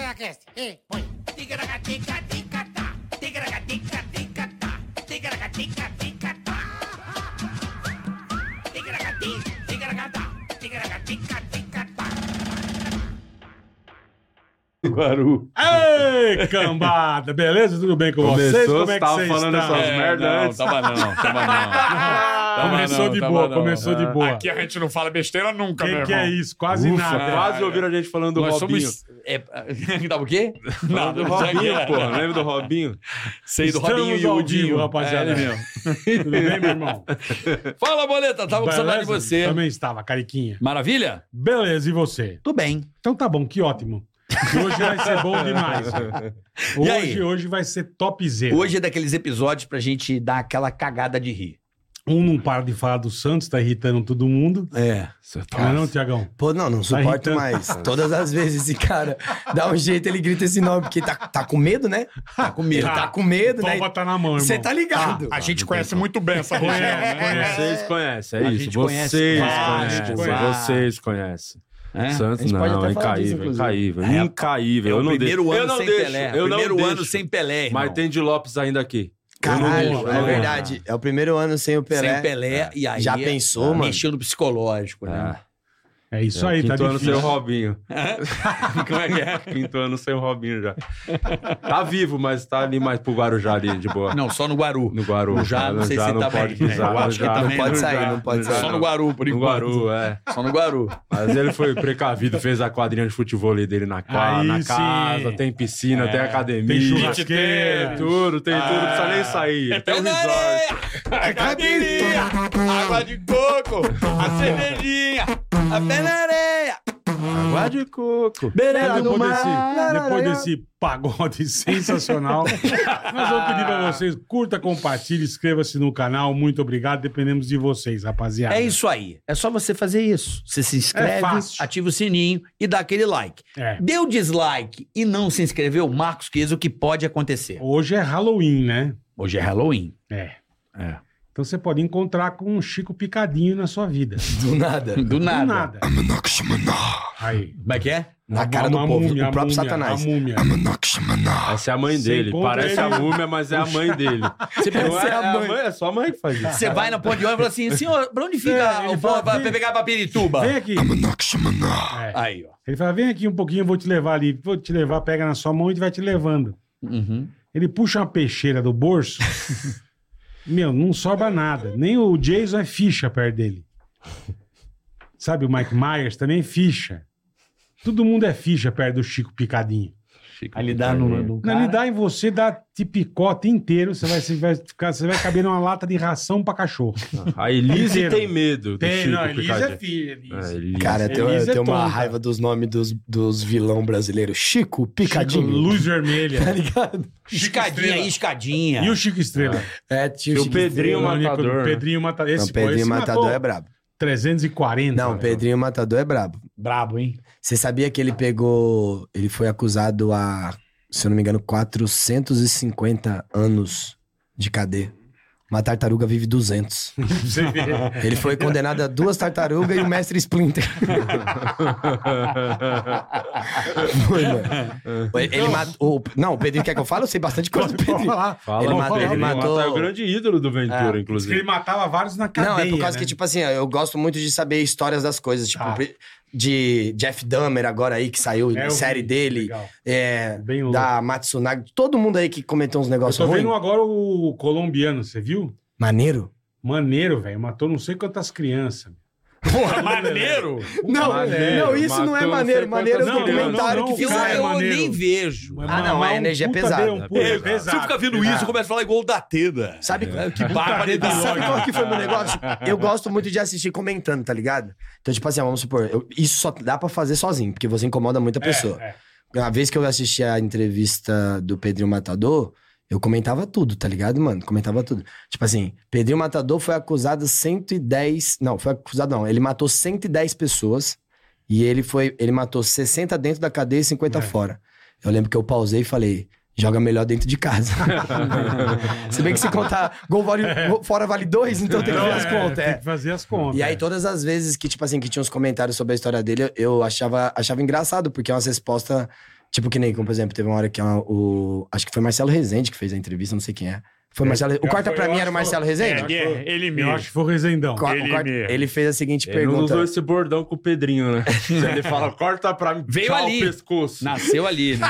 Ticaracast, e põe. Ticaracatica-ticatá, ticaracatica-ticatá, ticaracatica-ticatá. Ticaracati, ticaracatá, ticaracatica-ticatá. Guaru. Ei, cambada! Beleza? Tudo bem com vocês? Começou, Como é você que tava vocês falando estão? essas É, merda não, antes. Tava não, tava não. Tava Começou não, de tava boa, não. É. começou de boa. Aqui a gente não fala besteira nunca, O meu que, que irmão. é isso? Quase Ufa, nada. quase ouviram a gente falando do É. Nós Robinho. somos... É... Tava o quê? Falando do Robinho, porra. Lembra do Robinho? é. Sei do né? Estamos Robinho e ao o vivo, Dinho. rapaziada. É, ele mesmo. Tudo bem, meu irmão? Fala, Boleta. Tava com saudade de Beleza? você. Também estava, cariquinha. Maravilha? Beleza, e você? Tudo bem. Então tá bom, que ótimo. Que hoje vai ser bom demais. E Hoje, aí? hoje vai ser topzera. Hoje é daqueles episódios pra gente dar aquela cagada de rir. Um não para de falar do Santos, tá irritando todo mundo. É. Não é não, Tiagão? Pô, não, não Tá suporto irritando. mais. Todas as vezes esse cara dá um jeito, ele grita esse nome, porque tá, tá com medo, né? Tá com medo. Tá com medo, né? Toma tá na mão, irmão. É, Você tá ligado. Ah, A gente conhece muito bem essa Conhece, conhece. Vocês conhecem, é A isso. gente Vocês conhece vários, conhecem. vários. Vocês conhecem. É? A Santos gente pode não, até é falar disso, incaível, inclusive. incaível, É, incaível. É eu o não primeiro deixo. eu ano não sem deixo, Pelé. Eu não primeiro ano deixo. sem Pelé, irmão. Mas tem de Lopes ainda aqui. Eu não Caralho, vou, é não. verdade. É o primeiro ano sem o Pelé. É. Sem Pelé, e aí... Já pensou, mano? Mexeu no psicológico, né? Ah, É isso aí, tá Quinto ano sem difícil. o Robinho. Como é que é? Quinto ano sem o Robinho já. Tá vivo, mas tá ali mais pro Guarujá ali, de boa. Não, só no Guaru. No Guaru. No Já, não sei se não tá pode bem. pisar. Eu acho que já, tá no bem. Guaru, Pode sair, né? já, não pode sair. Só no Guaru, por No enquanto. Guaru, é. Só no Guaru. Mas ele foi precavido, fez a quadrinha de futebol ali dele na, ca- Aí na sim. É. casa, tem piscina, tem Tem Ah. academia. churrasco. churrasqueira. Tem tudo, tem tudo, não precisa nem sair. tem um resort. A caipirinha, É água de coco, a cervejinha, a pé na areia. Água de coco. É, Beirada do depois, mar. desse, depois desse pagode sensacional, nós vamos pedir pra vocês, curta, compartilhe, inscreva-se no canal. Muito obrigado, dependemos de vocês, rapaziada. É isso aí. É só você fazer isso. Você se É inscreve, fácil. ativa o sininho e dá aquele like. É. Deu dislike e não se inscreveu, Marcos Queijo, o que pode acontecer? Hoje é Halloween, né? Hoje é Halloween. É. É. Então você pode encontrar com um Chico Picadinho na sua vida. Do nada. Do nada. Do nada. Aí. Como é que é? Na Uma- cara do uma povo, múmia, o próprio a múmia, Satanás. A múmia. Essa é a mãe Você dele. encontra Parece ele- a múmia, mas é a mãe dele. Você Não pensa- é, a mãe. é só a mãe que faz isso. Você vai na ponte de ônibus e fala assim, senhor, pra onde fica É, ele o fala, ponto pra vem- pegar pra Pirituba? Vem aqui. É. Aí, ó. Ele fala, vem aqui um pouquinho, eu vou te levar ali. Vou te levar, pega na sua mão e vai te levando. Uhum. Ele puxa uma peixeira do bolso. meu, não sobra nada. Nem o Jason é ficha perto dele. Sabe, o Mike Myers também é ficha. Todo mundo é ficha perto do Chico Picadinho. Aí ele dá no, no Não, ele dá em você, dá de picote inteiro. Você vai, você vai, ficar, você vai caber numa lata de ração pra cachorro. A Elise Inteiro. tem medo do Chico é Picadinho. ficha. Ah, Elise. Cara, eu tenho, eu Elisa é tenho uma tonta. raiva dos nomes dos, dos vilão brasileiros. Chico, Picadinho. Picadinho. luz vermelha. Tá ligado? Escadinha, escadinha. E o Chico Estrela? É, tio Seu Chico. Pedrinho Não, ele- Matador. né? Pedrinho Matador. Não, Esse, pô, Pedrinho esse Matador matou é brabo. 340. Não, né? Pedrinho Matador é brabo. Brabo, hein? Você sabia que ele pegou. Ele foi acusado a, se eu não me engano, 450 anos de cadeia. Uma tartaruga vive 200. Você vê. Ele foi condenado a duas tartarugas e o mestre Splinter. Foi, mano. Ele matou. Não, o Pedrinho quer que eu fale? Eu sei bastante coisa do Pode Pedrinho. falar. Fala, Ele mas matou- ele ele matou- É. matou... É o grande ídolo do Ventura, Diz que inclusive. ele matava vários na cadeia. Não, é por causa né? que, tipo assim, ó, eu gosto muito de saber histórias das coisas. Tipo, Ah. pre- de Jeff Dahmer agora aí, que saiu É, eu série vi. dele. Legal. É, Bem louco. da Matsunagi. Todo mundo aí que comentou uns Eu negócios tô ruins. vendo agora o colombiano, você viu? Maneiro? Maneiro, velho. Matou não sei quantas crianças. É Maneiro! Não, Maneiro, não, isso não é matou maneiro. não sei Maneiro é um quantas crianças. documentário que Eu, Não, fizeram. é eu maneiro. um nem vejo. Ah, não, é energia pesada. É Se eu ficar vendo isso, eu começo a falar igual o da Tá Teda. Sabe, Que barbaridade. sabe qual que foi o meu negócio? Eu gosto muito de assistir comentando, tá ligado? Então, tipo assim, ó, vamos supor, eu- isso só dá pra fazer sozinho, porque você incomoda muita pessoa. É, é. A vez que eu assisti a entrevista do Pedrinho Matador, eu comentava tudo, tá ligado, mano? Comentava tudo. Tipo assim, Pedrinho Matador foi acusado 110. Não, foi acusado não. Ele matou 110 pessoas e ele foi. Ele matou 60 dentro da cadeia e 50 É. fora. Eu lembro que eu pausei e falei. Joga melhor dentro de casa. se bem que se contar gol, vale- gol fora vale dois, então tem que Não, ver as é, contas. Tem É. que fazer as contas. E aí, todas as vezes que, tipo assim, que tinha uns comentários sobre a história dele, eu achava, achava engraçado, porque é umas respostas Tipo que nem, como por exemplo, teve uma hora que ó, o. Acho que foi Marcelo Rezende que fez a entrevista, não sei quem é. Foi Marcelo. O corta pra mim era o Marcelo Rezende? É, é, ele Eu mesmo. acho que foi o Rezendão. O cor- o ele corta- mesmo. ele fez a seguinte Ele não pergunta. usou esse bordão com o Pedrinho, né? ele fala, corta pra mim, Veio tchau, ali. pescoço. é Nasceu ali, né?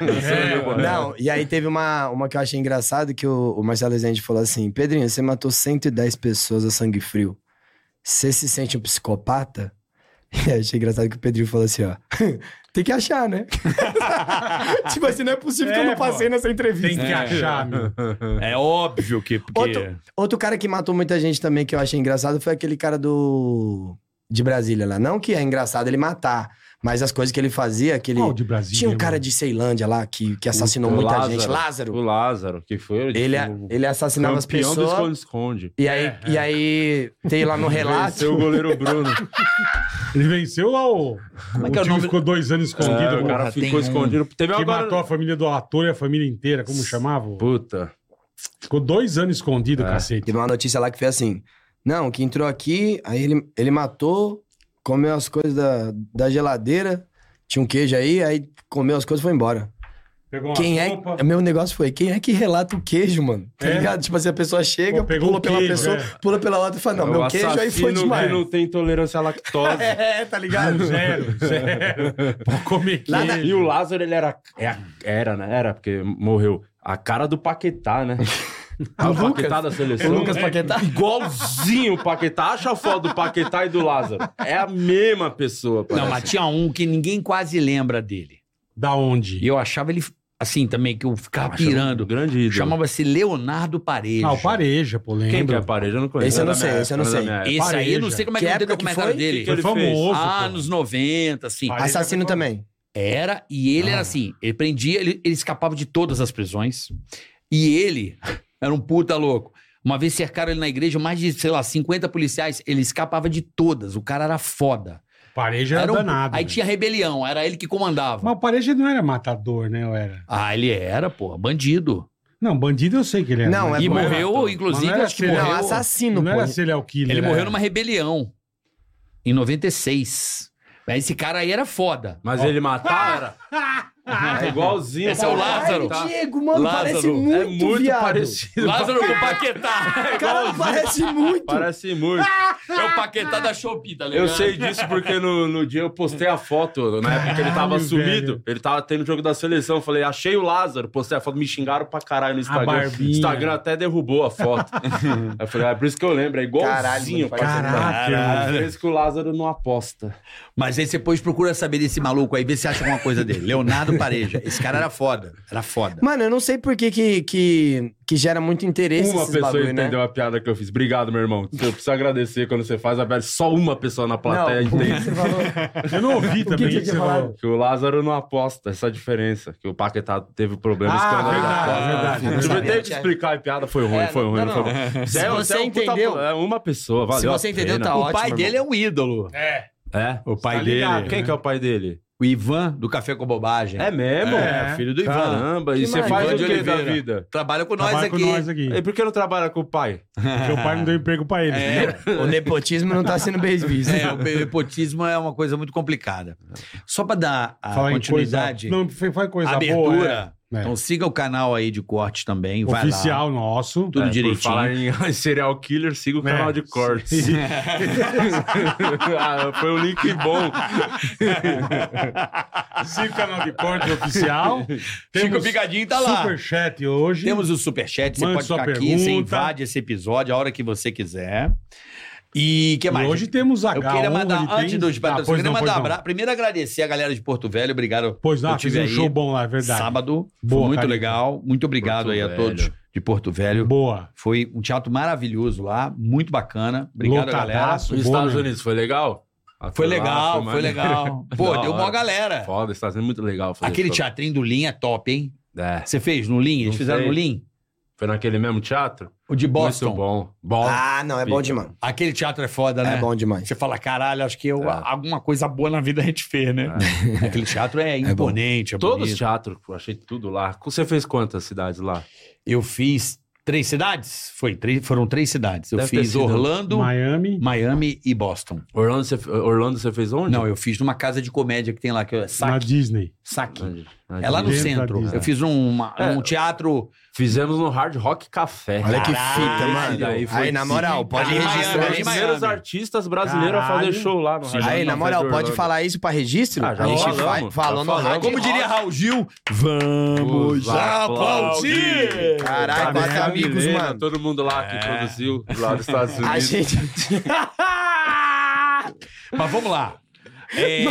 né? É. Não, e aí teve uma, uma que eu achei engraçado que o, o Marcelo Rezende falou assim: Pedrinho, você matou 110 pessoas a sangue frio. Você se sente um psicopata? E aí eu achei engraçado que o Pedrinho falou assim: ó, tem que achar, né? tipo assim, não é possível que eu É, não pô. passei nessa entrevista. Tem que achar, meu. É óbvio que. Porque... Outro- Outro cara que matou muita gente também que eu achei engraçado foi aquele cara do. de Brasília lá. Não que é engraçado ele matar, mas as coisas que ele fazia, que ele. Qual de Brasília? Tinha um mano? cara de Ceilândia lá que, que assassinou Puta, muita Lázaro. gente. Lázaro. O Lázaro, que foi Ele, tipo, ele assassinava as campeão do pessoas. esconde-esconde. E aí, e aí tem lá no Venceu o relato. goleiro Bruno. Ele venceu lá o. Como é o que é o time nome- ficou dois anos escondido. É, o pô. cara Porra, ficou tem um escondido. Teve que agora... matou a família do ator e a família inteira, como chamava? o- Puta. Ficou dois anos É. escondido, cacete. Teve uma notícia lá que foi assim: Não, que entrou aqui, aí ele, ele matou, comeu as coisas da, da geladeira, tinha um queijo aí, aí comeu as coisas e foi embora. Pegou uma Quem é. sopa. Meu negócio foi: quem é que relata o queijo, mano? Tá É. ligado? Tipo assim, a pessoa chega, Pô, pegou pula o pela queijo, pessoa, é. pula pela outra e fala: Não, É o meu queijo aí foi assassino demais. que não tem intolerância à lactose. É, tá ligado? Zero, zero. Pode comer Lá queijo. E o Lázaro, ele era... é a- Era, né? Era, porque morreu. A cara do Paquetá, né? o Paquetá da O seleção. É, Lucas tá- Paquetá. Igualzinho o Paquetá. Acha a foto do Paquetá e do Lázaro. É a mesma pessoa, Não, parece. mas tinha um que ninguém quase lembra dele. Da onde? E eu achava ele assim também, que eu tá ficava Achava um pirando. Grande ídolo. Chamava-se Leonardo Pareja. Ah, o Pareja, pô, lembra? Quem que é a parede? Eu não conheço. Esse eu não É da sei, minha esse eu não época, sei. é da minha época. Esse aí, eu não sei como é que, Que não tem época que documentário foi? dele. ele Foi famoso. Ah, pô. nos 90, assim. Pareja Assassino também. Era, e ele era assim, ele prendia, ele, ele escapava de todas as prisões. E ele era um puta louco. Uma vez cercaram ele na igreja, mais de, sei lá, 50 policiais, ele escapava de todas. O cara era foda. Pareja era, um- danado. Aí né? tinha rebelião, era ele que comandava. Mas o Pareja não era matador, né? Eu era. Ah, ele era, pô, bandido. Não, bandido eu sei que ele era. Não, mas- é e bom, morreu, Mas inclusive, não era acho que serial- morreu. Não, assassino, Não é assim. pô. era serial killer. é. Ele era- morreu numa rebelião em 96. Mas Esse cara aí era foda. Mas ele matava? era? É igualzinho. Esse é o Lázaro. Ai, Diego, mano, Lázaro. parece É muito, É muito viado. parecido. Lázaro com o Paquetá. Cara, parece muito. Parece muito. É o Paquetá da Shopee, tá ligado? Eu sei disso porque no, no dia eu postei a foto, na época que ele tava Caralho, sumido, velho. ele tava tendo o jogo da seleção. Eu falei, achei o Lázaro, postei a foto, me xingaram pra caralho no Instagram. barbinha. Instagram até derrubou a foto. Aí eu falei, ah, é por isso que eu lembro, é igualzinho. Caralho, mano, Caraca. Por isso que o Lázaro não aposta. Mas aí você depois procura saber desse maluco aí, ver se acha alguma coisa dele. Leonardo Pareja. Esse cara era foda. Era foda. Mano, eu não sei por que que, que, que gera muito interesse uma esses pessoa bagulho, entendeu né? a piada que eu fiz. Obrigado, meu irmão. Eu preciso agradecer quando você faz a piada. Só uma pessoa na plateia por que entende. você falou? Eu não ouvi também. que O que que, você você falou? falou? Que o Lázaro não aposta, essa é a diferença. Que o Paquetá teve problemas Ah, com a verdade, verdade, Tipo, eu verdade. tenho que explicar a piada, foi ruim, É, foi não, ruim. não, foi não. ruim. Se Zé- você Zé é um puta- entendeu- É uma pessoa, valeu. Se a você entendeu, pena. tá o ótimo. pai dele é um ídolo. É. É? O pai Tá dele. ligado. Quem que é o pai dele? O Ivan, do Café com Bobagem. É mesmo? É, filho do Ivan. Caramba, e Que você mais? faz Ivan o de que da Oliveira. vida? Trabalha com nós Trabalha aqui. com nós aqui. E por que não trabalha com o pai? Porque o pai não deu emprego pra ele. entendeu? O nepotismo não tá sendo bem visto. É, o nepotismo é uma coisa muito complicada. Só pra dar a Falar em continuidade, coisa... né? Não, foi foi coisa abertura. boa. é. É. Então siga o canal aí de cortes também. vai lá. Oficial nosso. Tudo É, direitinho. Por falar em serial killer, siga o É. canal de cortes. Ah, foi um link bom. Siga Assim o canal de corte oficial. Chico Temos Bigadinho tá lá. Superchat hoje. Temos o superchat, você Mande pode sua ficar aqui, você pergunta. invade esse episódio a hora que você quiser. E o que E mais? hoje temos a eu queria mandar, antes dos ah, patrocinadores, eu pois queria não, pois mandar um não. abra... Primeiro agradecer a galera de Porto Velho, obrigado. Pois Eu não, tive fiz um aí show bom lá, é verdade. Sábado, Boa, foi muito Carlinhos. legal, muito obrigado Porto aí a Velho. todos de Porto Velho. Boa. Foi um teatro maravilhoso lá, muito bacana. Obrigado, galera. Lotadaço, Os bom né? Estados mesmo. Unidos, foi legal? Foi lá, legal, foi maneiro. legal. Pô, Da deu hora. mó galera. Foda, está sendo muito legal. fazer Aquele show. teatrinho do Lean é top, hein? É. Você fez no Lean? Eles Não fizeram sei. no Lean? Foi naquele mesmo teatro? O de Muito Boston. bom. Bom. Ah, não, é bom Fica. demais. Aquele teatro é foda, né? É bom demais. Você fala, caralho, acho que eu- É. alguma coisa boa na vida a gente fez, né? Aquele teatro é imponente, é, Todos os bonito. teatros, pô, achei tudo lá. Você fez quantas cidades lá? Eu fiz Três cidades? Foi, três, foram três cidades. Eu Deve ter fiz sido Orlando, Miami. Miami e Boston. Orlando, você, Orlando, você fez onde? Não, eu fiz numa casa de comédia que tem lá, que é Na Saque. Disney. Saque. Na- na É lá no Disney. Dentro da centro. Disney. Eu fiz um, uma- É. um teatro. Fizemos no Hard Rock Café. Olha que Caralho, fita, mano. daí foi Aí, na moral, pode Aí, registrar Miami, isso. Miami. primeiros artistas brasileiros a fazer Caralho. show lá no Hard Rock Aí, na Café de moral, pode Orlando. falar isso pra registro? Ah, já a gente falamos, vai já falando no falamos. rádio. Como diria Raul Gil, vamos lá aplaudir! Caralho, Tá quatro vendo, amigos, Milena, mano. Todo mundo lá que produziu lá dos Estados Unidos. A gente... Mas vamos lá. É,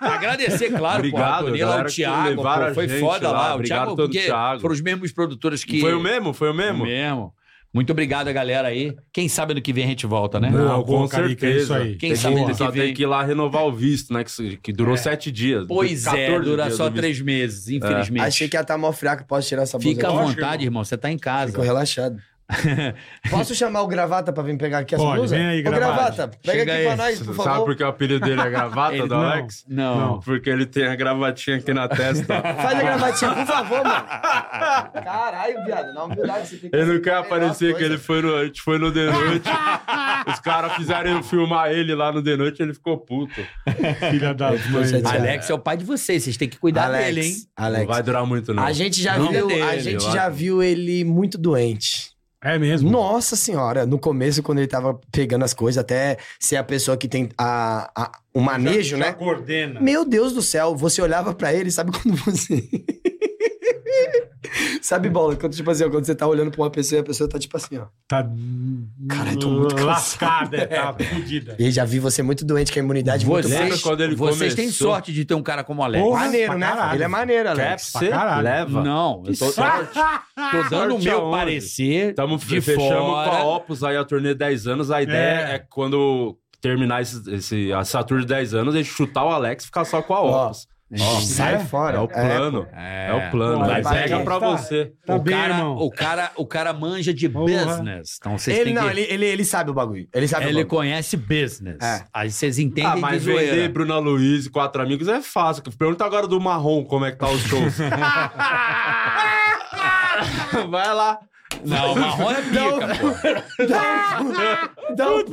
Agradecer, claro, Obrigado, pô, a Antonella, galera o que Thiago, levaram pô, foi a gente foda lá. lá, O obrigado Thiago, todo porque Thiago. foram os mesmos produtores que. Foi o mesmo? Foi o mesmo? Mesmo. Muito obrigado a galera aí. Quem sabe no que vem a gente volta, né? Não, Não, com coloca aí, que é isso certeza. aí. Quem Tem sabe que- ano que só vem. tem que ir lá renovar o visto, né? Que, se- que durou sete dias. Pois é, 14 dura dias só do visto. três meses, infelizmente. Achei que ia estar mó fraca, posso tirar essa blusa? Fica à aqui? vontade, irmão. Você tá em Ficou casa. relaxado. Posso chamar o gravata pra vir pegar aqui essa Pode, blusa? vem aí, Ô, Gravata. gravata, pega Chega aqui aí. pra nós, por favor. Sabe por que o apelido dele é gravata Ele- do não. Alex? Não. Porque ele tem a gravatinha aqui na testa. Faz a gravatinha, por favor, mano. Caralho, viado, na humildade você tem que... Ele não quer fazer a aparecer melhor que coisa. ele foi no, a gente foi no The Noite. Os caras fizeram eu filmar ele lá no The Noite ele ficou puto. Filha da ficou chateado. mãe. Alex é o pai de vocês. Vocês têm que cuidar Alex, dele, hein? Não vai Alex. durar muito, não. A gente já, Não viu, a dele, gente eu já viu ele muito doente. É mesmo? Nossa senhora, no começo, quando ele tava pegando as coisas, até ser a pessoa que tem a, a- o manejo, Já- já né? coordena. Meu Deus do céu, você olhava pra ele, sabe quando você. sabe, bola, quando, tipo assim, ó, quando você tá olhando pra uma pessoa e a pessoa tá tipo assim, ó. Tá Cara, eu tô muito cansado. lascada, é, tá fodida. E já vi você muito doente, com a imunidade é muito Lembra Vocês, quando ele vocês começou? têm sorte de ter um cara como o Alex. Porra, Maneiro, pra né? caralho. Ele é maneiro, Quer Alex. você? caralho. Leva. Não, eu tô, tô dando o Sorte meu aonde? parecer. Tamo de fechamos com a fora. Opus aí a turnê 10 anos. A ideia É. é, quando terminar esse, esse, essa tour de 10 anos, a gente chutar o Alex e ficar só com a Ó, Opus. Sai É? fora. É o plano. É, o plano. Vai, Aí vai, pega vai. pra Tá. você. Tá o, bem, cara, irmão. o cara, o cara manja de Porra. business. Então vocês Ele têm não, é que. ele, ele, ele sabe o bagulho. Ele sabe Ele o bagulho. conhece business. É. Aí vocês entendem Ah, mas de zoeira. vender Bruna Luiz e quatro amigos é fácil. Pergunta agora do Marrom como é que tá os shows. Vai lá. Não, o marrom é pica, pô. Dá um pulo.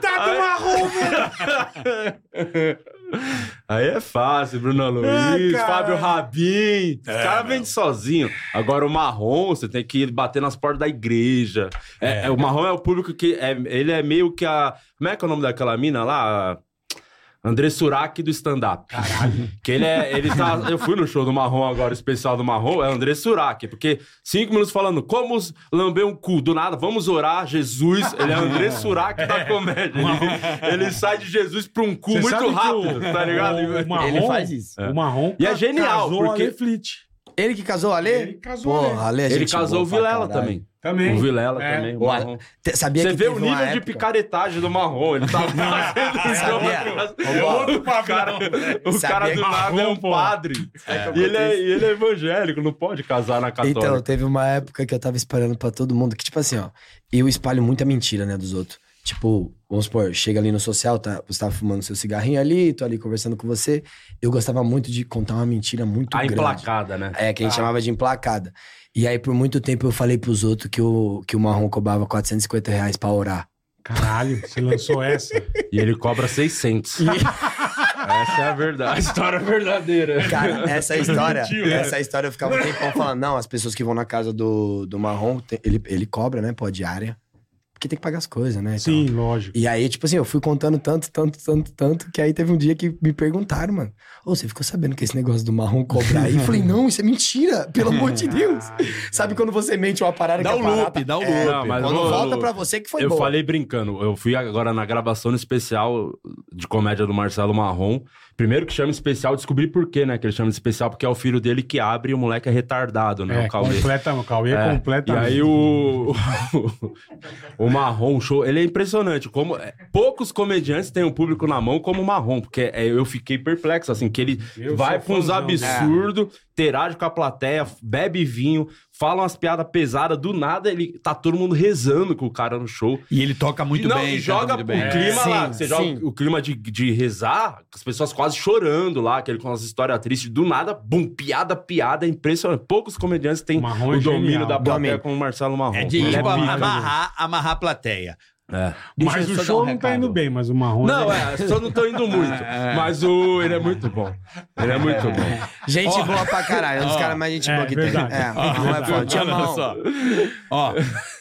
Tá do Marrom, velho. Aí é fácil, Bruna Luiz, cara. Fábio Rabin. Os caras vendem sozinho. Agora o Marrom, você tem que ir bater nas portas da igreja. É, é, o Marrom é o público que... É, ele é meio que a... Como é que é o nome daquela mina lá? André Surak do stand-up. Que ele é. Ele tá. Eu fui no show do Marrom agora, o especial do Marrom, é André Surak, porque cinco minutos falando como os- lamber um cu, do nada, vamos orar, Jesus. Ele é André Surak da comédia. Ele, ele sai de Jesus pra um cu Você sabe muito que rápido, o- tá ligado? o- o Marrom, Ele faz isso. O marrom. E é ca- genial, casou porque- a Ale Flit. Ele que casou o Ale? Ele casou o Porra, Ale. Ale, é Ele gente casou o boa pra Vilela caralho. também. Também. O Vilela É. também. o Olha, Marrom. Te- sabia Você que vê o teve uma nível de época- picaretagem do Marrom. Ele tá fazendo Sabia? isso. Eu amo o cara, o Sabia cara do que- nada é um Marrom, pô. padre. E ele é, e ele é evangélico, não pode casar na católica. Então, teve uma época que eu tava espalhando pra todo mundo que, tipo assim, ó, eu espalho muita mentira, né, dos outros. Tipo, vamos supor, chega ali no social, tá, você tá fumando seu cigarrinho ali, tô ali conversando com você. Eu gostava muito de contar uma mentira muito a grande. Tá emplacada, né? É, que a gente chamava de emplacada. E aí, por muito tempo, eu falei pros outros que o, que o marrom cobrava 450 reais pra orar. Caralho, você lançou essa. E ele cobra 600. Essa é a verdade. A história verdadeira. Cara, essa é história, essa história eu ficava um tempão falando, não, as pessoas que vão na casa do, do marrom, tem- ele, ele cobra, né, pô, a diária. Porque tem que pagar as coisas, né? e tal. Então. Sim, lógico. E aí, tipo assim, eu fui contando tanto, tanto, tanto, tanto, que aí teve um dia que me perguntaram, mano, ô, você ficou sabendo que esse negócio do marrom cobrar aí? Eu falei, não, isso é mentira, pelo amor de Deus. Sabe quando você mente uma parada Dá um que o é parada? loop, dá o É, loop. Não, mas Quando eu- volta pra você que foi eu boa. falei brincando. Eu fui agora na gravação no especial de comédia do Marcelo Marrom. Primeiro que chama especial, descobri por quê, né? Que ele chama de especial porque é o filho dele que abre e o moleque é retardado, né? É, o Cauê. completa, o Cauê é, É, E completamente. aí o, o Marrom, o show, ele é impressionante. Como é, poucos comediantes têm um o público na mão como o Marrom, porque é, eu fiquei perplexo, assim, que ele Eu vai sou pra uns fãzão. absurdos interage com a plateia, bebe vinho, fala umas piadas pesadas, do nada ele tá todo mundo rezando com o cara no show. E ele toca muito e, não, bem. e canta joga o muito bem. clima É, lá. sim, Você joga sim. o clima de, de rezar, as pessoas quase chorando lá, aquele com as histórias tristes, do nada, bum, piada, piada, é impressionante. Poucos comediantes têm Marrom é o domínio genial. da plateia Domínio. como o Marcelo Marrom. É de Ele tipo, pica, né? amarrar, amarrar a plateia. É. Deixa Mas eu o só dar show não um tá recado. indo bem, mas o marrom. Não, é, só não tô indo muito. Mas o, ele é muito bom. Ele é muito bom. Gente boa pra caralho. É um dos caras mais gente É, boa que verdade. tem. É, não é forte. Tinha Olha mão. só. Ó,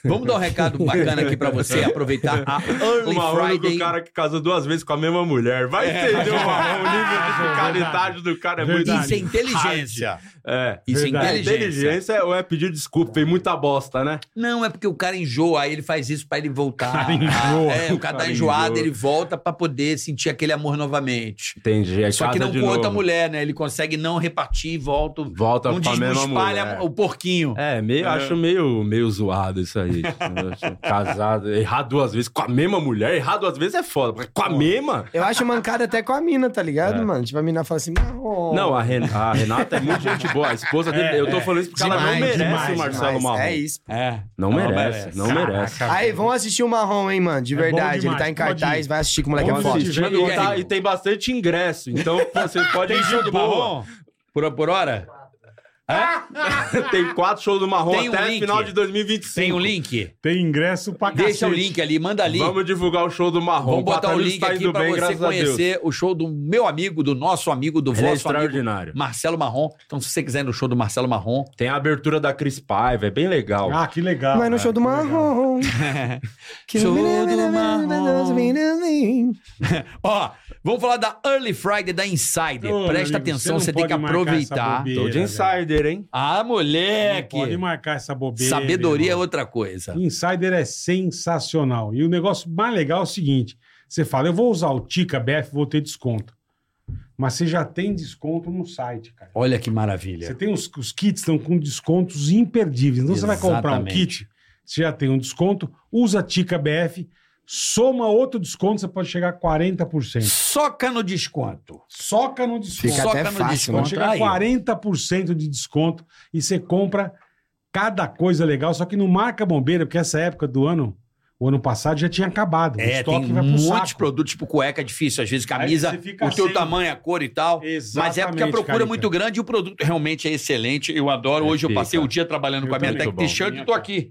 vamos dar um recado bacana aqui pra você aproveitar a O Early Marrom é Friday. É. o cara que casou duas vezes com a mesma mulher. Vai entender o Marrom. O nível de fiscalidade do cara é muito... Verdade. Isso é inteligência. É. Isso Verdade. é inteligência. Inteligência ou é pedir desculpa, fez muita bosta, né? Não, é porque o cara enjoa, aí ele faz isso pra ele voltar. Cara enjoa. É, o cara tá Cara enjoado, enjoa. ele volta pra poder sentir aquele amor novamente. Entendi. Aí Só que casa não de com outra novo. mulher, né? Ele consegue não repartir e volta. Volta não Tá com a des- não mesma espalha mulher. o porquinho. É, meio, acho meio, meio zoado isso aí. Eu acho Casado, errar duas vezes com a mesma mulher, errar duas vezes é foda. porque Com a mesma? Eu acho mancada até com a mina, tá ligado, mano? Tipo, a mina fala assim, marrom. Não, a, Ren- a Renata é muito gente boa. A esposa dele, É, eu tô é. falando isso porque ela não Demais, merece Demais, o Marcelo demais. Marrom. É isso. É. Não, Não merece, merece. não Caraca, merece. velho. Aí, vão assistir o marrom, hein, mano? De É bom verdade. ele demais, tá em pode cartaz, ir. vai assistir que o moleque é Então, Vamos forte. assistir. Mas não tá- e tem bastante ingresso, então você pode ir de boa. Por, por hora? Tem quatro shows do Marrom Tem um até link. final de 2025. Tem um link? Tem ingresso pra cacete. Deixa o link ali, manda ali. Vamos, Vamos divulgar o show do Marrom. botar o Patarilhos link tá aqui indo pra bem, você graças a Deus. conhecer o show do meu amigo, do nosso amigo, do Ele é vosso amigo, extraordinário. Marcelo Marrom. Então, se você quiser ir no show do Marcelo Marrom, Tem a abertura da Cris Paiva, é bem legal. Ah, que legal. Vai no cara, show do que legal. marrom. Que Show do Ó, vamos falar da Early Friday da Insider. Ô, meu Presta amigo, atenção, não você tem pode que marcar essa aproveitar. bobeira, Tô de velho. insider, hein? Ah, Não Pode moleque! marcar essa bobeira. Sabedoria é irmão. outra coisa. Insider é sensacional. E o negócio mais legal é o seguinte: você fala, eu vou usar o Tica BF, vou ter desconto. Mas você já tem desconto no site, cara. Olha que maravilha. Você tá tem os, os kits estão com descontos imperdíveis. Então você vai comprar um Exatamente. kit, você já tem um desconto, usa a Tica BF, soma outro desconto, você pode chegar a 40%. Soca no desconto. Soca no desconto. Fica Soca até no fácil, Pode desconto. chegar a Aí. 40% de desconto e você compra cada coisa legal, só que não marca bombeira, porque essa época do ano, o ano passado já tinha acabado. É, tem um monte de produto, tipo cueca é difícil, às vezes camisa, você fica o teu sem. tamanho, a cor e tal. Mas é porque a procura é muito grande e o produto realmente é excelente. Eu adoro. É, Hoje eu fica. passei o dia trabalhando Eu com a minha também. Tech Muito bom. T-shirt e tô aqui.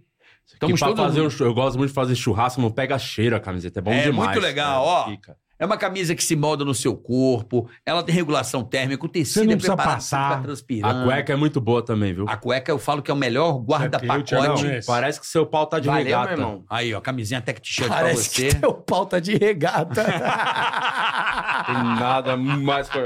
Que Estamos pra todos fazer um show, eu gosto muito de fazer churrasco, não pega cheiro a camiseta, é bom É, demais. muito legal, É, ó. fica. É uma camisa que se molda no seu corpo, ela tem regulação térmica, o tecido não é precisa preparado passar. pra transpirar. A cueca é muito boa também, viu? A cueca eu falo que é o É melhor que eu Não, te guarda-pacote. amo. Esse. parece que seu pau tá de Valeu, meu regata. irmão. Aí, ó, camisinha tech t-shirt pra Parece você. que teu pau tá de regata. Tem nada mais co-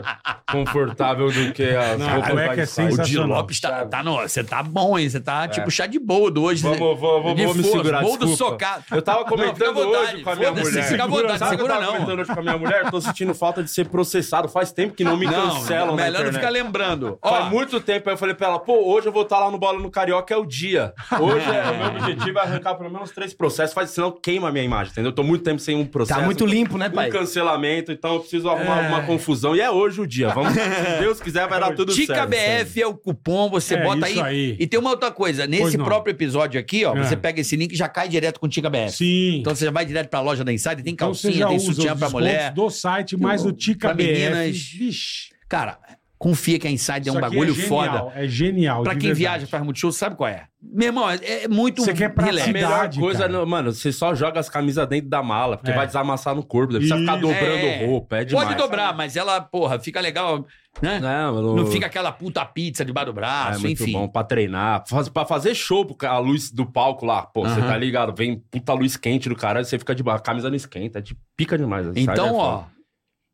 confortável do que as Não, a roupas cueca da é Insider. O Di sensacional. Lopes tá, tá no, você tá bom, hein? Você tá tipo chá de boldo hoje. Vamos, vou, vou, De vou me força, segurar, boldo desculpa. socado. Eu tava Não, fica à comentando vontade, hoje com a minha foda-se, mulher. Fica à vontade, Sabe o que eu segura tava não. comentando hoje com a minha mulher? Tô sentindo falta de ser processado. Faz tempo que não me cancelam na melhor não internet. ficar lembrando. Faz Ó, muito tempo, aí eu falei pra ela, pô, hoje eu vou estar lá no Bola no Carioca, é o dia. Hoje é, o meu objetivo é arrancar pelo menos três processos, faz, senão queima a minha imagem, entendeu? Eu tô muito tempo sem um processo. tá muito limpo, né, Um pai? cancelamento, então eu preciso arrumar uma confusão. E é hoje o dia. Vamos, se Deus quiser, vai dar tudo Tica certo. BF é o cupom, você É, bota aí. isso aí. E tem uma outra coisa, Pois nesse não. próprio episódio aqui, ó, É. você pega esse link e já cai direto com Tica BF. Sim. Então você já vai direto pra loja da Insider, tem Então calcinha, você já tem usa os sutiã pra descontos mulher. do site, mais o Tica pra BF. meninas. Vixe, Cara, confia que a Insider é isso um aqui bagulho genial, foda. É genial. Pra de quem verdade. viaja, faz muito show, sabe qual é? Meu irmão, é, é muito Você quer pra- A melhor Verdade, coisa, cara. não- mano, você só joga as camisas dentro da mala, porque É. vai desamassar no corpo, não precisa ficar Isso. dobrando roupa, é demais. Pode dobrar, mas ela, porra, fica legal, né? Não, Não fica aquela puta pizza debaixo do Ah, braço, é muito enfim. bom pra treinar, faz, pra fazer show, porque a luz do palco lá, pô, você Aham. tá ligado, vem puta luz quente do caralho, você fica de ba- a camisa não esquenta, te pica demais. sabe? É Então, foda. ó,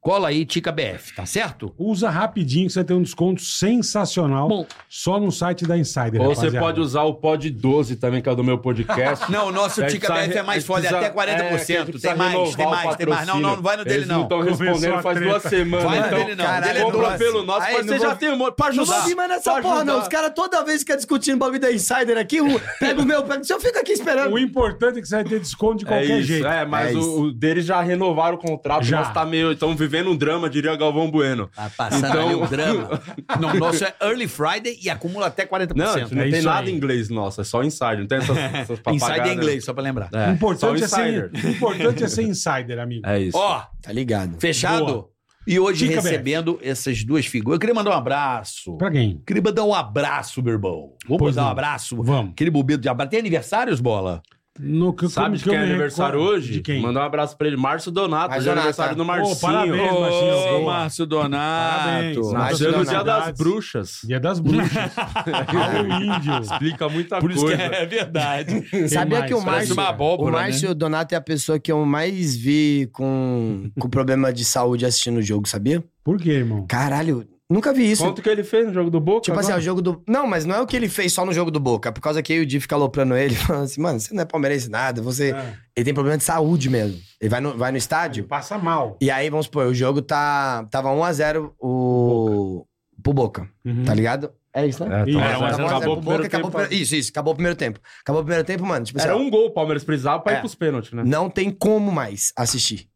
cola aí, Tica BF, tá certo? Usa rapidinho, que você tem um desconto sensacional Bom. só no site da Insider. Ou você rapaziada. pode usar o pod 12 também, que é o do meu podcast. Não, o nosso A gente Tica precisa- BF é mais a gente foda, é precisa- até 40%. precisa tem mais, renovar tem o mais, tem mais. Não, não, não vai no dele, Eles não não. estão Começou respondendo a faz treta. duas semanas. Vai no então, dele, não. Caralho, Dele é compra doze. pelo nosso, Aí, mas não você já vou- tem um monte. Pra Não ajudar. vou vir mais nessa pra porra, não. ajudar. Os caras toda vez que é discutindo o bagulho da Insider aqui, um pega o meu, pega o seu, fica aqui esperando. O importante é que você vai ter desconto de É qualquer isso, jeito. é, mas É o, isso. o deles já renovaram o contrato, Já. já. tá meio. Estão vivendo um drama, diria Galvão Bueno. Tá passando Então- ali o drama. Não, o nosso é Early Friday e acumula até 40%. Não, isso não é tem isso nada aí. em inglês nosso, é só inside, não tem essas, essas Inside papagadas. é inglês, só pra lembrar. É, importante, só é ser, insider. o importante é ser insider, amigo. É isso. Ó, Tá ligado? fechado? Boa. E hoje Dica, recebendo essas duas figuras. Eu queria mandar um abraço. Pra quem? Queria mandar um abraço, meu irmão. Vamos Pois mandar um não. abraço. Vamos. Aquele bobedo de abraço. Tem aniversários, bola? No, que, Sabe como de quem eu é me aniversário recordo? hoje? De quem? Mandar um abraço pra ele, Márcio Donato, Márcio hoje é Donato. aniversário do Ô, Marcinho. parabéns. Ô, Marcinho, boa. Márcio Donato. Parabéns. Nasceu no Márcio dia Donato. das bruxas. Dia das bruxas. é Alô, um índio. Explica muita Por isso que coisa. é, é verdade. Sabia mais? que o Parece Márcio, uma o abóbora, Márcio né? Donato é a pessoa que eu mais vi com, com problema de saúde assistindo o jogo, sabia? Por quê, irmão? Caralho, nunca vi isso. Quanto que ele fez no jogo do Boca? Tipo assim, agora? é o jogo do. Não, mas não é o que ele fez só no jogo do Boca. Por causa que aí o Di fica aloprando ele, falando assim, mano, você não é palmeirense nada, você. É. Ele tem problema de saúde mesmo. Ele vai no, vai no estádio. Passa mal. E aí, vamos supor, o jogo tá. Tava 1x0 o. pro Boca, Uhum. tá ligado? É isso, né? É, então, Era um a zero, Tava 1 a 0 acabou pro o primeiro acabou o tempo. né? primeiro- Isso, isso, acabou o primeiro tempo. Acabou o primeiro tempo, mano. Tipo, assim, Era ó, um gol o Palmeiras precisava pra É. ir pros pênaltis, né? não tem como mais assistir.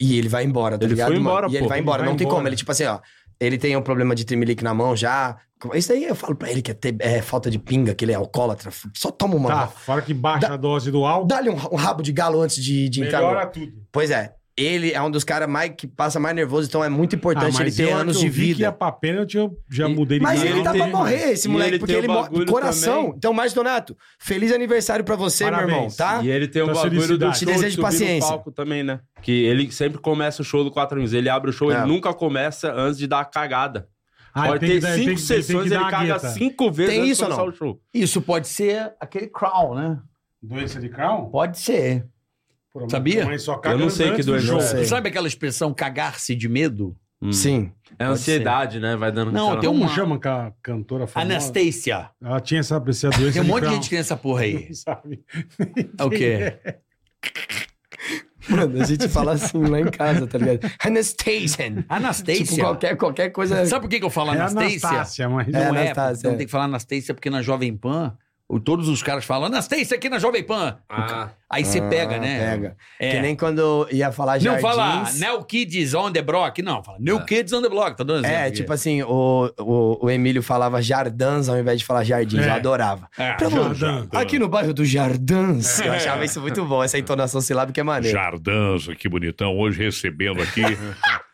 E ele vai embora, tá Ele ligado? foi mano? embora, e pô. ele vai Ele embora, vai não tem embora. como. Ele, tipo assim, ó. Ele tem um problema de tremelique na mão já. Isso aí eu falo pra ele que é, te- é falta de pinga, que ele é alcoólatra. Só toma uma. Tá, fora que baixa Dá- a dose do álcool, Dá-lhe um, um rabo de galo antes de, de entrar. melhora no- tudo. Pois é. Ele é um dos caras mais que passa mais nervoso, então é muito Ah, importante mas ele ter eu- anos eu de vi que ia vida. pra pênalti, eu já E- mudei de Mas Ele ele tá tem- pra morrer, esse e moleque, ele porque tem ele o morre. bagulho Coração. também. Então, Márcio Donato, feliz aniversário pra você, meu irmão, Parabéns. tá? E ele tem um Então, bagulho do felicidade. Te show de desejo subir no paciência. palco também, né? Que ele sempre começa o show do 4 anos. Ele abre o show, É. ele nunca começa antes de dar a cagada. Pode ter cinco sessões, ele caga cinco vezes Tem antes isso de ou começar não? o show. Isso pode ser aquele crown, né? Doença de Crohn? Pode ser. um Pô, Sabia? mas só caga Eu não sei antes que do doença jogo. é essa. Sei. Sabe aquela expressão cagar-se de medo? Hum. Sim. É Pode ansiedade, né? Vai dando... Não, aquela- tem um- Como Uma- chama com a cantora famosa? Anastácia. Ela tinha essa, essa doença Tem um de monte de Crohn, gente que tem essa porra aí. Sabe? É o quê? Mano, a gente fala assim lá em casa, tá ligado? Anastasia. Anastácia. Tipo, qualquer, qualquer coisa. Sabe por que, que eu falo É Anastácia? Anastácia, mas... É, Não é, Anastácia, não é. tem que falar Anastácia, porque na Jovem Pan, o- todos os caras falam Anastácia aqui na Jovem Pan. Ah, Aí você pega, Ah, né? Pega. É. Que nem quando eu ia falar Não jardins. fala né, New Kids on the Block, não. Fala New Kids on the Block, tá dando É, exemplo. tipo assim, o, o, o Emílio falava jardins ao invés de falar jardins. É. Eu adorava. É, Pra Jardins. Jardins. Aqui no bairro do Jardins, eu achava isso muito bom. Essa entonação silábica é maneira. Jardança, que bonitão, hoje recebendo aqui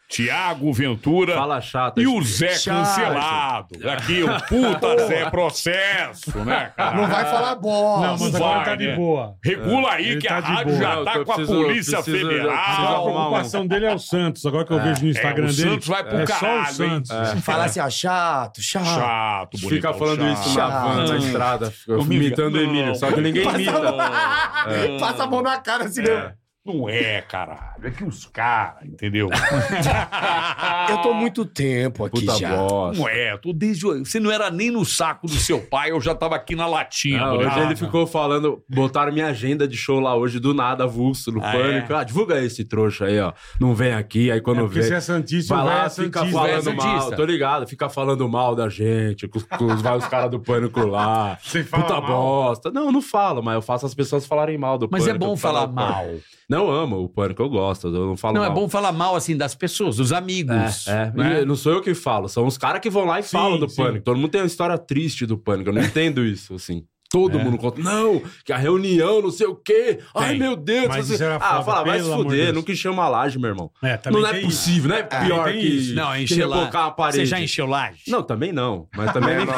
Tiago Ventura Fala chato. e o Zé Chato. Cancelado. Aqui, o puta Zé Processo, né, cara? Não vai falar bosta. Não, mas Vai, agora tá né? de boa. Regula aí Ele que tá a de rádio boa. já Eu tá com preciso- a Polícia preciso- Agora Federal. a preocupação dele é o Santos, agora que eu vejo no Instagram o dele. Santos vai pro é caralho, só o Santos. é Fala assim, ó, chato, chato. Chato, bonitão. Fica falando chato. isso na van, na Chato. estrada. fica Imitando o Emílio. Só que ninguém imita. Passa a mão na cara assim, né? Não é, caralho. É que os caras, entendeu? Eu tô muito tempo aqui Puta já. bosta. Não é. Tô desde... o- Você não era nem no saco do seu pai, eu já tava aqui na latinha. Ah, tá hoje ligado? ele ficou falando, botaram minha agenda de show lá hoje do nada, avulso, no Ah, pânico. Ah, divulga esse trouxa aí, ó. Não vem aqui, aí quando É porque vem. você é Santista, Vai o velho lá, é fica Santista. falando velho é mal, Santista. tô ligado, fica falando mal da gente, com, os- com os, vai os caras do pânico lá. Você fala Puta mal? bosta. Não, eu não falo, mas eu faço as pessoas falarem mal do Mas pânico. é bom por causa falar do mal. pânico. Não, eu amo o pânico, eu gosto, eu não falo Não, mal. é bom falar mal, assim, das pessoas, dos amigos. É, é. né? E não sou eu que falo, são os caras que vão lá e falam do sim. pânico. Todo mundo tem uma história triste do pânico, eu não entendo isso, assim. Todo mundo conta, não, que a reunião, não sei o quê. Ai, É. Tem. meu Deus. Mas você... isso era ah, foda, fala, vai se pelo amor de fuder, Deus. nunca encheu uma laje, meu irmão. É, também Não é tem possível, não é pior tem que, isso. Não, que encher lá. rebocar a parede. Você já encheu laje? Não, também não, mas Meu também... irmão,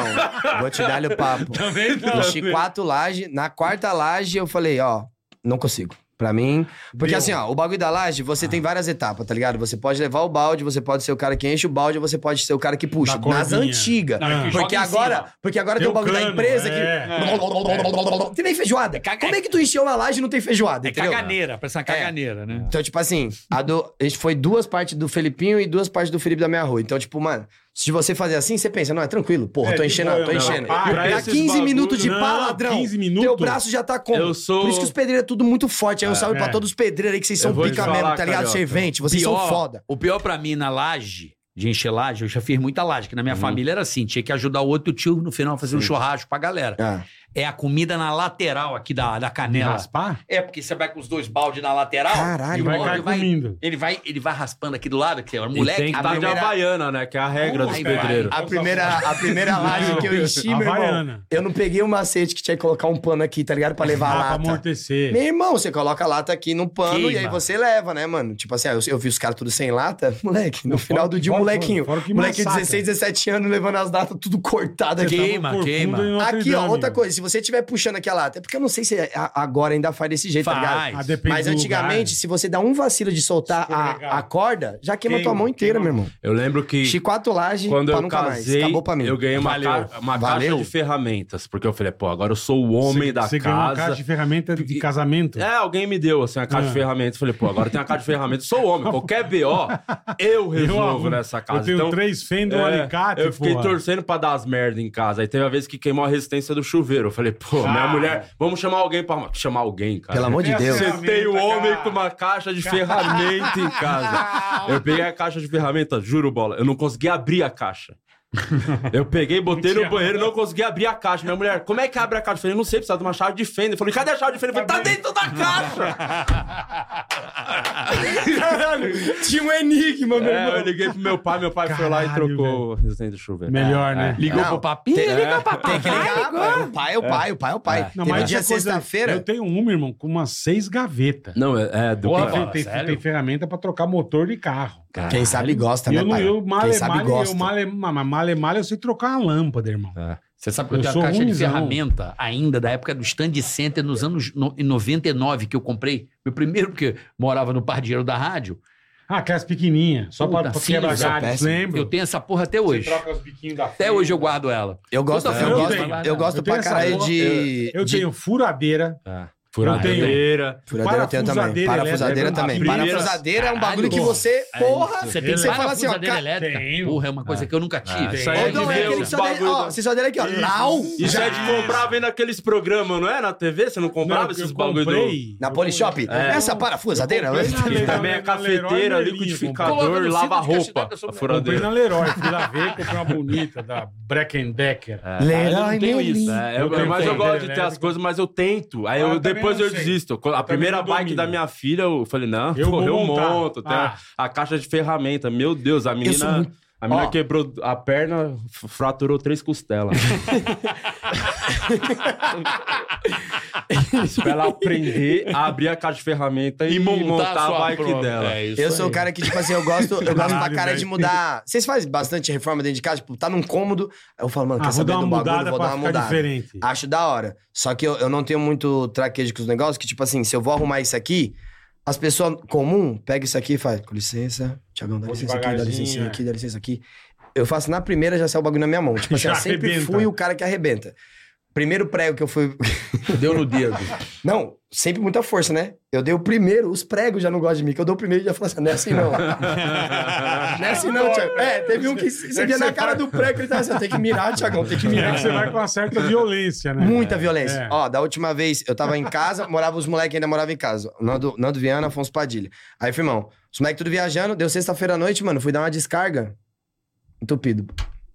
vou te dar o papo. Também Enchi quatro lajes. Na quarta laje, eu falei, ó, não consigo. Pra mim. Porque Deu. assim, ó, o bagulho da laje, você tem várias etapas, tá ligado? Você pode levar o balde, você pode ser o cara que enche o balde, você pode ser o cara que puxa. Da Nas cordinha. antigas. Não, que Porque joga em agora, cima. porque agora tem Tem o um bagulho o da cano, empresa é. que. Tem nem feijoada. caga- Como é que tu encheu uma laje e não tem feijoada? É entendeu? caganeira, parece uma caganeira, né? Então, tipo assim, a do, a gente foi duas partes do Felipinho e duas partes do Felipe da minha rua. Então, tipo, mano, se você fazer assim, você pensa, não, é tranquilo, porra, É, tô de enchendo, boa, tô não, enchendo. rapaz, Dá pra esses 15 bagulho- minutos de pá, Não, ladrão. 15 minutos? Teu braço já tá como? Eu sou- Por isso que os pedreiros é tudo muito forte. Aí eu salve pra é. todos os pedreiros aí que vocês Eu são vou te pica falar, mesmo, tá ligado? Carioca. Servente, vocês são foda. O pior pra mim na laje, de encher Uhum. laje, eu já fiz muita laje, que na minha família era assim, tinha que ajudar o outro tio no final a fazer um churrasco pra galera. Ah, é a comida na lateral aqui da, da canela. Raspar? É, porque você vai com os dois baldes na lateral. Caralho, e E o vai balde ficar vai, comendo. ele vai Ele vai raspando aqui do lado, que é um E moleque. tem que a estar de primeira- Havaiana, né? Que é a regra dos Ai, pedreiros. A primeira, a primeira laje que eu enchi, meu irmão, Havaiana. eu não peguei o macete que tinha que colocar um pano aqui, tá ligado? Pra Ah, levar a pra lata. amortecer. Meu irmão, você coloca a lata aqui no pano Queima. e aí você leva, né, mano? Tipo assim, ah, eu, eu vi os caras tudo sem lata. Moleque, no Não, final fora do que- dia, um fora- molequinho. fora que moleque de massacra. 16, 17 anos levando as latas tudo cortado Você tá aqui. tava Queima, corcunda queima. em Notre Aqui, ó, Dame, outra meu. coisa. Se você estiver puxando aqui a lata, é porque eu não sei se a- agora ainda faz desse jeito, tá ligado? Faz. Ah, depende Mas do antigamente, se você dá um vacilo de soltar Escorregar. a, a corda, já queima, tua Queima, mão inteira, queima. meu irmão. Eu lembro que Chiquatulagem quando pra eu nunca casei, mais. Acabou pra mim. eu ganhei uma, Valeu. ca- uma Valeu. caixa de ferramentas. Porque eu falei, pô, agora eu sou o homem Você- da Você ganhou uma casa. caixa de ferramenta de casamento. É, alguém me deu, assim, a caixa Ah. de ferramentas. Falei, pô, agora tem a caixa de ferramentas. Sou homem, qualquer BO, eu resolvo arrumo. nessa casa. Eu tenho então, três fendas, um é, alicate, Eu fiquei porra. torcendo pra dar as merdas em casa. Aí teve a vez que queimou a resistência do chuveiro. Eu falei, pô, Ah. minha mulher, vamos chamar alguém pra arrumar. Chamar alguém, cara. Pelo amor de Essa Deus. Você Ferramenta, tem o homem cara. com uma caixa de ferramenta em casa. Eu peguei a caixa de ferramenta, juro, bola. Eu não consegui abrir a caixa. Eu peguei, botei no banheiro, não consegui abrir a caixa. Minha mulher, como é que abre a caixa? Eu falei, não sei, precisa de uma chave de fenda. Eu falei, cadê a chave de fenda? Eu falei, tá dentro da caixa! Tinha um enigma, meu É, eu liguei pro meu pai, meu pai foi lá e Caralho, trocou o resistente do chuveiro. É, Melhor, né? Ligou Não, pro papinho? Ligou pra Ah, Tem que ligar, pai. O pai é o pai, o pai é o pai. Não, Teve mas dia essa coisa- Eu sexta-feira. tenho uma, irmão, com umas seis gavetas. Não, é, é do Porra, que- Fala, tem, tem, sério? tem ferramenta pra trocar motor de carro. Quem sabe gosta, E né, eu, não, pai? eu male, Quem sabe male, gosta. É. eu male, ma- ma- male, male, eu sei trocar uma lâmpada, irmão. Você sabe que eu, Eu tenho sou uma caixa de ruimzão. ferramenta ainda da época do stand center nos anos no, em 99 que eu comprei. Meu primeiro, porque eu morava no pardieiro da rádio. Ah, aquelas pequenininhas, só Puta, pra, pra sim, quebrar eu sou galhos, péssimo. lembro? Eu tenho essa porra até hoje. os biquinhos da Até hoje eu guardo ela. Eu gosto, Puta, eu, eu gosto, tenho. eu gosto Eu tenho pra essa caralho boa- de. Eu de- tenho furadeira. Ah, Furadeira. Furadeira eu tenho também. Parafusadeira Parafusadeira elétrica. também. A primeira- Parafusadeira é um Caralho, bagulho que porra. você. Porra! Você tem Você fala assim, ó, parafusadeira ca- elétrica? Tenho. Porra, é uma coisa que eu nunca tive. isso aí Ou é não, é de aquele ver que os só dele. bagulho Ó, da- você só dele aqui, ó. Lau! Isso é de comprar vendo aqueles programas, não é? Na TV? Você não comprava Não, esses eu bagulho do- comprei- Na eu Polishop? É. Essa parafusadeira? comprei na E Leroy- também na a Leroy cafeteira, Merlin, Coloca no liquidificador, cinto de lava-roupa. cachetada, eu sou A mulher. Comprei furadeira. na Leroy, fui lá ver, comprei uma bonita da Breck and Decker. Ah, Leroy eu tenho Merlin. isso. É, eu- Eu tenho mas eu furadeira gosto de ter elétrica. as coisas, mas eu tento. Aí Ah, eu- eu também depois não eu sei. desisto. A Eu primeira também não bike domino. da minha filha, eu falei, não, Eu eu, vou eu montar. monto. Tem Ah. a, a caixa de ferramenta. Meu Deus, a sou menina. muito- A menina Ó. quebrou a perna, f- fraturou três costelas. pra ela aprender a abrir a caixa de ferramenta e, montar, a, sua bike própria. dela. É isso Eu sou o cara que, tipo assim, eu gosto, eu gosto pra Caralho, cara velho. de mudar. Vocês fazem bastante reforma dentro de casa? Tipo, tá num cômodo. aí Eu falo, mano, Ah, quer vou saber dar do uma bagulho? mudada Vou pra dar ficar uma mudada. diferente. Acho da hora. Só que eu, eu não tenho muito traquejo com os negócios, que tipo assim, se eu vou arrumar isso aqui, as pessoas comum pegam isso aqui e fazem, com licença, Tiagão, dá Vou licença aqui, dá devagarzinho, licença é. aqui, dá licença aqui. Eu faço na primeira, já sai o bagulho na minha mão. Tipo assim, Já eu sempre arrebenta. fui o cara que arrebenta. Primeiro prego que eu fui. Deu no dedo. Não, sempre muita força, né? Eu dei o primeiro, os pregos já não gostam de mim, que eu dou o primeiro e já falam assim, não é assim não. Não é assim não, Tiago. É, teve um que você via na cara do prego, ele tava assim, tem que mirar, Tiagão, tem que E aí é. mirar. É você vai com uma certa violência, né? Muita É. violência. É. Ó, da última vez, eu tava em casa, morava os moleques ainda moravam em casa. Nando, Nando Viana, Afonso Padilha. Aí, firmão, os moleques tudo viajando, deu sexta-feira à noite, mano, fui dar uma descarga. Entupido.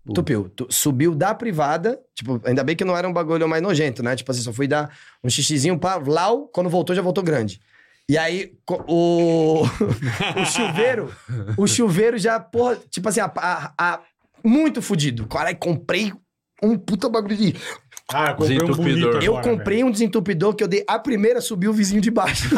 Entupiu. Tu- Subiu da privada, tipo, ainda bem que não era um bagulho mais nojento, né? Tipo assim, só fui dar um xixizinho pra Lau, quando voltou, já voltou grande. E aí, co- o, o chuveiro, o chuveiro já, porra, tipo assim, a, a- a- muito fudido. Caralho, comprei um puta bagulho de... Ah, eu comprei um bonito Desentupidor. agora, Eu comprei um desentupidor que eu dei a primeira, subiu o vizinho de baixo.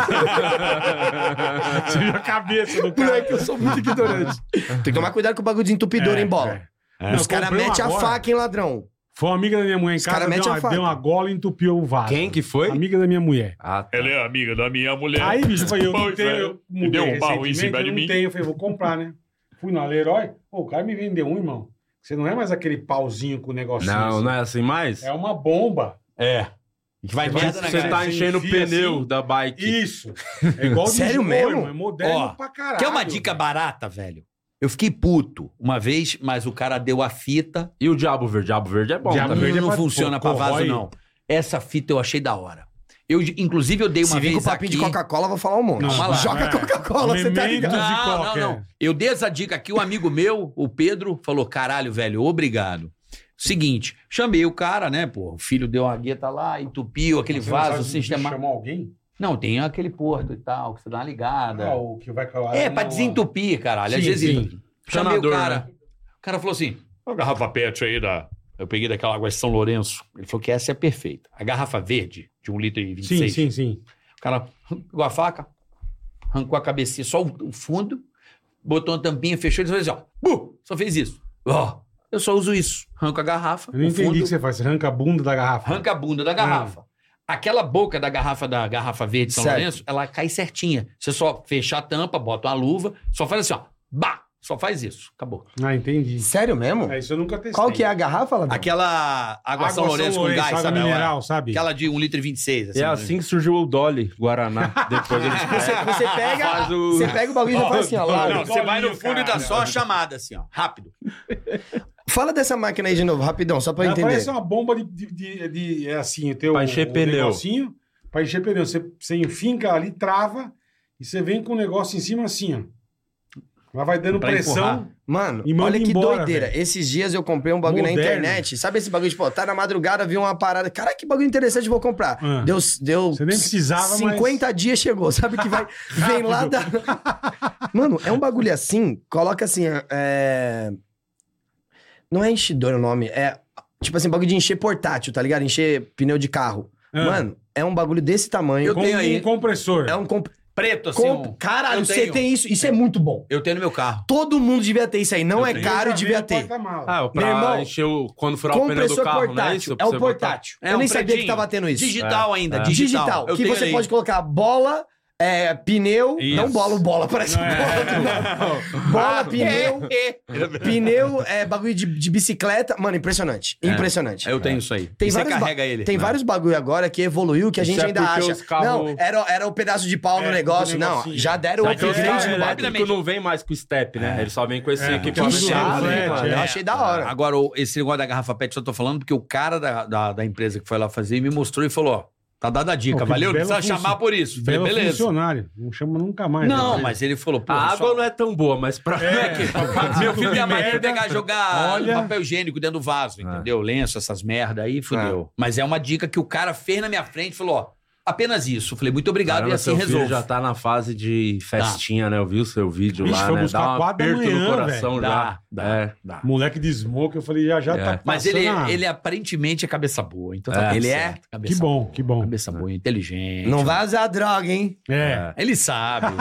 velho. Você viu a cabeça do cara. Moleque, é eu sou muito ignorante. Tem que tomar cuidado com o bagulho de desentupidor, É, hein, bola. é. Não, Os Eu caras comprei um metem a agora. faca, hein, ladrão. Foi uma amiga da minha mulher em Os cara casa, deu mete a uma, faca. deu uma gola e entupiu o vaso. Quem que foi? Amiga da minha mulher. Ah, tá. assim, Ela é amiga da minha mulher. Aí, bicho, eu falei, eu Pô, não tenho, eu velho, me deu um barro em recentemente, cima de eu não mim. tenho, eu falei, vou comprar, né? Fui na Leroy, pô, o cara me vendeu um, irmão. Você não é mais aquele pauzinho com o negocinho. Não, assim. não é assim mais? É uma bomba. É. Que vai merda na Você cara. tá enchendo o Você enfia pneu assim. da bike. Isso. É igual de Sério jogo, mesmo? irmão, É moderno Ó, pra caralho. Quer é uma dica barata, velho? Eu fiquei puto uma vez, mas o cara deu a fita. E o diabo verde? Diabo verde é bom Diabo também. verde é não pra- funciona pra vaso, corrói. não. Essa fita eu achei da hora. Eu, inclusive, eu dei uma Se vir vez com o papinho aqui... de Coca-Cola, eu vou falar um monte. Não, Calma lá. Joga É. Coca-Cola, você tá Memento. ligado? de Não, não, coca, não. Eu dei essa dica aqui, um amigo meu, o Pedro, falou: caralho, velho, obrigado. Seguinte, chamei o cara, né, pô? O filho deu uma gueta lá, entupiu aquele Você não sabe vaso se sistemático. Chamou alguém? Não, tem aquele porto e tal, que você dá uma ligada. Ah, o que vai calar. é, pra desentupir, caralho. Às Sim, né? vezes. sim. Chamei o Sanador, cara. O cara falou assim: a garrafa PET aí da. Eu peguei daquela água de São Lourenço. Ele falou que essa é perfeita. A garrafa verde, de 1 litro e 26. Sim, sim, sim. O cara pegou a faca, arrancou a cabecinha, só o o fundo, botou uma tampinha, fechou e fez assim, ó. Bu! Só fez isso. Ó, eu só uso isso. Arranco a garrafa, Eu não o entendi o fundo, que você faz. Você arranca a bunda da garrafa. arranca a bunda da garrafa. Aquela boca da garrafa da garrafa verde São Certo. Lourenço, ela cai certinha. Você só fecha a tampa, bota uma luva, só faz assim, ó. Bah! Só faz isso. Acabou. Ah, entendi. Sério mesmo? É, isso eu nunca testei. Hum. Qual que é a garrafa, Ladrão? Aquela água, São Lourenço com gás, água sabe? é. mineral, sabe? Aquela de 1,26 litro. E né? 26, É assim que surgiu o Dolly Guaraná. Depois eles Você, você pega, faz o. você pega o bagulho e já faz assim, ó. Lá. Não, você vai no fundo e dá Caralho. tá só a chamada, assim, ó. Rápido. Fala dessa máquina aí de novo, rapidão, só pra eu Ela entender. parece uma bomba de, de, de- de- é assim, o teu Pra encher o pneu. negocinho, pra encher pneu. Você, você enfinca ali, trava, e você vem com o negócio em cima assim, ó. Ela vai dando Pra pressão. Mano, E manda olha que embora, doideira. velho. Esses dias eu comprei um bagulho na Moderno. internet. Sabe esse bagulho, tipo, tá na madrugada, vi uma parada. Cara, que bagulho interessante, vou comprar. Ah. Deu, deu Você nem precisava, 50 dias chegou. Sabe que vai... vem lá da... Mano, é um bagulho assim, coloca assim, é... Não é enchidor o nome, é... Tipo assim, bagulho de encher portátil, tá ligado? Encher pneu de carro. Ah. Mano, é um bagulho desse tamanho. Eu Com tenho aí. um compressor. É um... Comp... Preto, assim. comp- um- Caralho, Eu você tenho. tem isso? Isso é muito bom. Eu tenho no meu carro. Todo mundo devia ter isso aí. Não Eu é tenho. Já caro e vem devia no ter. porta-mala. Ah, pra Meu irmão, encher o. Quando furar o pneu do Compressor carro, não é portátil. isso? É Pra você o botar? portátil. É eu um nem sabia que pretinho. tava tendo isso. Digital ainda, é. digital. Digital. Eu que tenho você ele pode colocar bola, é, pneu. Isso. Não bola, o bola, parece um bola. do nada. Bola, pneu. Pneu, é, bagulho de, de bicicleta. Mano, impressionante. É. Impressionante. Eu tenho isso aí. Tem E você vários ba- carrega ele. Tem né? vários bagulho agora que evoluiu que a Isso gente é ainda porque acha. os carros- Não, era, era o pedaço de pau É, no negócio. o Não, negocinho. já deram o O upgrade no carro bagulho. elétrico não vem mais com step, né? um Eles só vêm com esse É, Que né? equipamento. tudo chave, reflete, mano. é. Eu achei da hora. Agora, o- esse negócio da garrafa PET, só tô falando porque o cara da, da, da empresa que foi lá fazer me mostrou e falou: ó, tá dada a dica, Ó, que valeu? Não belo precisa funcio- chamar por isso. Falei, Belo beleza. é funcionário. Não chama nunca mais. Não, né? mas ele falou: pô, A só- água não é tão boa, mas pra. É, Meu filho tem a mania de pegar, jogar Olha. É. papel higiênico dentro do vaso, Ah. entendeu? Lenço, essas merda aí, fudeu. Mas é uma dica que o cara fez na minha frente e falou: ó, apenas isso. Eu Falei, muito obrigado, Caramba, e assim seu filho resolve. já tá na fase de festinha, né? Eu vi o seu vídeo Bicho, lá, foi né? buscar Dá um quatro da aperto manhã, no coração velho. já. Dá, É, dá. Moleque de smoke, eu falei, já já É. tá Mas ele, passando a- ele aparentemente é cabeça boa, então É, tá ele certo. Que Cabeça bom, É. que bom. Cabeça boa, inteligente. Não vai usar droga, hein? É. Ele sabe.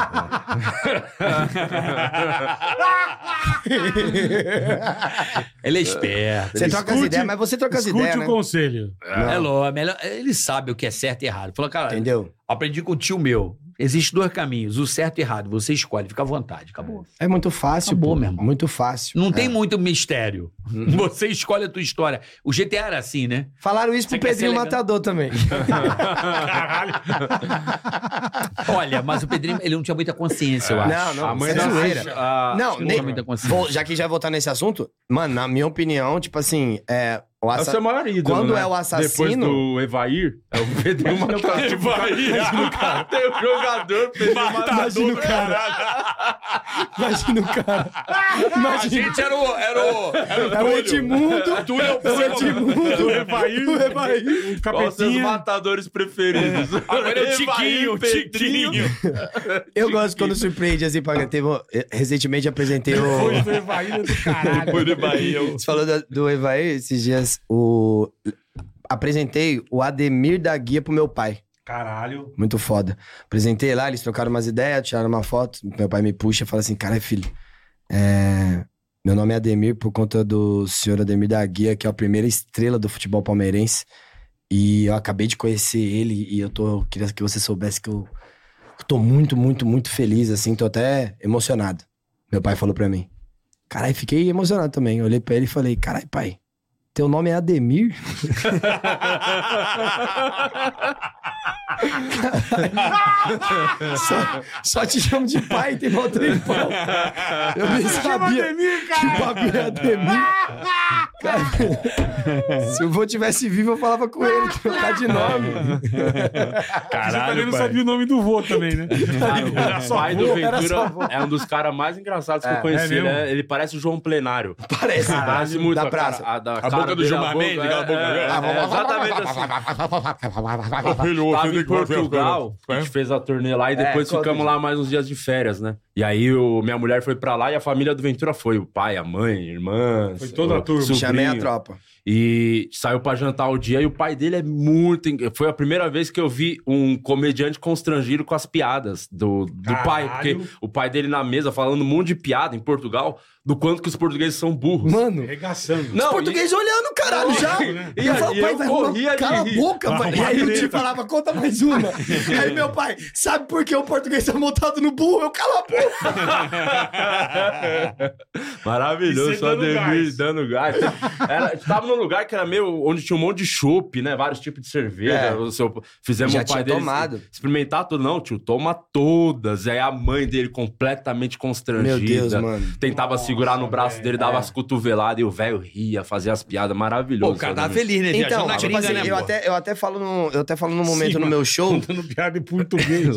ele é esperto. Você troca as escute- ideias, mas você troca as Escute ideias, o né? conselho. É lógico, melhor- ele sabe o que é certo e errado. Falou, cara, Entendeu? aprendi com o tio meu. Existem dois caminhos, o certo e o errado. Você escolhe, fica à vontade, acabou. É muito fácil, Acabou, pô. meu irmão. Muito fácil. Não É. tem muito mistério. Você escolhe a tua história. O GTA era assim, né? Falaram isso Você pro quer ser Pedrinho elegante? Matador também. Olha, mas o Pedrinho, ele não tinha muita consciência, eu acho. Não, não, A mãe isso da é zoeira. zoeira. Não, não nem- Ah, tinha muita consciência. Vou- já que já voltar nesse assunto, mano, na minha opinião, tipo assim, é, o É o assa- seu maior ídolo, Quando né? é o assassino- Depois do Evair, é o Pedrinho Matador. Evair! Tem o jogador Pedrinho Matador. do caralho. Imagina o cara. né? A gente era o. Era o, era É o Edmundo. Túlio é o É o Edmundo. O Evair. O Evair. O Qual os seus capetinha. matadores preferidos? Agora é o Tiquinho, Evair, Pedrinho. Tiquinho. Eu gosto quando surpreende, assim, pra... teve um- Recentemente apresentei o... Depois do Evair é do caralho. Depois do Evair, eu- Você falou do, do Evair, esses dias, o... Apresentei o Ademir da Guia pro meu pai. Caralho. Muito foda. Apresentei lá, eles trocaram umas ideias, tiraram uma foto. Meu pai me puxa e fala assim: Cara, filho, é, meu nome é Ademir por conta do senhor Ademir da Guia, que é a primeira estrela do futebol palmeirense. E eu acabei de conhecer ele e eu tô eu queria que você soubesse que eu, eu tô muito, muito, muito feliz, assim, tô até emocionado. Meu pai falou pra mim. Caralho, fiquei emocionado também. Eu olhei pra ele e falei: Caralho, pai, teu nome é Ademir? Só, só te chamo de pai, tem mal tempão. Eu nem sabia que o bagulho é Ademir. Cara, se o vô tivesse vivo, eu falava com ele, trocar de nome. Caralho, não pai. sabia o nome do vô também, né? Cara, o pai do avô, era só Ventura é um dos caras mais engraçados que eu conheci. É ele, mesmo? é- ele parece o João Plenário. Parece. Parece muito da a cara- praça. a, da boca cara do dele, Gilmar Mendes, é, aquela boca- é, é exatamente assim. Filho, Tava você em tem que fazer as Portugal, a coisas. gente fez a turnê lá e depois qual ficamos lá mais uns dias de férias, né? E aí o- minha mulher foi pra lá e a família do Ventura foi. O pai, a mãe, irmãs. Foi toda a o turma. sobrinho. Chamei a tropa. E saiu pra jantar o dia e o pai dele é muito. en- Foi a primeira vez que eu vi um comediante constrangido com as piadas do, do pai. Caralho. Porque o pai dele na mesa falando um monte de piada em Portugal, do quanto que os portugueses são burros. Mano, Arregaçando. Não, os e- português olhando, caralho, já. E E eu aí falava, eu pai, vai arrumar- corria de cala a rir. boca, Vai pai. E arrumar aí o treta. tio falava, conta mais uma. E aí meu pai, sabe por que o português tá montado no burro? Eu cala a boca. E Maravilhoso, você só dando Ademir gás. dando gás. Era, tava num lugar que era meio onde tinha um monte de chopp, né? Vários tipos de cerveja. É. O seu, fizemos Já o pai tinha dele tomado. experimentar tudo. Não, tio, toma todas. E aí a mãe dele completamente constrangida. mano. é. Tentava Nossa, segurar no braço velho. dele, dava as cotoveladas e o velho ria, fazia as piadas. Maravilhoso. Pô, o cara só tava Ademir. feliz, né? Então, Viajando na tipo gringa, assim, né, eu, pô? até, eu, até falo no, eu até falo num momento Sim, no mano. meu show Contando piada em português.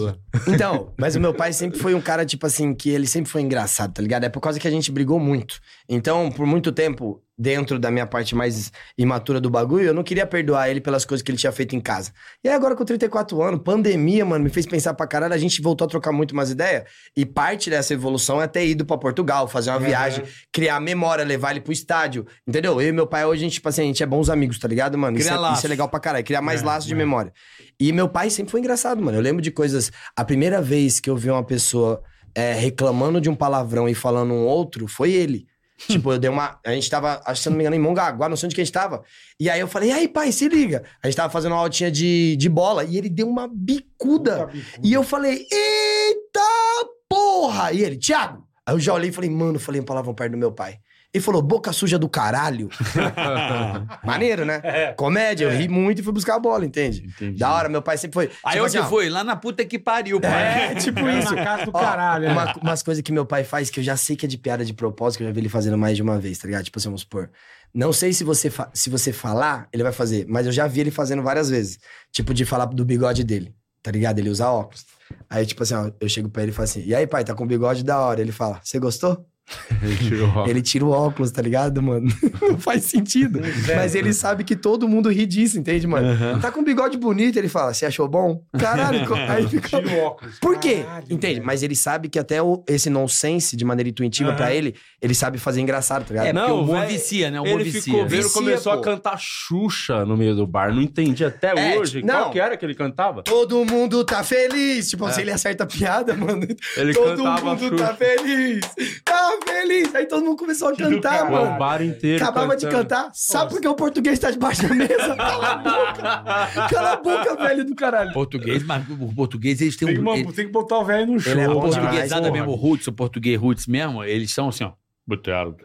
Então, mas o meu pai sempre foi um cara, tipo assim, que ele sempre foi engraçado, tá ligado? É por causa que a gente brigou muito. Então, por muito tempo, dentro da minha parte mais imatura do bagulho, eu não queria perdoar ele pelas coisas que ele tinha feito em casa. E aí, agora com 34 anos, pandemia, mano, me fez pensar pra caralho, a gente voltou a trocar muito umas ideias. E parte dessa evolução é ter ido pra Portugal, fazer uma viagem, criar memória, levar ele pro estádio, entendeu? Eu e meu pai hoje, a gente, tipo assim, a gente é bons amigos, tá ligado, mano? Isso Criar é, laço. isso é legal pra caralho, criar mais É, laços de é. memória. E meu pai sempre foi engraçado, mano. Eu lembro de coisas. A primeira vez que eu vi uma pessoa é, reclamando de um palavrão e falando um outro foi ele. Tipo, eu dei uma. A gente tava, acho que se eu não me engano, em Mongaguá, não sei onde que a gente tava. E aí eu falei, aí, pai, se liga. A gente tava fazendo uma altinha de, de bola e ele deu uma bicuda. E eu falei, eita porra! E ele, Thiago! Aí eu já olhei e falei, mano, eu falei um palavrão perto do meu pai. Ele falou, boca suja do caralho. Maneiro, né? Comédia, eu ri muito e fui buscar a bola, entende? Da hora, meu pai sempre foi. Aí tipo onde assim, ó, foi? Lá na puta que pariu, pai. É, tipo Era isso. na casa do Ó, caralho, né? uma- umas coisas que meu pai faz que eu já sei que é de piada de propósito, que eu já vi ele fazendo mais de uma vez, tá ligado? Tipo assim, vamos supor. Não sei se você, fa- se você falar, ele vai fazer, mas eu já vi ele fazendo várias vezes. Tipo, de falar do bigode dele, tá ligado? Ele usa óculos. Aí, tipo assim, ó, eu chego pra ele e falo assim: E aí, pai, tá com o bigode da hora? Ele fala: Você gostou? Ele tira o óculos, tá ligado, mano? Não faz sentido. Mas ele sabe que todo mundo ri disso, entende, mano? Tá com um bigode bonito, ele fala, você achou bom? Caralho, co- aí fica... Tira o óculos. Por quê? Caralho, Entende? velho. Mas ele sabe que até o, esse nonsense, de maneira intuitiva Aham. pra ele, ele sabe fazer engraçado, tá ligado? É, porque Não, o humor véi, vicia, né? O humor um Ele ficou vicia. vendo, Vicia, começou pô. a cantar Xuxa no meio do bar. Não entendi até É, hoje. não. Qual que era que ele cantava? Todo mundo tá feliz. Tipo, se ele acerta a piada, mano. Ele todo cantava mundo Xuxa. tá feliz. Tá feliz. Aí todo mundo começou a cantar, Mas mano. O bar inteiro Acabava de cantando. cantar. Sabe por que o português tá debaixo da mesa? Cala a boca. Cala a boca, velho do caralho. Português, mas o português, eles têm Tem, um... uma- ele- tem que botar o velho no né? show. Ele é o bom cara. portuguesada Porra. mesmo, o roots, o português roots mesmo, eles são assim, ó. Boteado.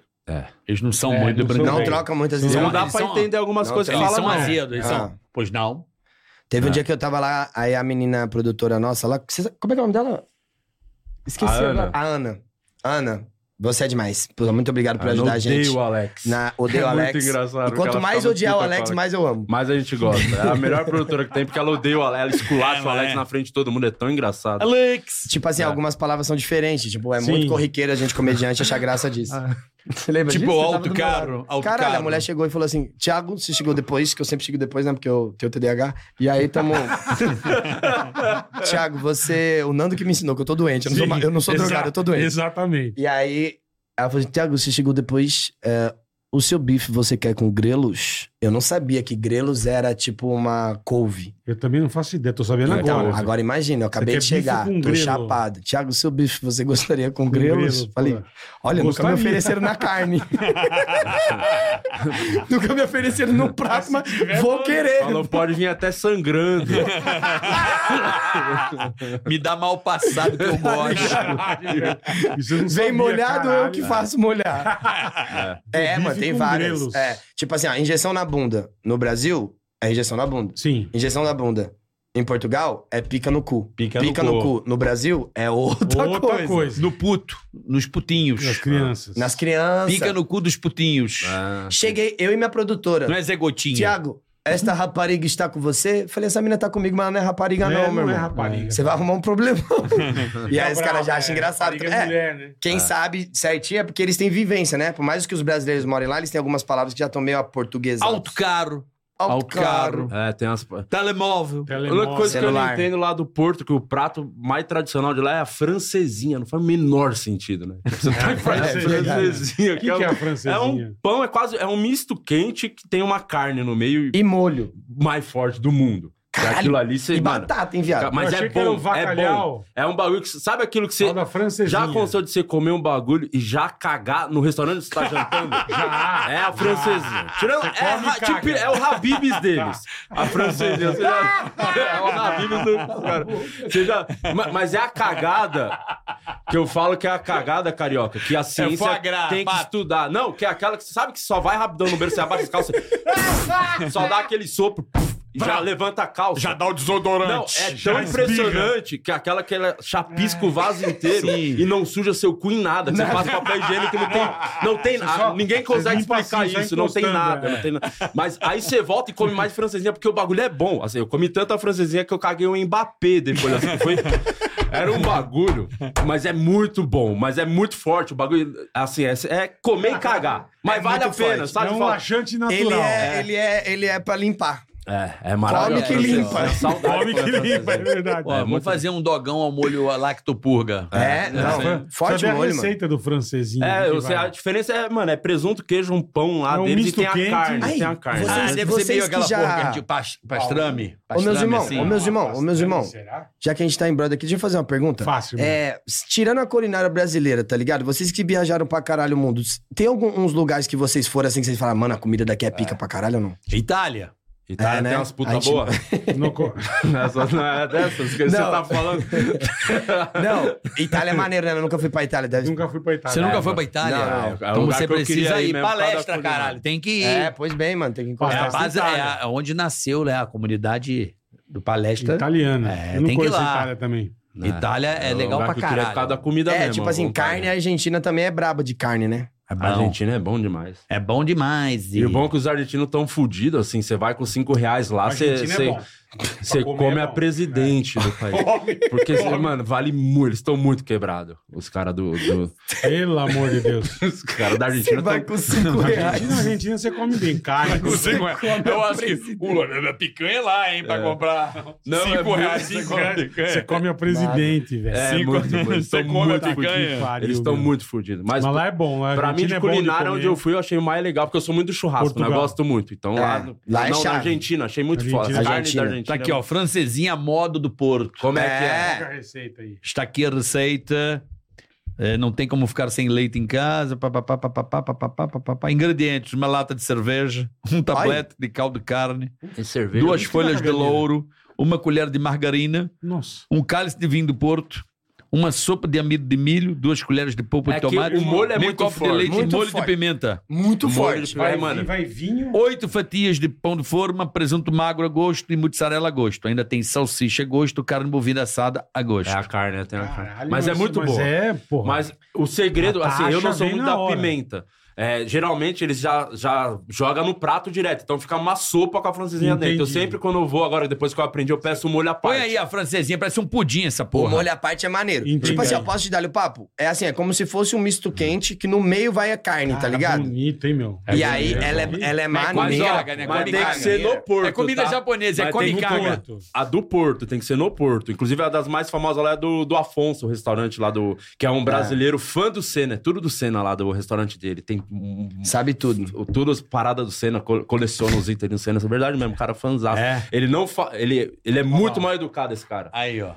Eles não são É, muito não são branco. Não bem. troca muitas vezes. Não Não dá Eles pra são- entender algumas é não, coisas que Eles fala, são não. azedos, eles Ah. são... Pois não. Teve É. um dia que eu tava lá, aí a menina produtora nossa lá. você sabe- como é que é o nome dela? Esqueci A agora. Ana. A Ana. Ana, você é demais. Pô, Muito obrigado por Ah, não ajudar a gente. Odeio o Alex. Na, odeio É o muito Alex. engraçado, e porque quanto ela mais fica odiar o puta com Alex, ela. mais eu amo. Mas a gente gosta. É a melhor produtora que tem, porque ela odeia o Alex. Ela esculacha o Alex na frente de todo mundo. É tão engraçado. Alex! Tipo É. assim, algumas palavras são diferentes. Tipo, é Sim. muito corriqueiro a gente comediante achar graça disso. Ah. Você lembra Tipo, disso? Você alto tava do meu carro, lado. alto Caralho, a carro. mulher chegou e falou assim: Thiago, você chegou depois, que eu sempre chego depois, né? Porque eu tenho TDAH. E aí tamo. Thiago, você. O Nando que me ensinou que eu tô doente. Eu não sou, Sim, ma- eu não sou exa- drogado, eu tô doente. Exatamente. E aí, ela falou assim, Tiago, você chegou depois, é, o seu bife você quer com grelos? Eu não sabia que grelos era tipo uma couve. Eu também não faço ideia, tô sabendo então, agora. agora, imagina, eu acabei quer de bife chegar, com tô grelo? chapado. Tiago, o seu bife você gostaria com, Com grelos? grelo, é um Falei, pô. olha, nunca me Gostaria. ofereceram na carne. nunca me ofereceram no prato, mas vou querer. Falou, pode vir até sangrando. Me dá mal passado que eu gosto. Isso eu não Vem sabia, molhado, eu caralho. né? que faço molhar. É, mano, tem com várias. grelos. É, tipo assim, ó, injeção na bunda. No Brasil, é injeção na bunda. Sim. Injeção na bunda. Em Portugal, é pica no cu. Pica no pica no, cu. cu. No Brasil, é outra, Outra coisa. coisa. No puto, nos putinhos. Nas crianças. Nas crianças. Pica no cu dos putinhos. Ah, Cheguei, eu e minha produtora. Não é Zé Gotinha. Tiago, esta rapariga está com você? Falei, essa mina tá comigo, mas ela não é rapariga, não, É, meu é irmão. rapariga. Você vai arrumar um problemão. e aí os caras já acham É, engraçado. rapariga É, mulher, né? quem sabe certinho é porque eles têm vivência, né? Por mais que os brasileiros morem lá, eles têm algumas palavras que já estão meio aportuguesadas. Alto caro, Alto caro. é, tem umas. telemóvel. é A única coisa que eu não Celular. entendo lá do Porto, que o prato mais tradicional de lá é a francesinha. Não faz o menor sentido, né? Tipo, É, Você tá em francesinha. francesinha. O que, que é a francesinha? É um pão, é quase é um misto quente que tem uma carne no meio E molho. mais forte do mundo. Que Caralho, Aquilo ali você. E mano, batata, hein, viado? mas Eu achei é que era um bom, é bacalhau. bom. É um bagulho que. Sabe aquilo que Tal você. da francesinha. Já aconteceu de você comer um bagulho e já cagar no restaurante que você tá jantando? Já. É a francesinha. Tirando, Você é, come ra- e caga. tipo, é o Habibs deles. A francesinha. Você já, é o Habibs do cara. Você já, ma- mas é a cagada que eu falo que é a cagada carioca. Que É a ciência foie gras, tem que pato. estudar. Não, que é aquela que você sabe que só vai rapidão no berço, você abaixa as calças. Só dá aquele sopro. puf, E já levanta a calça. Já dá o Não, desodorante. é tão Já espiga. impressionante que aquela que ela chapisca o vaso inteiro e não suja seu cu em nada. Que você passa papel higiênico e não tem. Não tem Você ah, só- ninguém consegue limpa explicar assim, só isso. Não tem encostando, nada. é. Não tem nada. Mas aí você volta e come mais francesinha, porque o bagulho é bom. Assim, eu comi tanta francesinha que eu caguei um Mbappé depois. Assim, foi. Era um bagulho, mas é muito bom, mas é muito forte o bagulho. Assim, é, é comer e cagar. Mas É vale a muito pena, forte. É sabe? um Fala- laxante natural. Ele é, ele é, ele é pra limpar. É, é Come maravilhoso. que limpa. É saudade Come de que comer limpa, é francesinha. verdade. Ó, vamos fazer um dogão ao molho lactopurga. É, não. Fran- Forte Sabe a molho, mano. receita do francesinho. É, que eu sei, vai- a diferença é, mano, é presunto, queijo, um pão lá É um deles e misto tem a quente. carne, Aí, tem a carne. vocês- Ah, deve vocês ser meio que aquela já- porca de pas- pastrame. Ô, meus pastrame, irmão, assim. ô, meus irmão, ô, meus irmão. Será? Já que a gente tá em brother aqui, deixa eu fazer uma pergunta. Fácil. mano. É, s- tirando a culinária brasileira, tá ligado? Vocês que viajaram pra caralho o mundo, s- tem alguns lugares que vocês foram assim que vocês falaram, mano, a comida daqui é pica pra caralho ou não? Itália. E tá, É, né? tem umas A puta gente- boas. No co- Essas- não é dessas que você Não. tá falando. Não, Itália é maneiro, né? Eu nunca fui pra Itália, deve Nunca fui pra Itália. Você nunca foi pra Itália? Não, não. Ah, Tá É o Então lugar você que eu precisa queria ir ir. mesmo, por causa da Palestra, culinária. caralho. Tem que ir. É, pois bem, mano, tem que É encostar. a base, é a- onde nasceu, né? A comunidade do palestra. Itália, Italiana. É, eu não tem que ir conheço a lá. Itália também. é, o legal lugar pra que eu queria é por causa da caralho. comida É, mesmo. né? tipo assim, vontade. carne, a Argentina também é braba de carne, né? A bom. Argentina é bom demais. É bom demais. E, o bom é que os argentinos tão fudidos, assim, você vai com cinco reais lá, você Argentina é você- bom. você Pra comer come é a bom. É. presidente do país. Porque, você- mano, vale muito, eles estão muito quebrados. Os caras do, do- Pelo amor de Deus. os cara da Você Argentina tá vai tão- com 5 é reais. Argentina, Argentina, você come bem carne. Você come- Eu acho que o, a picanha é lá, hein, pra comprar Não, é cinco muito- reais. cinco cinco reais. reais. Você come a presidente, velho. É, Cinco- muito, bom, eles Você tão come a muito Puta que picanha. pariu, Eles estão meu. muito fudidos. Mas, Mas lá é bom. lá a pra mim, Argentina de é bom culinária, comer. onde eu fui, eu achei o mais legal, porque eu sou muito do churrasco, né? Portugal. Eu gosto muito. Então É, lá, no- lá é não, na chave. Argentina, achei muito Argentina. foda. As carnes da Argentina. Argentina. é Tá aqui, ó. Francesinha modo do Porto. Como é que é? Pega a receita aí. Está aqui a receita. É, não tem como ficar sem leite em casa. Pá, pá, pá, pá, pá, pá, pá, pá, pá, pá, pá, pá. Ingredientes: uma lata de cerveja, um tablete de caldo de carne, Tem cerveja. duas folhas de margarina. louro, uma colher de margarina, Nossa. um cálice de vinho do Porto, uma sopa de amido de milho, duas colheres de polpa É de que tomate, o molho é meio muito copo forte, de leite muito e molho forte. de pimenta, Muito Molho forte. de Vai, mano. vai um vinho. oito fatias de pão de forma, presunto magro a gosto e mussarela a gosto. Ainda tem salsicha a gosto, carne bovina assada a É gosto. a carne, né? Tem a carne. Caralho, Mas é muito mas bom. É, porra. Mas o segredo, A assim, eu não taxa sou vem muito na da hora. pimenta. É, geralmente eles já, já jogam no prato direto, então fica uma sopa com a francesinha dentro. Eu Entendi. sempre, quando eu vou, agora depois que eu aprendi, eu peço o molho à parte. Põe aí a francesinha, parece um pudim essa O porra. molho à parte é maneiro. Entendi. Tipo assim, eu posso te dar o papo? É assim, é como se fosse um misto quente que no meio vai a carne, tá Cara, ligado? bonito, hein, meu? e aí, ela, é, ela é Mas Mas, ó, maneira. né? mas Come tem que caga. ser no porto. é comida tá? japonesa, é Mas come tem e no caga. Porto. A do Porto, tem que ser no Porto. Inclusive, a das mais famosas lá é do, do Afonso, o restaurante lá do. Que é um brasileiro fã do Senna. É tudo do Senna lá do restaurante dele. Tem um- Sabe tudo. o- todas as paradas do Senna, co- coleciona os itens do Senna. Isso é verdade mesmo, cara fanzado. É. Ele não fa- ele, ele é muito mal educado, esse cara. Aí, ó.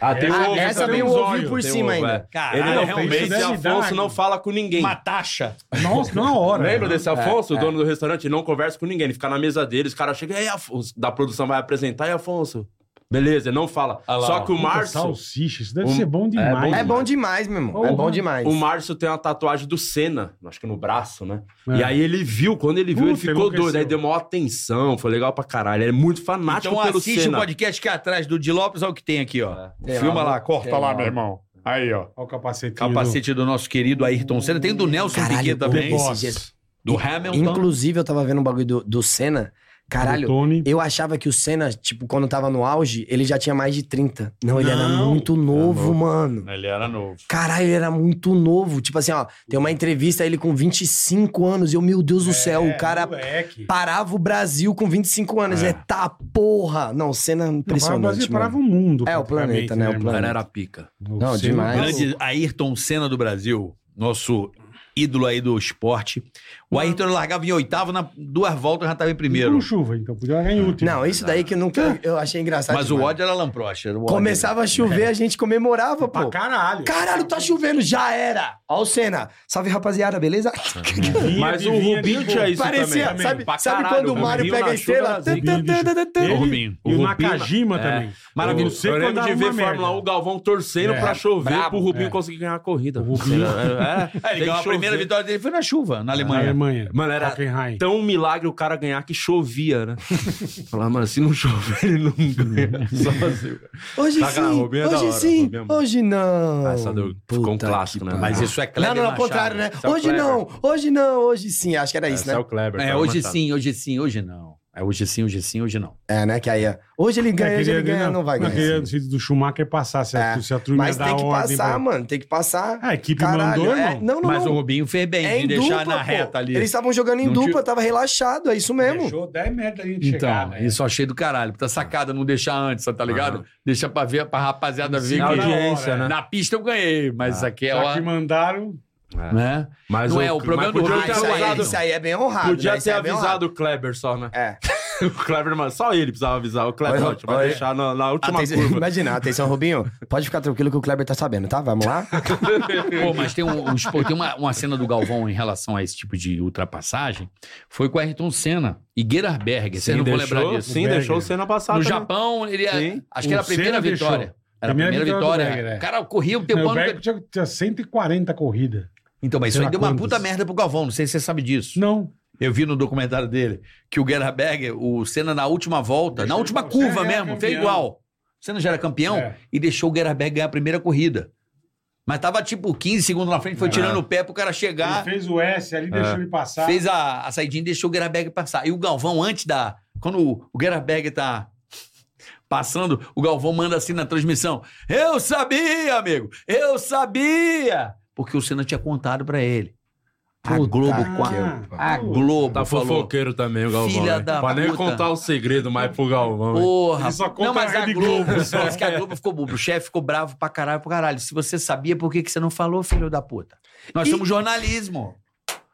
Ah, tem É. um Ah, ovo, essa também. vem o Tem um ovinho ovo, por tem um cima ovo, ainda. é. Caralho, ele não, realmente, realmente, isso esse deve dar, Afonso hein? não fala com ninguém. Uma taxa. Nossa, na hora. É. Lembra né? desse Afonso, o dono do restaurante? Ele não conversa com ninguém, ele fica na mesa dele, os caras chegam, e aí, Afonso, da produção vai apresentar, e Afonso, Beleza, não fala. Ah lá, Só que o Puta, Márcio. Salsicha, isso deve Um- ser bom demais. É bom demais, meu irmão. É Porra. bom demais. O Márcio tem uma tatuagem do Senna, acho que no braço, né? É. E aí ele viu, quando ele viu, ele Puta, ficou enlouqueceu. doido. Aí deu maior atenção, foi legal pra caralho. Ele é muito fanático Então pelo É, assiste o Senna. podcast que é atrás do Di Lopes, olha o que tem aqui, ó. Tem Filma lá, lá, corta tem lá, lá. meu irmão. Aí, ó. Olha o capacetinho. Capacete do nosso querido Ayrton Senna. Tem do Nelson Caralho, Piquet o do The também. Boss. Boss. Do Hamilton. Inclusive, eu tava vendo um bagulho do, do Senna. do Caralho, Tony. eu achava que o Senna, tipo, quando tava no auge, ele já tinha mais de 30. Não, ele era Não. muito novo, mano. Ele era novo. Caralho, ele era muito novo. Tipo assim, ó, tem uma entrevista ele com 25 anos. E eu, meu É, Deus do é céu, o cara Moleque. parava o Brasil com 25 anos. É, tá porra. Não, cena Impressionante. O impressionante. Brasil mano. parava o mundo. É, o planeta, né? O O irmão? cara era pica. O Não, ser demais. humano- Grande Ayrton Senna do Brasil, nosso ídolo aí do esporte. O Ayrton largava em oitavo, na duas voltas já estava em primeiro. Com chuva, então. Podia largar em último. Não, isso daí que eu nunca. Eu achei engraçado. Mas o demais. ódio é né? era lamprocha. era o ódio. Começava a chover, a gente comemorava, Pra pô. caralho. Caralho, tá chovendo, já era. Ó o Senna. Salve, rapaziada, beleza? Vinha, Mas o vinha, Rubinho vinha, tinha isso Parecia, também. sabe, Pra sabe caralho, quando o Mário Rubinho pega na a estrela? chuva da Tan, tan, tan, tan, tan, Ele- O Rubinho. Então, E É o é. O Nakajima Rubinho- também. Eu Maravilhoso. sei Eu lembro quando de era ver uma Fórmula merda. 1, o Galvão torcendo É. pra chover Brabo, pro Rubinho é. conseguir ganhar a corrida. É, Rubinho- é, É, ele tem ganhou que a primeira chover. vitória dele foi na chuva, na Na Alemanha. Então, Alemanha. Mano, era Hockenheim. tão um milagre o cara ganhar que chovia, né? Falar, mano, se não chover, ele não ganha. Sozinho. tan. Hoje Tá, cara, sim, Rubinho é da hoje hora, sim, Rubinho é bom. hoje não. Ah, essa deu- ficou um Oh, Puta clássico, que né? pariu. Mas isso é Não, Kleber não, ao Machado. contrário, né? Isso é o Hoje Kleber. não, hoje não, hoje sim. Acho que era isso, Esse né? é o Kleber. É, cara, hoje matado. sim, hoje sim, hoje não. É hoje sim, hoje sim, hoje não. É, né? Que aí, ó, hoje ele ganha, hoje queria- ele ganha, não, vai ganhar. queria se do Schumacher passar, se a, É, se a turma Mas dá tem que ordem passar, pra- mano, tem que passar. A equipe Caralho, mandou, é, irmão. não, não, Mas o não. Rubinho fez bem É de em deixar na dupla, pô. reta ali. Eles estavam jogando em Não dupla, tira- tava relaxado, é isso mesmo. Deixou 10 metros da gente chegar, Então, né? isso eu achei do caralho. Puta sacada não deixar antes, tá ligado? Deixa pra ver, pra rapaziada ver. Na Sim, que- da audiência, hora, né? Na pista eu ganhei, mas isso aqui é Já que hora. mandaram... Né? Mas Não é, o problema mas do podia Rubinho Ah, ter isso, aí, avisado- isso aí é bem honrado. Podia né? ter Isso aí é bem honrado. avisado o Kleber só, né? É. O Kleber, mano, só ele precisava avisar. O Kleber, Olha, ó, a gente vai olha. Ah, deixar na, na última Atenção, curva. imagina, atenção, Rubinho. Pode ficar tranquilo que o Kleber tá sabendo, tá? Vamos lá? Pô, mas tem, um, uns- pô, tem uma, uma cena do Galvão em relação a esse tipo de ultrapassagem. Foi com Ayrton Senna e Gerhard Berger. Vocês não vão deixou, lembrar disso. Sim, O deixou Berger. o Senna passar. No também. Japão, ele é, Sim. acho que era a O primeira Senna deixou. vitória. Era a primeira Primeira vitória vitória. do Berger, é. O cara corria o Não, tempo o ano. Berg tinha, tinha 140 corridas. Então, mas isso sei aí lá deu uma quantas. puta merda pro Galvão. Não sei se você sabe disso. Não. Eu vi no documentário dele que o Gerhard Berger, o Senna na última volta, Deixou na última ele- curva Senna era mesmo, fez campeão. igual. O Senna já era campeão É. e deixou o Gerhard Berger ganhar a primeira corrida. Mas tava tipo 15 segundos na frente, foi É. tirando o pé pro cara Ele chegar, fez o S ali, deixou ele Tá. passar. fez a, a saidinha e deixou o Gerhard Berger passar. E o Galvão, antes da. Quando o, o Gerhard Berger tá passando, o Galvão manda assim na transmissão: Eu sabia, amigo! Eu sabia! Porque o Senna tinha contado pra ele. A Puta Ah, Globo que 4. pariu. A Globo Tá falou. fofoqueiro também, o Galvão. Filha né? da pra nem puta. contar o segredo mais pro Galvão. né? Porra. Ele só conta não, mas na a Rede Globo, Globo só. parece que a Globo ficou bobo. O chefe ficou bravo pra caralho, pra caralho. Se você sabia, por que, que você não falou, filho da puta? Nós E- somos jornalismo.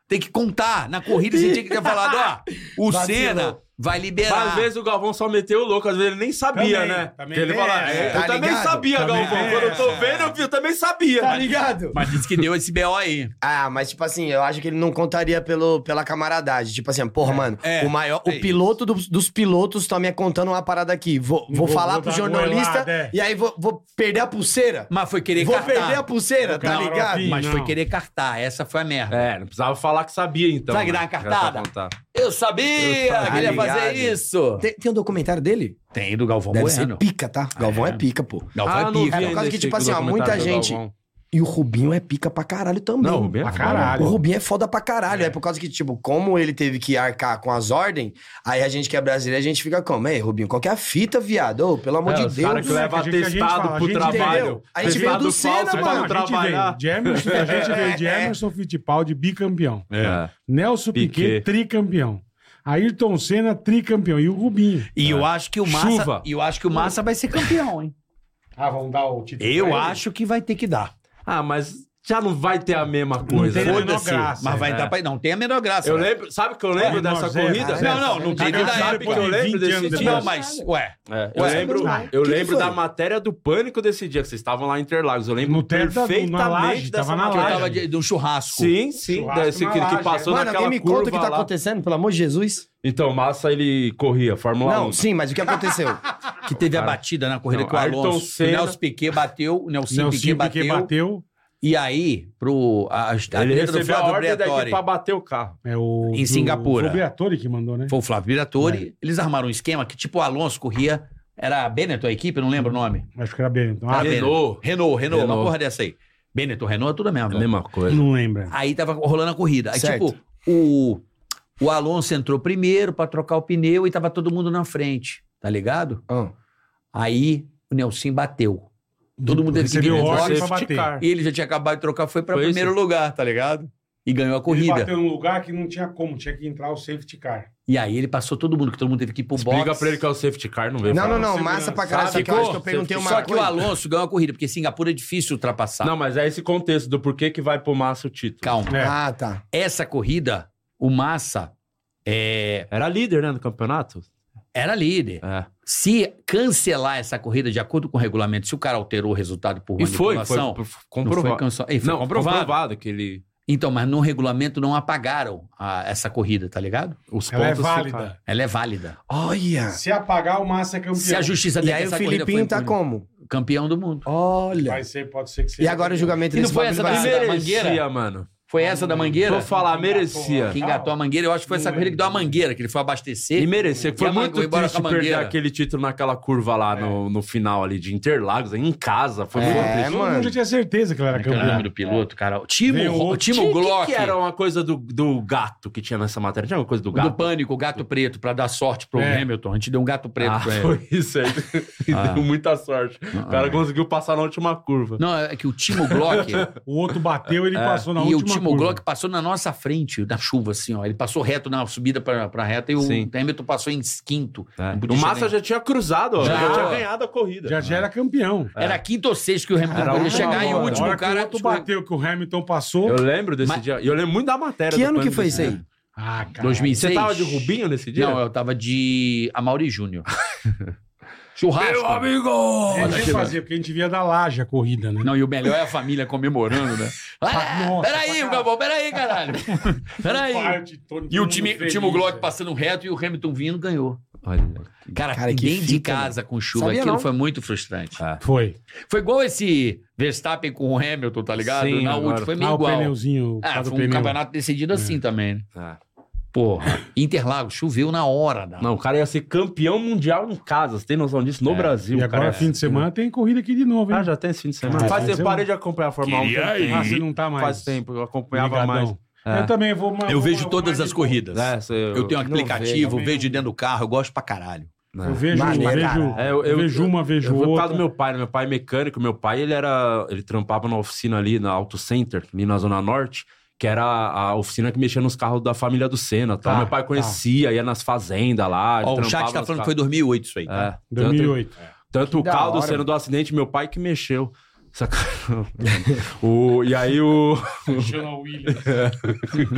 Tem que contar. Na corrida você tinha que ter falado, ó, o Vacilou. Senna vai liberar. Mas às vezes o Galvão só meteu o louco, às vezes ele nem sabia, Também, né? também é, Porque ele tem fala, essa. eu Tá também ligado? é, sabia, Também Galvão. tem Quando eu tô essa. vendo, eu, vi, eu também sabia. né?" Tá ligado? Mas disse que deu esse BO aí. Ah, mas tipo assim, eu acho que ele não contaria pelo, pela camaradagem. Tipo assim, porra, mano, É, o maior, é o piloto dos, dos pilotos tá me contando uma parada aqui. Vou, Vou- vou, falar vou pro dar jornalista goelada, é. e aí vou, vou perder a pulseira. Mas foi querer Vou cartar. perder a pulseira, tá Não, ligado? Rafinha. Mas Não. foi querer cartar. Essa foi a merda. É, não precisava falar que sabia, então. Sabe que dá uma né? Já cartada? tá contado. Eu sabia Eu sabia. que ele ia fazer Ligado. isso. Tem, tem um documentário dele? Tem do Galvão Deve Bueno. ser pica, tá? Galvão é? é pica, pô. Galvão Ah, é não vi pica. É por ainda causa que, esse tipo assim, ó, documentário muita do gente- Galvão. E o Rubinho é pica pra caralho também. Não, o Rubinho é Pra foda. caralho. O Rubinho é foda pra caralho. É. por causa que, tipo, como ele teve que arcar com as ordens, aí a gente que é brasileiro, a gente fica como? Ei, Rubinho, qual que é a fita, viado? Ô, pelo amor É, de os Deus. né? cara que leva A gente- a gente fala, atestado a pro gente trabalho. entendeu? A gente veio do Atestado Senna, falso pra mano. não Não, a gente trabalhar. veio de Emerson, a gente veio de Emerson Fittipaldi, bicampeão. É. Nelson Piquet, Piquet. tricampeão. Ayrton Senna, tricampeão. E o Rubinho. E eu acho que o Massa, Chuva. e eu acho que o Massa vai ser campeão, hein? Ah, vão dar o título. Eu acho que vai ter que dar. Ah, mas já não vai ter a mesma coisa. tem a né? menor graça, mas vai é. dar pra não tem a menor graça. Eu né? lembro, sabe que eu lembro Ah, dessa nós é, corrida? nós é. Não, não, no dia da Sabe época, que eu lembro 20 desse anos dia? Não, depois. mas ué, É, eu Ué, lembro, não. eu Que que lembro foi? da matéria do pânico desse dia, que vocês estavam lá em Interlagos. Eu lembro No teto da- na perfeitamente laje, dessa tava na que eu matéria. laje. tava de, de um churrasco. Sim, sim, Churrasco desse na que, que laje, é. passou Mano, naquela alguém me curva conta o que tá lá. acontecendo, pelo amor de Jesus. Então, Massa, ele corria, Fórmula Não, 1. sim, mas o que aconteceu? que teve cara- a batida na corrida Não, com o Ayrton Alonso. Senna- O Nelson Piquet bateu, o Nelson, Nelson Piquet, Piquet bateu, bateu. E aí, pro, a, a Ele treta do recebeu a Flávio ordem daqui Briatore. pra bater o carro. É o, Em do- Singapura. Foi o Briatore que mandou, né? Foi o Flávio Briatore. É. Eles armaram um esquema que, tipo, o Alonso corria. Era a Benetton a equipe, eu não lembro o nome. Acho que era bem. Tá então. Ah, Era Renault. Benetton. Renault, Renault, uma Renault. porra dessa aí. Benetton, Renault é tudo a mesma. mesma coisa. não lembra. Aí tava rolando a corrida. Aí, Certo. tipo, o, o Alonso entrou primeiro pra trocar o pneu e tava todo mundo na frente, tá ligado? Ah. Aí o Nelson bateu. Todo mundo teve que vir Recebeu dentro. ordem pra Safety bater. car. E ele já tinha acabado de trocar, foi pra Foi primeiro lugar, tá ligado? E ganhou a Ele corrida. bateu num lugar que não tinha como, tinha que entrar o safety car. E aí ele passou todo mundo, que todo mundo teve que ir pro Explica box. pra ele que é o safety car, não veio Não, falar. não, não. segurança. Massa pra caralho. Só que eu Ficou? acho que eu perguntei uma Só que o coisa. Alonso ganhou a corrida, porque Singapura é difícil ultrapassar. Não, mas é esse contexto do porquê que vai pro Massa o título. Calma. É. Ah, tá. Essa corrida, o Massa é, Era líder, né, no campeonato? era líder. É. Se cancelar essa corrida de acordo com o regulamento, se o cara alterou o resultado por E foi, foi manipulação, não foi comprovado. cancelado. Foi Não, comprovado. comprovado que ele... Então, mas no regulamento não apagaram a- essa corrida, tá ligado? Os Ela é pontos válida. Ela é válida. Olha. Se apagar, o Massa é campeão. Se a justiça E der que aí o essa corrida foi Filipinho tá impune, como? campeão do mundo. Olha. Vai ser, pode ser que seja. E agora o julgamento E não desse foi bagulho essa vai é da- ser- Merecia, mangueira? mano. Foi essa da mangueira? Vou falar, merecia. Que engatou a mangueira, eu acho que foi essa corrida que deu a mangueira, que ele foi abastecer. E merecia. que Foi E a muito Mangu- embora triste com a perder mangueira. aquele título naquela curva lá no, no final ali de Interlagos, em casa. Foi muito É, triste. Todo mundo mano. já tinha certeza que ele era Como é que era o nome campeão. do piloto, cara? O Timo, Veio Ro- o- Timo Tinha- que- Glock. Que era uma coisa do, do gato que tinha nessa matéria. Tinha alguma coisa do do gato? pânico, o gato preto, pra dar sorte pro É. Hamilton. A gente deu um gato preto ah, pra ele. foi isso aí. Ah. Deu muita sorte. O cara Ah. conseguiu passar na última curva. Não, é que o Timo Glock. O outro bateu, ele passou na É. e o última Timo curva. Glock passou na nossa frente, na chuva, assim, ó. Ele passou reto na subida pra, pra reta e o Sim. Hamilton passou em quinto. É. Não podia O Massa chegar já tinha cruzado, ó. Já. Já, tinha ganhado a corrida. Já, já era campeão. em- Era quinto ou sexto que o Hamilton É. Era podia uma chegar e o hora. A último hora que cara. o outro bateu, que o Hamilton passou. Eu lembro desse Mas- dia. E eu lembro muito da matéria. Que do ano que pânico foi desse isso aí? dia. Ah, cara. 2006. Você tava de Rubinho nesse dia? Não, eu tava de Amaury Júnior. Meu Churrasco. né? amigo! A gente fazia, porque a gente via da laje a corrida, né? Não, e o melhor é a família comemorando, né? Ah, Nossa, pra peraí, caralho. Gabão, peraí, caralho. Peraí. Parte, todo E o mundo time, o feliz, time Glock né? passando reto e o Hamilton vindo ganhou. Olha. Cara, Cara, que bem de fita, né? casa com chuva, Sabia aquilo não. foi muito frustrante. Ah. Foi. Foi igual esse Verstappen com o Hamilton, tá ligado? Sim, Na agora. última, foi meio Ah, o igual. pneuzinho. o Ah, cara do foi um pneu. campeonato decidido assim também, né? Ah. Porra, Interlagos, choveu na hora. Da... Não, o cara ia ser campeão mundial em casa. Você tem noção disso? No Brasil, E o cara. agora, é fim de semana, tem corrida aqui de novo, hein? Ah, já tem esse fim de semana. Ah, Faz faz tempo, semana. parei de acompanhar a Fórmula 1. Queria ir. Ah, você não tá mais. Faz tempo, eu acompanhava ligadão. mais. É. Eu também vou... mas- Eu vejo vou- todas mais as de- corridas. mais. É, você- Eu tenho um não vejo, aplicativo, também vejo não. dentro do carro, eu gosto pra caralho. né? Eu vejo, Maneiro, vejo, cara. É, eu- eu- vejo uma, Eu vejo vou por causa do outra. meu pai, né? Meu pai é mecânico, meu pai ele era. Ele trampava na oficina ali, na Auto Center, ali na Zona Norte, que era a a oficina que mexia nos carros da família do Senna. Então, Tá, meu pai tá. conhecia, ia nas fazendas lá. ele Ó, o chat trampava tá nos falando que carros. foi 2008 isso aí. tá? É, tanto- 2008. Tanto o da carro do hora, Senna mano. do acidente, meu pai que mexeu. Saca... o, e aí o. Chama o Williams.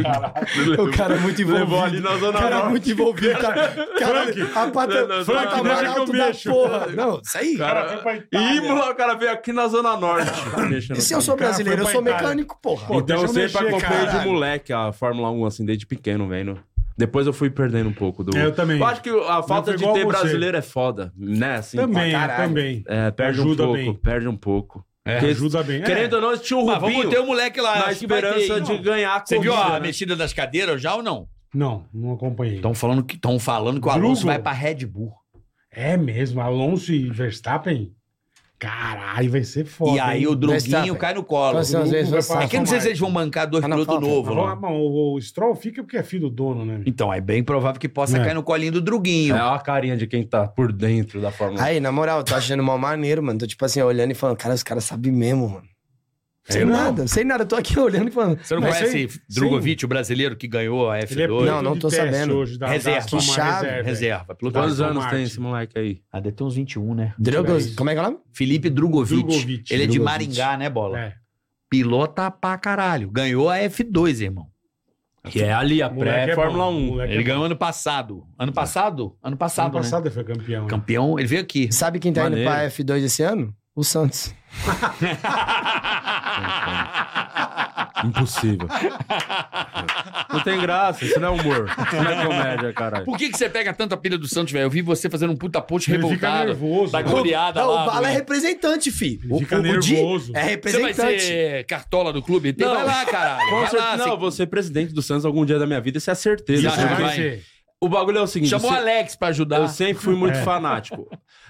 Caralho. O cara é muito envolvido. Levou ali na O Zona cara é Norte. muito envolvido, cara. Cara, a Não, não, pata... Frank, patamar deixa que eu alto da mexo. porra. Não, isso aí. Cara, foi pra Itália. E Imola, o cara veio aqui na Zona Norte. mexendo E se é no eu sou carro. cara foi brasileiro? Eu pra sou Itália. mecânico, porra. Pô, Então deixa eu eu sempre mexer, acompanhei de caralho. moleque a Fórmula 1, assim, desde pequeno, velho. Depois eu fui perdendo um pouco do. É, eu também. Eu acho que a falta foi de igual ter você. brasileiro é foda, né? Assim, Também, pra caralho. também. É, perde Ajuda um pouco, bem. É, perde um pouco. Porque, Ajuda bem. Querendo ou não, tinha o Mas Ah, vamos ter Rubinho o moleque lá. na acho que vai ter, esperança hein? de ganhar a Você viu corrida, a né? mexida das cadeiras já ou não? é. Não, não acompanhei. Estão falando que, tão falando que o Drugo. Alonso vai pra Red Bull. É mesmo, Alonso e Verstappen? Caralho, vai ser foda. E aí hein? o Droguinho Verstappen. cai no colo. Próximas vezes eu vai saco passar É que eu não sei mais. se eles vão bancar dois Ah, não, pilotos falta. Mas novos vamos lá, lá. mano, o, o Stroll fica porque é filho do dono, né? meu? Então, é bem provável que possa É. cair no colinho do Druguinho. É a carinha de quem tá por dentro da Fórmula 1. Aí, na moral, tô achando mal maneiro, mano. Tô tipo assim, olhando e falando, cara, os caras sabem mesmo, mano. Sem não. nada, sem nada. Eu Tô aqui olhando e falando. Você não Mas conhece sim, Drogovic, o brasileiro que ganhou a Ele é F2? piloto Não, não de tô teste sabendo. Hoje da, Reserva. da Aston Que Martin, chave, Reserva. Piloto Quantos Aston anos Tá, Martin. tem esse moleque aí? Ah, deve ter uns 21, né? Drogos, isso. como é que é o nome? Felipe Drogovic. Drugovic. Ele é de Drugovic. Maringá, né, Bola? É. Pilota pra caralho. Ganhou a F2, irmão. Que é ali a Moleque é pré-Fórmula bom, 1. moleque é Ele bom. ganhou ano passado. Ano passado? Ano passado, Ano passado ele foi campeão. né? né? Campeão, ele veio aqui. Sabe quem tá Maneiro. indo pra F2 esse ano? O Santos. Impossível. Não tem graça, isso não é humor. Isso não é comédia, caralho. Por que, que você pega tanta pilha do Santos, velho? Eu vi você fazendo um puta post Ele fica revoltado. nervoso, da né? goleada Não, Tá lá. o Bala do- é representante, fi. O, fica o, o Di nervoso. é Você vai representante. ser cartola do clube? Não. Vai lá, caralho. Com Vai certeza- lá, não, você- vou ser presidente do Santos algum dia da minha vida, isso é certeza. Isso Porque vai. O bagulho é o seguinte: Chamou o você- Alex pra ajudar. eu sempre fui muito É. fanático.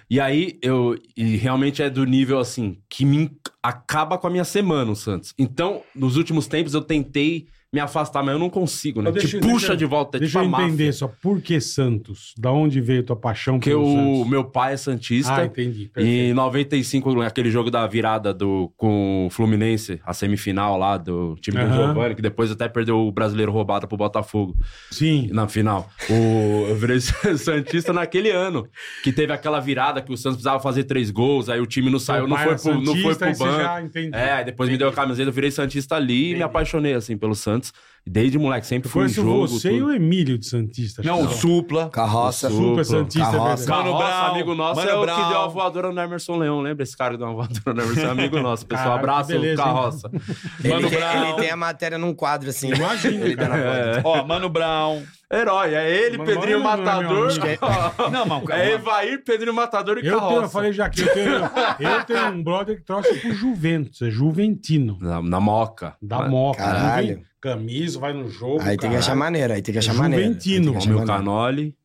E aí, eu. E realmente é do nível assim, que me en- acaba com a minha semana, o Santos. Então, nos últimos tempos, eu tentei me afastar, mas eu não consigo, né? Mas deixa- Te puxa deixa- de volta, é Deixa tipo eu a máfia. entender só, por que Santos? Da onde veio tua paixão Porque pelo o Santos? meu pai é Santista. Ah, entendi. E perfeito. em 95, aquele jogo da virada do, com o Fluminense, a semifinal lá do time do Aham. Giovanni, que depois até perdeu o brasileiro roubado pro Botafogo Sim. na final. O, eu virei Santista naquele ano, que teve aquela virada que o Santos precisava fazer três gols, aí o time não saiu, Teu não pai foi, era pro, não foi Santista, aí pro você banco. já entendeu. É, depois me deu a camiseta, eu virei Santista ali e me apaixonei, assim, pelo Santos. Desde moleque, sempre foi um Foi jogo. você e tudo. o Emílio de Santista. Não, o acho. Supla. Carroça. Sul. Super Supla, Santista, é Carroça. verdade. Mano Mano Brown, amigo nosso, Mano é o Brown. que deu a voadora no Emerson Leão. Lembra esse cara que deu uma voadora no Emerson? É amigo nosso, pessoal. Caralho, que abraço, beleza, hein? carroça. Ele, Mano tem, Brown. ele tem a matéria num quadro, assim. Imagina, ele tá na cara. porta. Ó, Mano Brown. É. Herói, é ele, Mano, Pedrinho mano, mano, Matador. meu Não, mas o é cara. Evair, Pedrinho Matador e Eu, tenho, eu carroça. falei já aqui, eu tenho, eu tenho um brother que trouxe pro Juventus, é Juventino, Na, na moca. Né? da Moca. Ah, Caralho. Juven- Camisa, vai no jogo. Aí tem que achar caralho. maneira, aí tem que achar maneira. Juventino, Aí tem que achar Meu maneira. canole.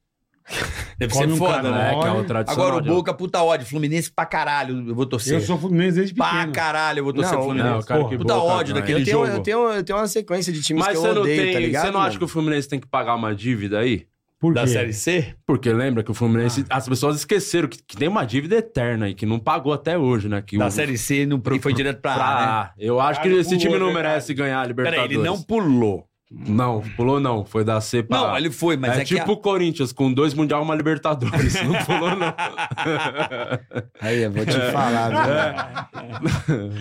Deve Come ser um foda, cara, né? É, né, que é Olha. o tradicional. Agora o de- Boca, puta ódio. Fluminense pra caralho. Eu vou torcer. Eu sou Fluminense desde Pra pequeno. caralho, eu vou torcer Não, pro Fluminense. Não, o cara Porra. que Puta Boca ódio ganha. daquele Eu tenho, jogo. eu, tenho, eu tenho uma sequência de times Mas que você eu não, odeio, tem, tá ligado? você não acha mano? que o Fluminense tem que pagar uma dívida aí? Por Da quê? Série C? Porque lembra que o Fluminense. Ah. As pessoas esqueceram que, que tem uma dívida eterna aí, que não pagou até hoje, né? Que Da o, Série C não, e foi direto pra, pra A, né? A. Eu acho que Cara, esse time pulou, não verdade. merece ganhar a Peraí, Libertadores. ele não pulou. Não, pulou não. Foi da C pra Não, A. ele foi, mas é, é, tipo que... o Corinthians, com dois Mundial, uma Libertadores. Não pulou, não. Aí, eu vou te É. falar,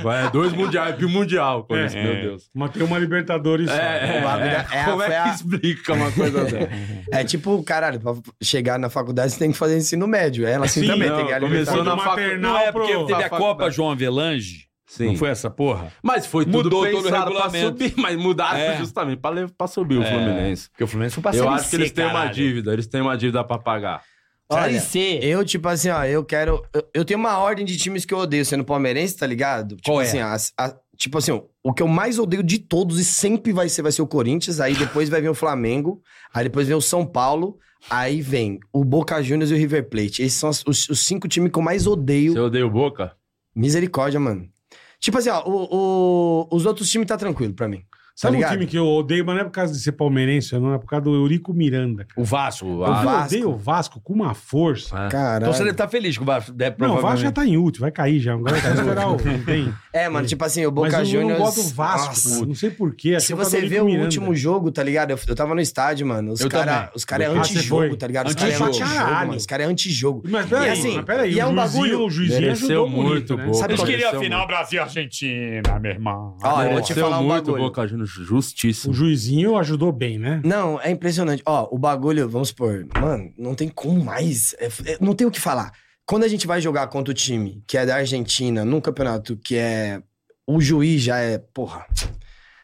Vai, é dois Mundial, é bimundial, Corinthians, É. meu Deus. Mas tem uma Libertadores só. É, O bagulho é, é- é a- como foi é a- que explica uma coisa dessa? viu? É tipo, caralho, pra chegar na faculdade você tem que fazer ensino médio. Ela assim Sim, também, não, tem que alimentar. começou Foi na do facu- maternal Não, é porque pro- teve a da Copa faculdade. João Avelange. Sim. Não foi essa porra? Mas foi tudo Mudou todo o pensado pra regulamento. subir, mas mudaram É. justamente pra, le- pra subir o Fluminense. Porque o Fluminense foi pra Eu Série acho C, que eles têm uma caralho. dívida, eles têm uma dívida pra pagar. Olha, C. Eu, tipo assim, ó, eu quero. Eu, eu tenho uma ordem de times que eu odeio sendo palmeirense, tá ligado? Tipo Qual é? assim, as- a- tipo assim, ó, o que eu mais odeio de todos e sempre vai ser, vai ser o Corinthians, aí depois vai vir o Flamengo, aí depois vem o São Paulo, aí vem o Boca Juniors e o River Plate. Esses são as- os, os cinco times que eu mais odeio. Você odeia o Boca? Misericórdia, mano. Tipo assim, ó, o- o- os outros times tá tranquilo pra mim. Sabe um ligado? time que eu odeio, mas não é por causa de ser palmeirense, não é por causa do Eurico Miranda. cara. O Vasco. O Eu Vasco. odeio o Vasco com uma força. É. Caralho. Então você deve estar feliz com o Vasco. Deve, Não, o Vasco já tá em útil, vai cair já. Agora vai esperar o... Não tem. É, mano, tipo assim, o Boca mas eu Juniors. não gosto do Vasco, assim, Nossa, cara, não sei porquê. Se você vê o último jogo, tá ligado? Eu, eu tava no estádio, mano. Os Eu caras também. os cara é Ah, você foi. antijogo, tá ligado? Os caras é Antijogo. antijogo, Caralho. mano. Os caras é antijogo. Mas peraí, E assim, mas peraí, e é um o juizinho, bagulho- o juizinho Mereceu ajudou muito, muito, né? Boca. Sabe Eles qual- queriam a Mereceu final Brasil-Argentina, meu irmão. Ah, Ó, eu vou te Mereceu falar um muito o bagulho. Boca Juniors, O justíssimo. juizinho ajudou bem, né? Não, é impressionante. Ó, o bagulho, vamos supor, mano, não tem como mais. É f- é- não tem o que falar. Quando a gente vai jogar contra o time que é da Argentina, num campeonato que é. O juiz já é. Porra.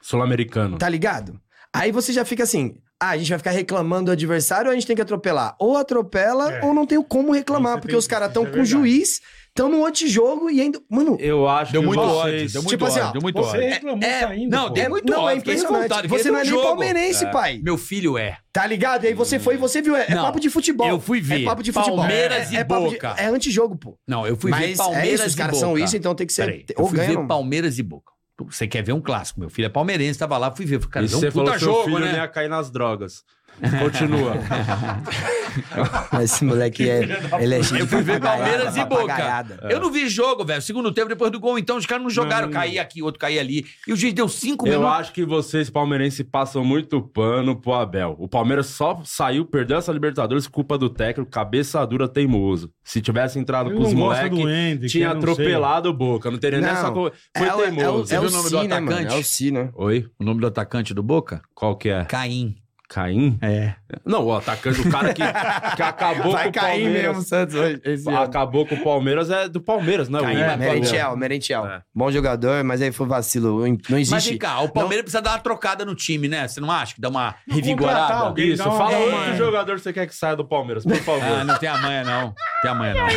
Sul-americano. Tá ligado? Aí você já fica assim. Ah, a gente vai ficar reclamando do adversário ou a gente tem que atropelar? Ou atropela É. ou não tem como reclamar, Isso porque tem- os caras estão isso é com o verdade. juiz, estão no outro jogo e ainda. É Mano, Eu acho Deu que muito ódio. vocês... Deu muito Tipo assim, ódio. ó, deu muito Você ódio. reclamou é- ainda. não, pô. deu é muito muito não, é ódio, fiquei revoltado, impressionante. queria Você não é ver nem um jogo. palmeirense, É. pai. Meu filho é. Tá ligado? E aí você foi, você viu. É, é Não, papo de futebol. eu fui ver É papo de futebol. Palmeiras É- e é papo Boca. De, é antijogo, pô. Não, eu fui Mas ver Palmeiras é isso, os e caras Boca. são isso, então tem que ser. um Peraí, eu ou fui ganha, ver ou não. Palmeiras e Boca. Você quer ver um clássico, meu filho é palmeirense, tava lá, fui ver. Falei, Cara, E deu um você puta falou que seu jogo, filho é né? nem ia cair nas drogas. Continua. Esse moleque é. Ele é cheio de Eu fui ver papagaiada, Palmeiras e papagaiada. É. Boca. Eu não vi jogo, velho. Segundo tempo, depois do gol, então os caras não jogaram. Não. Caía aqui, outro caía ali. E o juiz deu cinco é Eu minutos. acho que vocês, palmeirenses, passam muito pano pro Abel. O Palmeiras só saiu, perdeu essa Libertadores, culpa do técnico, cabeça dura, teimoso. Se tivesse entrado Eu com os não gosto do moleques, Hendrick, tinha eu não sei. atropelado o Boca. Não teria nem Não. essa coisa. É Foi o- é o- teimoso. É viu o o nome do Si, né, mano? atacante? É o Si, né? Oi? O nome do atacante do Boca? Qual que é? Caim. Caim? É. Não, o atacante, o cara que, que acabou com Vai o cair mesmo o Palmeiras. Santos hoje. esse ano. Acabou com o Palmeiras é do Palmeiras, né? Caim, o mas Palmeiras. Merentiel, Merentiel. É. Bom jogador, mas aí foi vacilo. Não Mas vem existe. cá, o Palmeiras precisa dar uma trocada no time, né? Você não acha que dá uma revigorada? alguém, Isso, dá uma- fala É. outro jogador que você quer que saia do Palmeiras, por favor. Ah, não tem amanhã, não. Tem amanhã, não.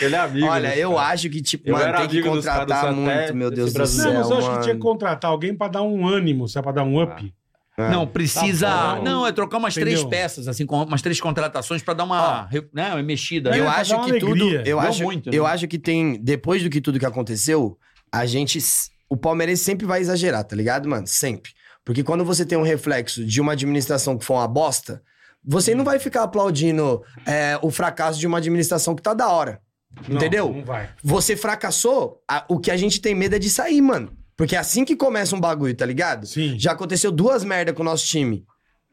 Ele é amigo. Olha, desse eu cara. acho que, tipo, Eu mano, era tem que amigo dos caras, contratar sou até muito, meu desse Deus do brasileiro. céu. Não, mas eu acho que mano. tinha que contratar alguém pra dar um ânimo, sabe? Pra dar um up. Ah. É. Não, precisa. Tá bom. não, é trocar umas três Entendeu? peças, assim, com umas três contratações pra dar uma, re- né, uma mexida. Eu pra dar acho uma que tudo. alegria. Eu Não acho, muito, né? eu acho que tem. Depois do que tudo que aconteceu, a gente. s- O palmeirense sempre vai exagerar, tá ligado, mano? Sempre. Porque quando você tem um reflexo de uma administração que foi uma bosta, você Hum. não vai ficar aplaudindo é, o fracasso de uma administração que tá da hora. Não, Entendeu? Não vai. Você fracassou, a- o que a gente tem medo é de sair, mano. Porque é assim que começa um bagulho, tá ligado? Sim. Já aconteceu duas merda com o nosso time.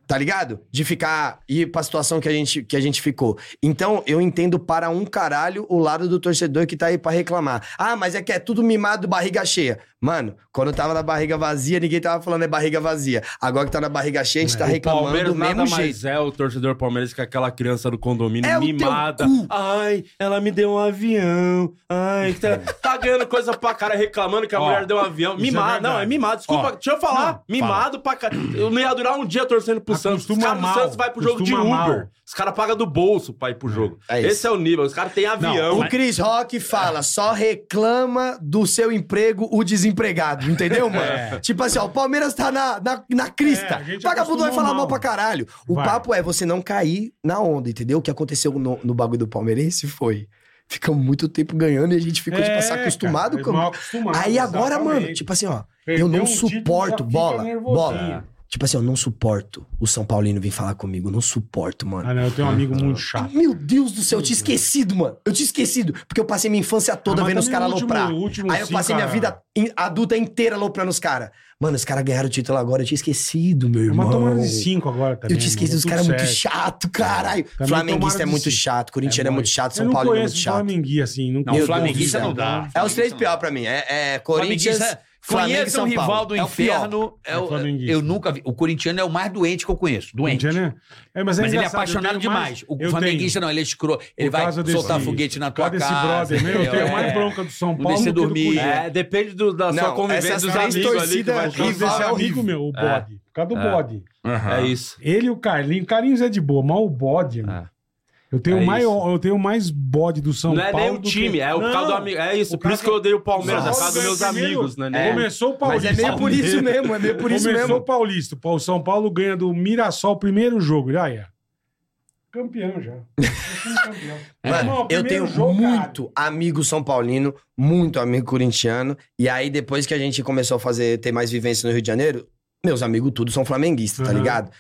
Tá ligado? De ficar ir pra situação que a gente, que a gente ficou. Então, eu entendo para um caralho o lado do torcedor que tá aí pra reclamar. Ah, mas é que é tudo mimado, barriga cheia. Mano, quando tava na barriga vazia, ninguém tava falando é barriga vazia. Agora que tá na barriga cheia, a gente tá É. O reclamando Palmeiras do nada mesmo mais jeito. é o torcedor palmeirense que é aquela criança do condomínio É o teu mimada. cu. Ai, ela me deu um avião. Ai, É. tá, tá ganhando coisa pra cara reclamando que a Ó, mulher deu um avião. isso Mimado, é não, é verdade. mimado. Desculpa, Ó, deixa eu falar. não, mimado pra cara. Eu não ia durar um dia torcendo pro Santos. Os Acostuma caras do mal, Santos vai pro jogo de Uber. acostuma mal. Os caras pagam do bolso pra ir pro jogo. É isso. Esse é o nível. Os caras têm avião. Então, O Chris Rock fala, só reclama do seu emprego o desempregado, entendeu, mano? Tipo assim, ó, o Palmeiras tá na, na, na É, crista. a gente Vagabundo vai acostumou falar mal mal. pra caralho. O Vai. papo é você não cair na onda, entendeu? O que aconteceu no, no bagulho do palmeirense foi. Ficamos muito tempo ganhando e a gente ficou, tipo assim, É, acostumado cara, com. mal acostumado, Aí agora, mano, exatamente. tipo assim, ó, Perdeu eu não um título, já suporto fica bola, nervosinho. bola. Tipo assim, eu não suporto o São Paulino vir falar comigo, eu não suporto, mano. Ah, não, eu tenho um amigo muito chato. Meu Deus do céu, eu tinha esquecido, mano. Eu tinha esquecido. Porque eu passei minha infância Ah, toda é. mas vendo os também caras o último- aloprar. o último Aí eu cinco, passei minha ah. vida in- adulta inteira aloprando os caras. Mano, os caras ganharam o título agora, eu tinha esquecido, meu irmão. Mas tomaram É de cinco agora também. eu tinha esquecido, mano, os tudo caras é muito certo. chato, caralho. Também Flamenguista tomaram é muito de cinco. chato, corintiano é, muito chato, eu São não Paulo é muito conheço chato. Flamenguinha, assim. Não, Não, Meu conheço. flamenguista Deus não do dá. É os Flamenguista três não pior dá. pra mim. É, é Corinthians. Corinthians, Flamengo e Conheça São um Paulo. rival do É o pior. inferno. É É o- o flamenguista. eu nunca vi. O corintiano é o mais doente que eu conheço. Doente. Entendeu, né? É, mas é Mas ele é engraçado, eu apaixonado tenho mais- demais. O eu flamenguista não, ele é escroto. Ele Por vai causa soltar desse- foguete na Por tua causa desse casa. brother meu, eu entendeu? tenho mais É. bronca do São Não Paulo do deixa que do dormir. Corinthians. É, depende do- da sua Não, convivência essas dos três amigos ali que torcidas vai Eu tenho rival esse é amigo horrível. meu, o bode. Por causa do É. bode. É isso. Ele e o Carlinho. O Carlinhos é de boa, mas o bode, mano. É. Eu tenho, É mais, isso. eu tenho mais bode do São Não é Paulo. nem o do que- time, é o Não, carro do amigo. É isso, o por isso cara- que eu odeio o Palmeiras, é Nossa, por causa dos meus ganhou primeiro. amigos, né? né? Começou o Mas Paulista. é meio por isso mesmo, é meio por isso Começou mesmo. o Paulista. O São Paulo ganha do Mirassol o primeiro jogo. Já é. Campeão já. Campeão. Irmão, Mano, o eu primeiro tenho jogo, muito amigo São Paulino, muito amigo corintiano. E aí, depois que a gente começou a fazer, ter mais vivência no Rio de Janeiro, meus amigos todos são flamenguistas, tá Uhum. ligado?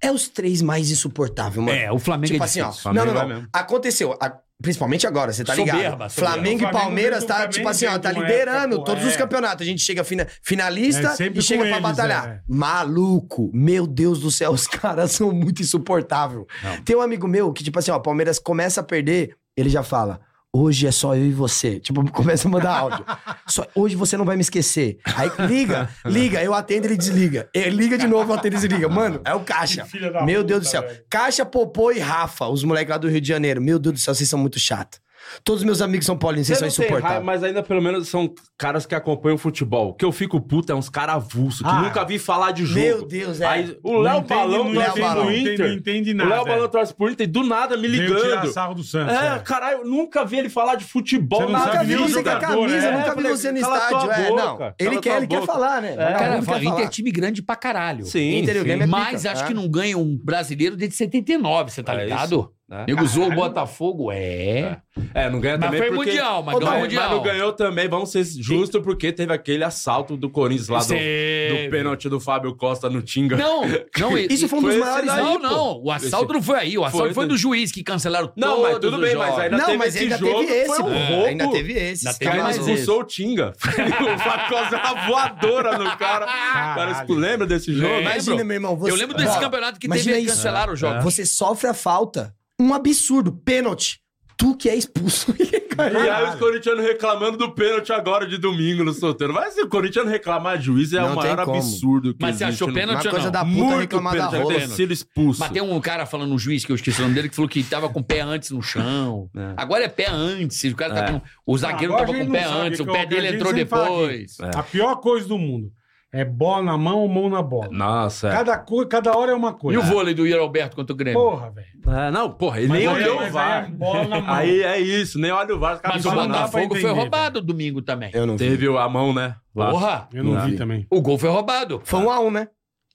É os três mais insuportáveis, mano. É, o Flamengo tipo é assim, difícil. ó. Flamengo Não, não, é não. mesmo. Aconteceu. a- principalmente agora, você tá ligado? Soberba, soberba. Flamengo O e Flamengo Palmeiras veio- o tá, Flamengo tipo assim, ó, veio tá de uma liderando época, todos pô, os é. campeonatos. A gente chega fina, finalista É, sempre e chega com pra eles, batalhar. é. Maluco, meu Deus do céu, os caras são muito insuportáveis. Tem um amigo meu que, tipo assim, ó, Palmeiras começa a perder, ele já fala. Hoje é só eu e você. Tipo, começa a mandar áudio. Só, hoje você não vai me esquecer. Aí liga, liga, eu atendo, ele desliga. Ele liga de novo, eu atendo, ele desliga. Mano, é o caixa. Que filha da Meu puta, Deus do céu. velho. Caixa, Popô e Rafa, os moleques lá do Rio de Janeiro. Meu Deus do céu, vocês são muito chatos. Todos meus amigos são paulinos, vocês Eu são não tenho raiva, insuportáveis. mas ainda pelo menos são caras que acompanham o futebol. O que eu fico puto é uns caras avulsos, que Ah. nunca vi falar de jogo. Meu Deus, é. Aí, o Léo Não entende, Balão não torce pro entende, não entende, Inter. não entende O nada, Léo é. Balão torce pro Inter e do nada me Veio tirar ligando. sarro do Santos. É, tá é. caralho, eu nunca vi ele falar de futebol, Você não nada Nunca sabe vi nem o você com a jogador, camisa, né? nunca vi É, Falei, você no cala estádio. tua É, boca, não. cala Ele, tua quer, ele quer boca. falar, né? Cara, Vagabundo o quer Inter é falar. time grande pra caralho. Sim, Inter e o sim. Grêmio é Mas pica. acho É. que não ganha um brasileiro desde 79, você tá É ligado? né? Nego usou o Botafogo, é. É, não ganha Mas também foi porque... mundial, mas Ô, ganhou não, mundial. Mas não ganhou também, vamos ser justos, porque teve aquele assalto do Corinthians lá do, Sim. do pênalti do Fábio Costa no Tinga. Não, não. Isso foi um dos esse maiores daí, Não, pô. não. O assalto Esse- não foi aí. O assalto foi foi, do- do juiz que cancelaram Não, mas tudo bem, mas ainda ainda... Não, teve mas esse ainda jogo, teve esse, foi um pô. roubo. Ainda teve esse. Ainda esse teve cara Ele mais maluco. um. expulsou o Tinga. o Fábio Costa deu uma voadora no cara. O cara, Caralho. expul- lembra desse jogo? Lembro. Imagina, meu irmão. Você... Eu lembro desse Ó, campeonato que imagina É. teve isso. cancelaram o jogo. Você sofre a falta. Um absurdo. Pênalti. tu que é expulso. E aí os corintianos reclamando do pênalti agora de domingo no solteiro. Mas se o corintiano reclamar de juiz é Não o tem maior como. absurdo que Mas você existe achou no- pênalti Uma ou coisa não? da puta Muito reclamar da pênalti, deve rola. ter sido expulso. Mas tem um cara falando um juiz que eu esqueci o nome dele que falou que tava com o pé antes no chão. É. Agora é pé antes. O cara tá É. com. O zagueiro agora a tava com gente o pé não sabe antes, o que é, pé eu- que a dele gente entrou sempre fala depois. É. A pior coisa do mundo é bola na mão ou mão na um bola. Nossa, é. Cada, co- cada hora é uma E coisa. o vôlei do Yuri Alberto contra o Grêmio? Porra, velho. ah, É, não, porra, ele Mas nem aí- olhou mas o aí é VAR. bola na mão. Aí é isso, nem olha o VAR. os caras Mas o não falam dá nada. pra Botafogo foi entender, roubado domingo também. Eu não vi. Teve a mão, né? Lá. Porra! Eu não, Não. vi também. O gol foi roubado. Foi um a um, né?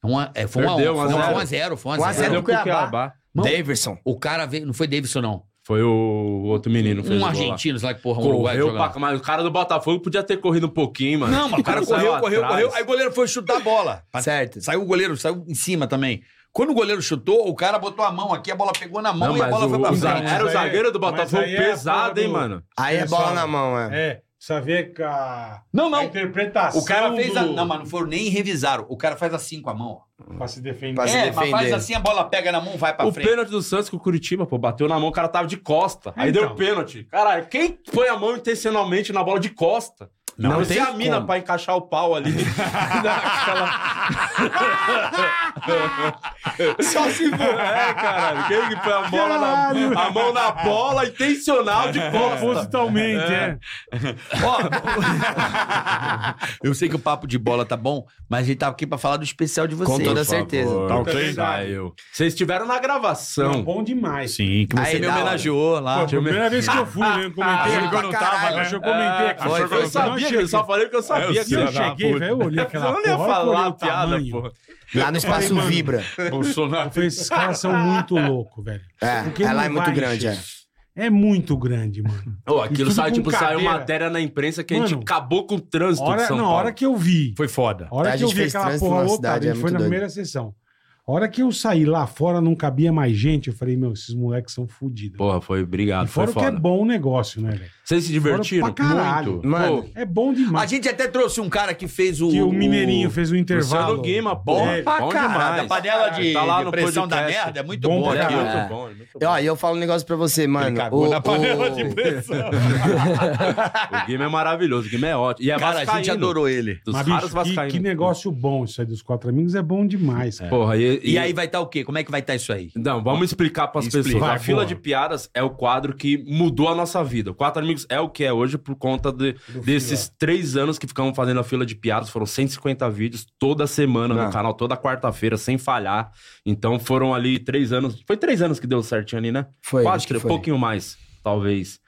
Uma, é, foi Perdeu, 1 a um a 1 Foi zero. 1 a 0 Foi 1 Um a a zero. 0 Perdeu pro Cuiabá. Cuiabá. Não. Daverson. O cara veio. Não foi Davidson, não. Foi o outro menino. que Fez Um o gol lá. argentino, sei lá que porra, um uruguaio Correu jogando. pra... Mas o cara do Botafogo podia ter corrido um pouquinho, mano. Não, mas o cara saiu correu, correu, atrás. correu. Aí o goleiro foi chutar a bola. Certo. Saiu o goleiro, saiu em cima também. Quando o goleiro chutou, o cara botou a mão aqui, a bola pegou na mão Não, e a mas bola o, foi pra o frente. zague- Mas era o aí- zagueiro do mas Botafogo aí é a pesado, porra hein, do- mano? Aí é Ele bola sobe. na mão, é. É, precisa ver com a, Não, a não. interpretação. O cara fez a. do- Não, mas não foram nem revisaram. O cara faz assim com a mão. ó. Pra se defender. Pra se É, mas defender. faz assim, a bola pega na mão, vai pra o frente. pênalti do Santos com o Curitiba, pô, bateu na mão, o cara tava de costa. Aí Então. deu pênalti. Caralho, quem põe a mão intencionalmente na bola de costa? Não Não, tem tem a mina como. pra encaixar o pau ali. Só se for. É, caralho. Quem que põe a, bola Caralho. na, a mão na bola intencional de costa? Propositalmente, é. Ó, eu sei que o papo de bola tá bom, mas a gente tá aqui pra falar do especial de vocês. Com toda certeza. Por Tá favor, ok? saiu. Vocês estiveram na É Não, gravação. bom demais. Sim, que Aí, Você me da hora. homenageou Pô, lá. primeira vez que eu fui, né? Eu Comentei. Ah, Eu pra caralho. acho que eu comentei aqui. Foi, Eu foi. Não, sabia, que cheguei. eu só falei que eu sabia. Eu E cara. eu cheguei, velho, eu olhei Eu aquela não ia porra, olha o falar a piada, tamanho. pô. Lá no espaço mano. Vibra. Bolsonaro. Eu falei, esses caras são muito loucos, velho. Porque É, não lá é muito vai grande, é. encher. É muito grande, mano. Ô, E aquilo tudo saiu, com tipo, saiu cadeira. matéria na imprensa que a gente Mano, acabou com o trânsito de Hora, São não, a Paulo. hora que eu vi. Foi foda. A hora A que eu gente vi fez aquela trânsito porra na lotada, cidade, é a gente foi muito na doido. primeira sessão. A hora que eu saí lá fora, não cabia mais gente, eu falei, meu, esses moleques são fodidos. Porra, foi obrigado, E fora foi o que é foda. bom o negócio, né, velho? Vocês se divertiram? Fora pra caralho. Muito. Mano, Pô, É bom A demais. gente até trouxe um cara que fez o. Que o Mineirinho fez um Luciano intervalo. Guima, bom, É, bom Cara, demais. da panela de, Tá lá de no pressão da podcast. merda, é muito Bom bom. pra É, aquilo. muito É. bom, é muito E, Ó, bom. e eu falo um negócio pra você, mano. Cagou O- na o- panela de pressão. O Guima é maravilhoso, o Guima é ótimo. E é Cara, a gente vascaíno. adorou ele. Dos Mas, raros bicho, que, vascaínos. que negócio bom isso aí dos quatro amigos, é bom demais, cara. Porra, e, E, aí vai estar o quê? Como é que vai estar isso aí? Não, vamos explicar pras Explica, pessoas. vai, a Fila boa. de Piadas é o quadro que mudou a nossa vida. O Quatro Amigos é o que é hoje por conta de- desses três anos que ficamos fazendo a Fila de Piadas. Foram 150 vídeos toda semana Ah. no canal, toda quarta-feira, sem falhar. Então foram ali três anos. Foi três anos que deu certinho ali, né? Foi, quase acho que três, foi. pouquinho mais, talvez.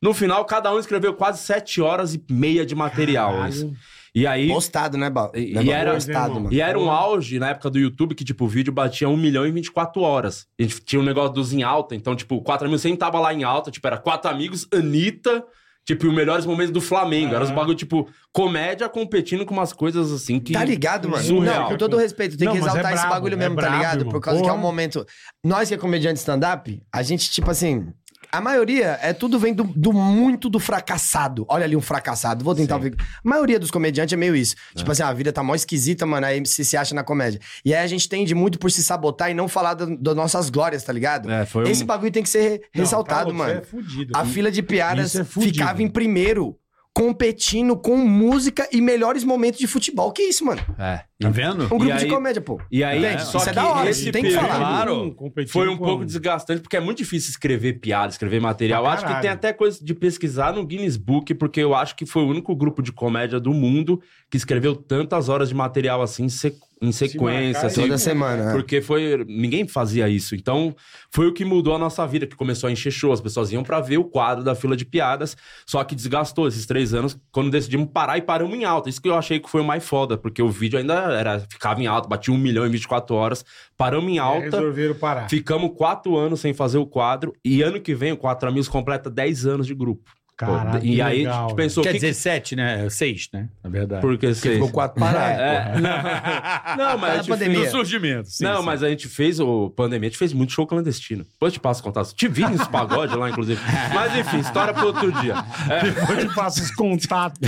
No final, cada um escreveu quase sete horas e meia de material. Caralho. E aí... Postado, né, Bal? E- né, e Bal? era- postado, irmão. mano. E era um auge na época do YouTube que, tipo, o vídeo batia 1 milhão e 24 horas. A gente tinha um negócio dos em alta, então, tipo, 4 amigos sempre tava lá em alta, tipo, era quatro amigos, Anitta, tipo, e os melhores momentos do Flamengo. Era os Aham. bagulho, tipo, comédia competindo com umas coisas assim que. Tá ligado, mano? Surreal. Não, com todo respeito, tem Não, que mas é exaltar esse brabo, bagulho é mesmo, tá brabo, ligado? irmão. Por causa que é um Porra. momento. Nós que é comediante stand-up, a gente, tipo assim. A maioria é tudo vem do, do muito do fracassado. Olha ali um fracassado, vou tentar ver. A maioria dos comediantes é meio isso. Tipo assim, ah, a vida tá mó esquisita, mano, aí você se acha na comédia. E aí a gente tende muito por se sabotar e não falar do- das nossas glórias, tá ligado? É, foi um- Esse bagulho tem que ser re- Não, ressaltado, tá, mano. Você é fudido. A fila de piadas Isso é fudido. ficava em primeiro, competindo com música e melhores momentos de futebol. Que isso, mano? É. Tá vendo? Um E grupo aí- de comédia, pô. E aí, Entende? só Isso é que da hora, esse tem que período falar. Claro. Hum, Competindo foi um com- pouco desgastante, porque é muito difícil escrever piada, escrever material. Pra Acho que caralho. tem até coisa de pesquisar no Guinness Book, porque eu acho que foi o único grupo de comédia do mundo que escreveu tantas horas de material assim em sequ- em sequência. marcar, assim, Sim, Toda mano, semana. né? Porque foi. Ninguém fazia isso. Então, foi o que mudou a nossa vida, que começou a encher show. As pessoas iam pra ver o quadro da fila de piadas, só que desgastou esses três anos quando decidimos parar e paramos em alta. Isso que eu achei que foi o mais foda, porque o vídeo ainda era, ficava em alta, batia um milhão em 24 horas. Paramos em É, alta. resolveram parar. Ah. Ficamos quatro anos sem fazer o quadro, e ano que vem o Quatro Amigos completa 10 anos de grupo. Pô, Caralho, e aí que tipo, a legal, gente velho. pensou, Quer que dizer, sete, né? Seis, né? Na verdade. por que Porque seis? ficou quatro parados. É, não, não, mas a Tá na gente pandemia. fez- No surgimento. não, mas a gente fez o pandemia, a gente fez muito show clandestino. Depois eu te passo contato. Te vi nos pagode lá, inclusive. Mas enfim, história para outro dia. Depois eu faço os contatos.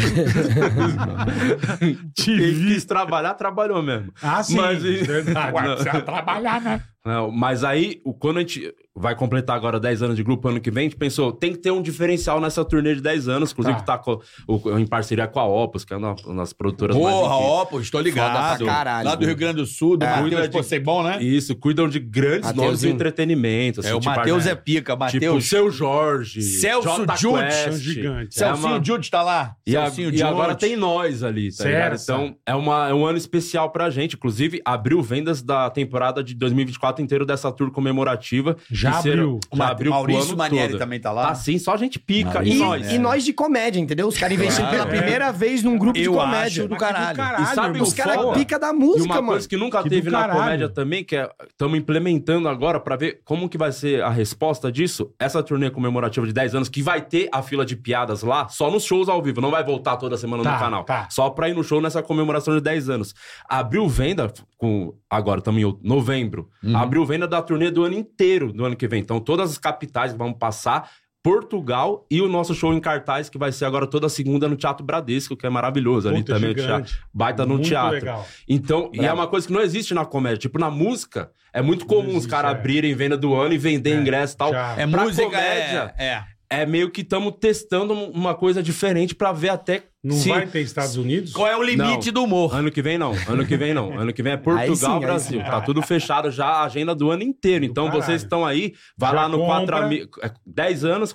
Quem quis trabalhar, trabalhou mesmo. Ah, sim. Mas- verdade. Não. Ué, precisa trabalhar, né? Não, mas aí, o- quando a gente vai completar agora 10 anos de grupo ano que vem, a gente pensou, tem que ter um diferencial nessa turnê de 10 anos, inclusive Tá. tá, co- o- em parceria com a Opus, que é uma uma das produtoras mais Porra, incríveis. Opus, tô ligado. Foda pra caralho. Lá do Rio Grande do Sul, do É. Matheus Cuida de- Possebon, né? Isso, cuidam de grandes nomes do Mateuzinho. entretenimento. assim, É, o tipo, Matheus né? é pica, Tipo, o Matheus. Seu Jorge, Celso Jota Judson, Quest. São gigantes. Cel- é Celcinho uma- Jude tá lá. E, a- Celcinho e agora Jude. tem nós ali, tá ligado? Certo. Então, é, uma, é um ano especial pra gente. Inclusive, abriu vendas da temporada de 2024 inteiro dessa tour comemorativa. Já Que será- abriu. Já abriu pro Maurício ano Manieri todo. também tá lá. Tá sim, só gente pica. Maurício e E, nós. e nós de comédia, entendeu? Os caras investindo Claro, pela é. primeira vez num grupo de Eu comédia. acho do Mas que caralho. E sabe meu, Os caras foda. pica da E música, uma mano. coisa que nunca Que do teve na caralho. comédia também, que estamos implementando agora pra ver como que vai ser a resposta disso. Essa turnê comemorativa de 10 anos, que vai ter a fila de piadas lá, só nos shows ao vivo, não vai voltar toda semana Tá, no canal. tá. Só pra ir no show nessa comemoração de 10 anos. Abriu venda, com agora estamos em out- novembro, abriu venda da turnê do ano inteiro, do ano que vem. Então todas as capitais vão passar... Portugal e o nosso show em cartaz, que vai ser agora toda segunda no Teatro Bradesco, que é maravilhoso ali Puta, também. o gigante. teatro. Baita no Muito teatro. legal. Então, e é uma coisa que não existe na comédia. Tipo, na música, é muito comum os existe, caras é. abrirem venda do ano e vender É, ingresso e tal. já. É Pra música, comédia. é, é. É meio que estamos testando um- uma coisa diferente pra ver até Não se... vai ter Estados Unidos? Qual é o limite Não. do humor? Ano que vem não, ano que vem não. Ano que vem é Aí sim, Portugal, aí Brasil. sim. Tá tudo fechado já, a agenda do ano inteiro. Do Então caralho. vocês estão aí, vai Já lá no compra. 4 ami... é, 10 anos,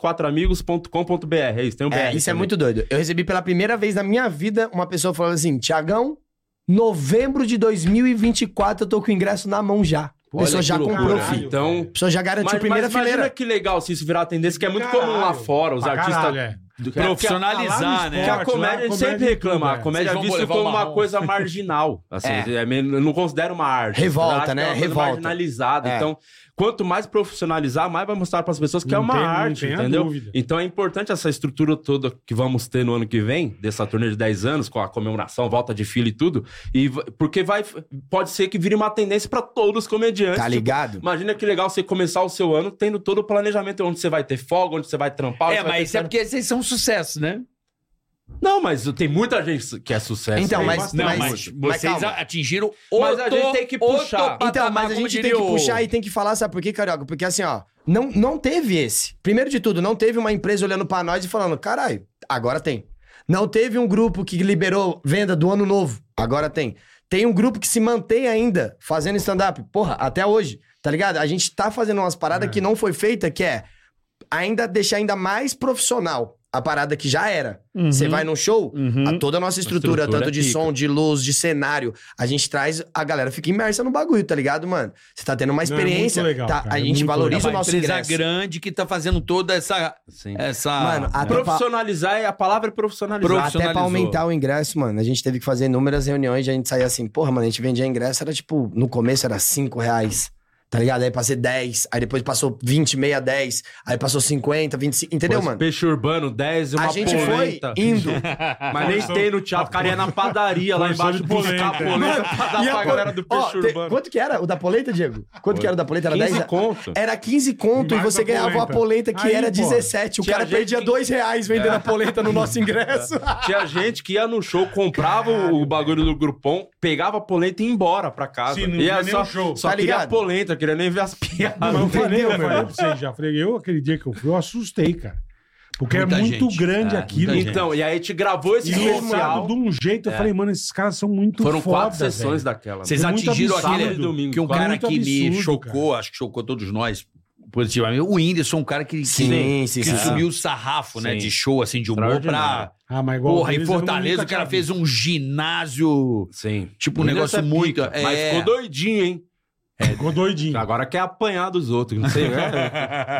4amigos.com.br. É isso, tem um BR. É, isso é também. muito doido. Eu recebi pela primeira vez na minha vida uma pessoa falando assim: Tiagão, novembro de 2024 eu tô com o ingresso na mão já. A Olha pessoa que já loucura. comprou, Caralho. filho. Então... A pessoa já garantiu a primeira imagina fileira. que legal se isso virar tendência, que é muito comum lá Caralho. fora, os Pra artistas caralho, é. do- Lá Profissionalizar, no Porque né? esporte. a comédia, a É, lá, comédia gente sempre e reclama. tudo, A é. comédia Vocês é vão vista levar o como uma marrom. coisa marginal. Assim, É. é meio- eu não considero uma arte. Revolta, Eu acho que né? É uma coisa Revolta. marginalizada. É. Então, quanto mais profissionalizar, mais vai mostrar para as pessoas que Não é uma tem- não arte, tem a entendeu? dúvida. Então é importante essa estrutura toda que vamos ter no ano que vem, dessa turnê de 10 anos, com a comemoração, volta de fila e tudo. E, v- porque vai, pode ser que vire uma tendência para todos os comediantes. Tá tipo, ligado? Imagina que legal você começar o seu ano tendo todo o planejamento, onde você vai ter folga, onde você vai trampar. né? onde É, você vai mas isso ter é porque vocês são um sucesso, né? não, mas tem muita gente que é sucesso. Então, aí. mas- Não, Mas- mas, mas vocês calma. atingiram Mas outro a gente tem que puxar. outro patamar, Então, mas a como gente tem diria que o- puxar e tem que falar, sabe por quê, Carioca? Porque assim, ó, não, não teve esse. Primeiro de tudo, não teve uma empresa olhando pra nós e falando, caralho, agora tem. Não teve um grupo que liberou venda do ano novo, agora tem. Tem um grupo que se mantém ainda fazendo stand-up, porra, até hoje, tá ligado? A gente tá fazendo umas paradas que não foi feita, que é ainda deixar ainda mais profissional a parada que já era. Você Uhum. vai num show, a toda a nossa estrutura, estrutura tanto de pica. som, de luz, de cenário, a gente traz, a galera fica imersa no bagulho, tá ligado, mano? Você tá tendo Não, uma é experiência, muito legal, tá? cara, a é gente muito valoriza Uma o nosso empresa ingresso. grande que tá fazendo toda essa... Sim. essa Mano, a- é, Profissionalizar, é- a palavra é profissionalizar. Até pra aumentar o ingresso, mano, a gente teve que fazer inúmeras reuniões, a gente saía assim, porra, mano, a gente vendia ingresso, era tipo, no começo era 5 reais, tá ligado? Aí passei 10, aí depois passou 20, meia, 10, aí passou 50, 25, entendeu, Pois, mano? Peixe urbano, 10 e uma A gente polenta. foi indo. Mas nem Forçou- tem no teatro. O cara ia na padaria lá Forçou embaixo de buscar a polenta. polenta né? pra dar E pra a galera do Ó, peixe te- urbano. Quanto que era o da polenta, Diego? Quanto que era o da polenta? Era 10 15 conto. Era 15 conto Mais e você a ganhava polenta. a polenta que Aí, era pô, 17. O tinha cara gente perdia que- 2 reais vendendo a polenta no nosso ingresso. É, Tinha gente que ia no show, comprava o bagulho do grupom, pegava a polenta e ia embora pra casa. Sim, não e queria ia nem só, o show. só Tá queria a ligado? polenta, queria nem ver as Mas piadas. eu falei, eu Entendeu, falei meu? pra vocês já. Falei, eu aquele dia que eu fui, eu assustei, cara. Porque Muita é muito gente. grande É, aquilo. muita Então, Então, e aí a gente gravou esse e especial. lotado de um jeito, eu falei, mano, esses caras são muito Foram foda, quatro sessões velho. daquela. né? Vocês muito atingiram absurdo. aquele Sábado, que um cara. cara muito que me absurdo, chocou, acho que chocou todos nós positivamente. O Whindersson, um cara que, que, sim, que subiu o sarrafo, né? Sim. De show, assim, de humor pra. Extraordinário. Ah, mas igual Porra, em deles, eu não- Fortaleza nunca o cara tinha fez visto. um ginásio. Sim. Tipo, um negócio Essa muito. pica, Mas é. ficou doidinho, hein? É, Ficou doidinho. Agora quer apanhar dos outros, não sei, né?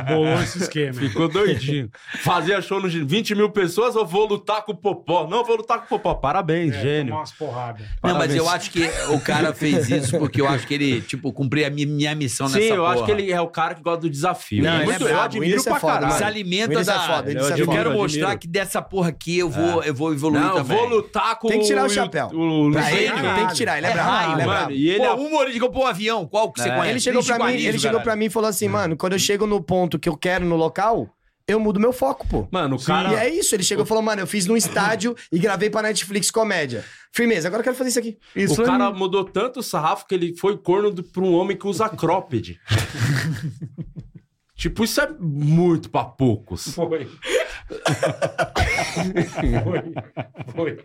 Bolou esse esquema. É, Ficou doidinho. Fazia show no gin- 20 mil pessoas, eu vou lutar com o Popó. Não, eu vou lutar com o Popó. Parabéns, É, tomar gênio. umas porradas. Não, mas Parabéns. eu acho que o cara fez isso porque eu acho que ele, tipo, cumpria a mi- minha missão Sim, nessa eu acho porra. que ele é o cara que gosta do desafio. Não, É ele é muito, eu brabo, admiro Whindersson é pra foda, caralho. se mano. alimenta Ele é da... foda, ele Eu é Eu admiro, foda. quero admiro. É. mostrar que dessa porra aqui eu vou, eu vou evoluir Não, eu também. vou lutar com é Tem que tirar o chapéu. O, o Pra Luciano. ele, Caralho. tem que tirar, ele é bravo, Caralho, ele é mano, bravo. e ele Pô, um humorista pô, avião, qual que você É. conhece? Ele chegou Príncipe pra mim, Guarizio, ele chegou caralho. para mim e falou assim, mano, quando eu chego no ponto que eu quero no local, eu mudo meu foco, pô. Mano, o Sim. cara. E é isso, ele chegou e falou, mano, eu fiz num estádio e gravei pra Netflix comédia. Firmeza, agora eu quero fazer isso aqui. Isso o cara mudou tanto o sarrafo que ele foi corno do- pra um homem que usa cropped. tipo, isso é muito pra poucos. Foi. Foi. Foi.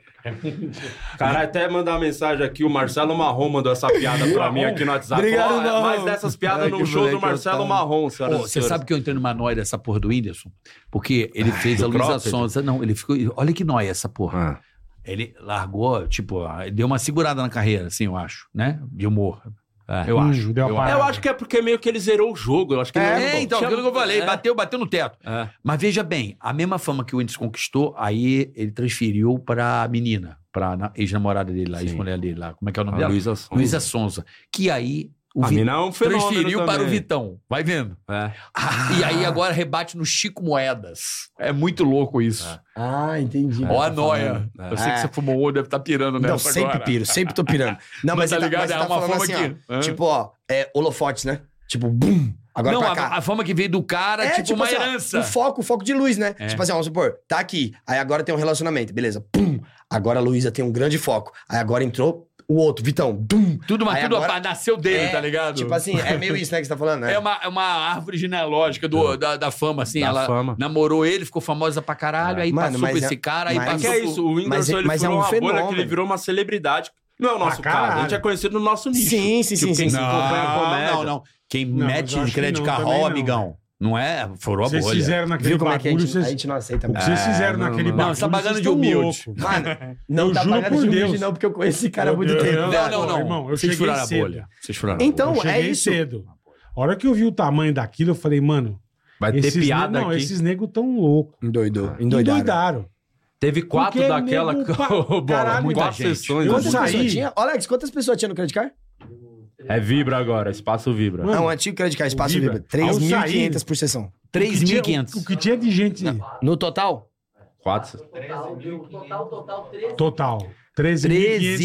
Cara, até mandar uma mensagem aqui, o Marcelo Marrom mandou essa piada pra mim aqui no WhatsApp. Obrigado, Ó, é Marrom. mais dessas piadas Ai, no que show do moleque Marcelo otário. Marrom, senhoras Pô, e você senhores. sabe que eu entrei numa noia dessa porra do Whindersson? Porque ele fez a Ah, do Luísa Cropped? Sonza. Não, ele ficou. Olha que noia essa porra. Ah. Ele largou, tipo, ah, ele deu uma segurada na carreira, assim, eu acho, né? De humor. É, Eu Hum, acho. deu uma eu parada. Eu acho que é porque meio que ele zerou o jogo. Eu acho que ele É, então, aquilo que eu falei, É. bateu, bateu no teto. É. Mas veja bem, a mesma fama que o Whindersson conquistou, aí ele transferiu pra menina, pra na- ex-namorada dele lá, Sim. ex-mulher dele lá. Como é que é o nome A dela? Luísa Sonza. Luísa Sonza. Que aí o A Vi- mina é um fenômeno transferiu para o também. Vitão. Vai vendo. Ah. É. E aí agora rebate no Chico Moedas. É muito louco isso. Ah, entendi. Ó a noia. É. Eu sei que É. você fumou ou deve estar pirando Não, nessa sempre agora. piro, sempre tô pirando. Não, mas, tá ele ligado? mas ele É tá uma falando forma assim, que- ó. Hã? Tipo, ó, é holofotes, né? Tipo, bum, agora não, pra cá. a, a fama que veio do cara é tipo, uma assim, ó, herança. o foco, o foco de luz, né? É. Tipo assim, ó, vamos supor, tá aqui, aí agora tem um relacionamento, beleza, pum, agora a Luísa tem um grande foco, aí agora entrou o outro, Vitão, pum. Tipo tudo, mas Aí tudo agora- apa- nasceu dele, É, tá ligado? Tipo assim, é meio isso, né, que você tá falando, né? um É uma, é uma árvore genealógica do, da, da fama, assim. Da ela fama. namorou ele, ficou famosa pra caralho, aí Mano, passou mas por é- esse cara, aí mas- Mas que passou é por- isso, o Mas Whindersson é- ele mas é furou um uma bolha que ele fenômeno. virou uma celebridade. Não é o nosso Ah, caso, a caralho. gente é conhecido no nosso nicho. Sim, sim, Tipo, sim, quem se sim. acompanha a comédia. Ah, Não, não. Quem Não, mas mete eu acho que crédito não, carro, também não. amigão. Não é? Furou a Vocês bolha. fizeram naquele Viu como é que a bagulho, gente, vocês- a gente não aceita o que mais. vocês fizeram não, naquele não. bagulho? Não, você tá pagando vocês de tão humilde. louco. Mano, não Eu tá juro pagando por de humilde Deus. não, porque eu conheço esse cara há muito Eu- eu- tempo. eu- cara. Não, não, não. Irmão, eu Vocês cheguei furaram a cedo. bolha. Vocês furaram a Então, eu é cheguei isso. cedo. A hora que eu vi o tamanho daquilo, eu falei, mano, Vai ter esses piada ne- não, aqui. esses negros tão loucos. Endoidou, endoidaram. Endoidaram. Teve quatro Porque daquela. nego pa- Ô, bola, muita Caralho, muita quatro gente. sessões. né? Eu Quantas saí- pessoas tinha? Ô, Alex, quantas pessoas tinha no Credit Card? É vibra agora, espaço vibra. Mano, Não, um antigo Credit Card, espaço Vibra. Vibra. Ao sair- 3.500 por sessão. O bolha. que tinha- 3.500. O que tinha de gente No total? Quatro. total? 13.500 total.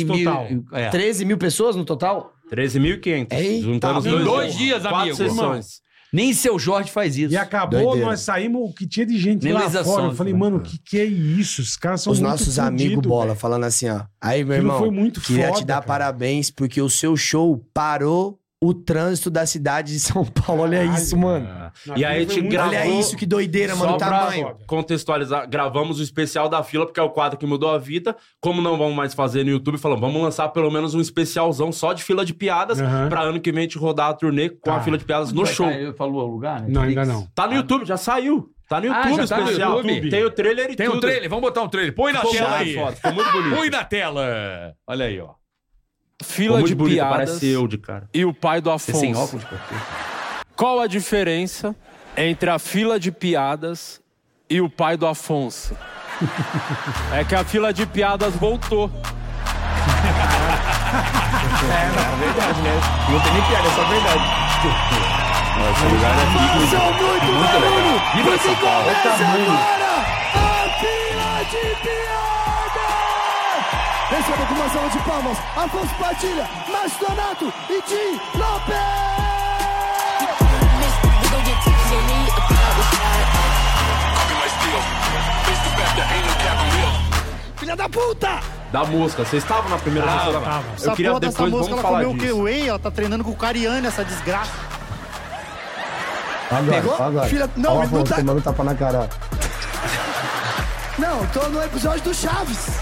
13.000. É. 13 mil pessoas no total? 13.500. Eita, Juntando os em dois, dois dias, quatro amigo. sessões. Nem seu Jorge faz isso. E acabou, Doideira. nós saímos, o que tinha de gente Nem lá Luísa fora. Sonza, Eu falei, né, mano, o que, que é isso? Os caras são Os muito nossos fudido, amigos bola velho. falando assim, ó. Aí, meu Aquilo irmão, foi muito queria foda, te dar cara. parabéns porque o seu show parou o trânsito da cidade de São Paulo. Olha Caralho, isso, mano. Ah. Não, E aí a aquilo foi gente muito- gravou. Olha isso, que doideira, mano, Só o tamanho. pra contextualizar, gravamos o especial da fila, porque é o quadro que mudou a vida. Como não vamos mais fazer no YouTube, falamos, vamos lançar pelo menos um especialzão só de fila de piadas, Aham. pra ano que vem a gente rodar a turnê com a Tá. fila de piadas no show. Ele falou o lugar? né? Não, ainda não. Tá no YouTube, já saiu. Tá no Ah, YouTube o já tá no especial. YouTube? Tem o trailer e Tem tudo. um trailer? Vamos botar um trailer. Põe na Ficou tela muito aí. foda, Ficou muito bonito. Põe na tela. Olha aí, ó. Ficou Fila muito de bonito, piadas parece eu de cara. e o pai do Você sem Afonso. óculos, pô. Qual a diferença entre a fila de piadas e o pai do Afonso? É que a fila de piadas voltou. Não tem nem piada, é só verdade. é Tá Receba com uma salva de palmas, Afonso Padilha, Márcio Donato e Tim Lopes! Filha da puta! Da música. Vocês estavam na primeira sessão da tava. Eu queria dessa depois, música, vamos ela falar comeu o que? disso. Whey? Ela tá treinando com o Cariani, essa desgraça. Agora, Pegou? agora. Filha- não, Ó, ele não pô, tá- Tomando tapa na cara. Não, tô no episódio do Chaves.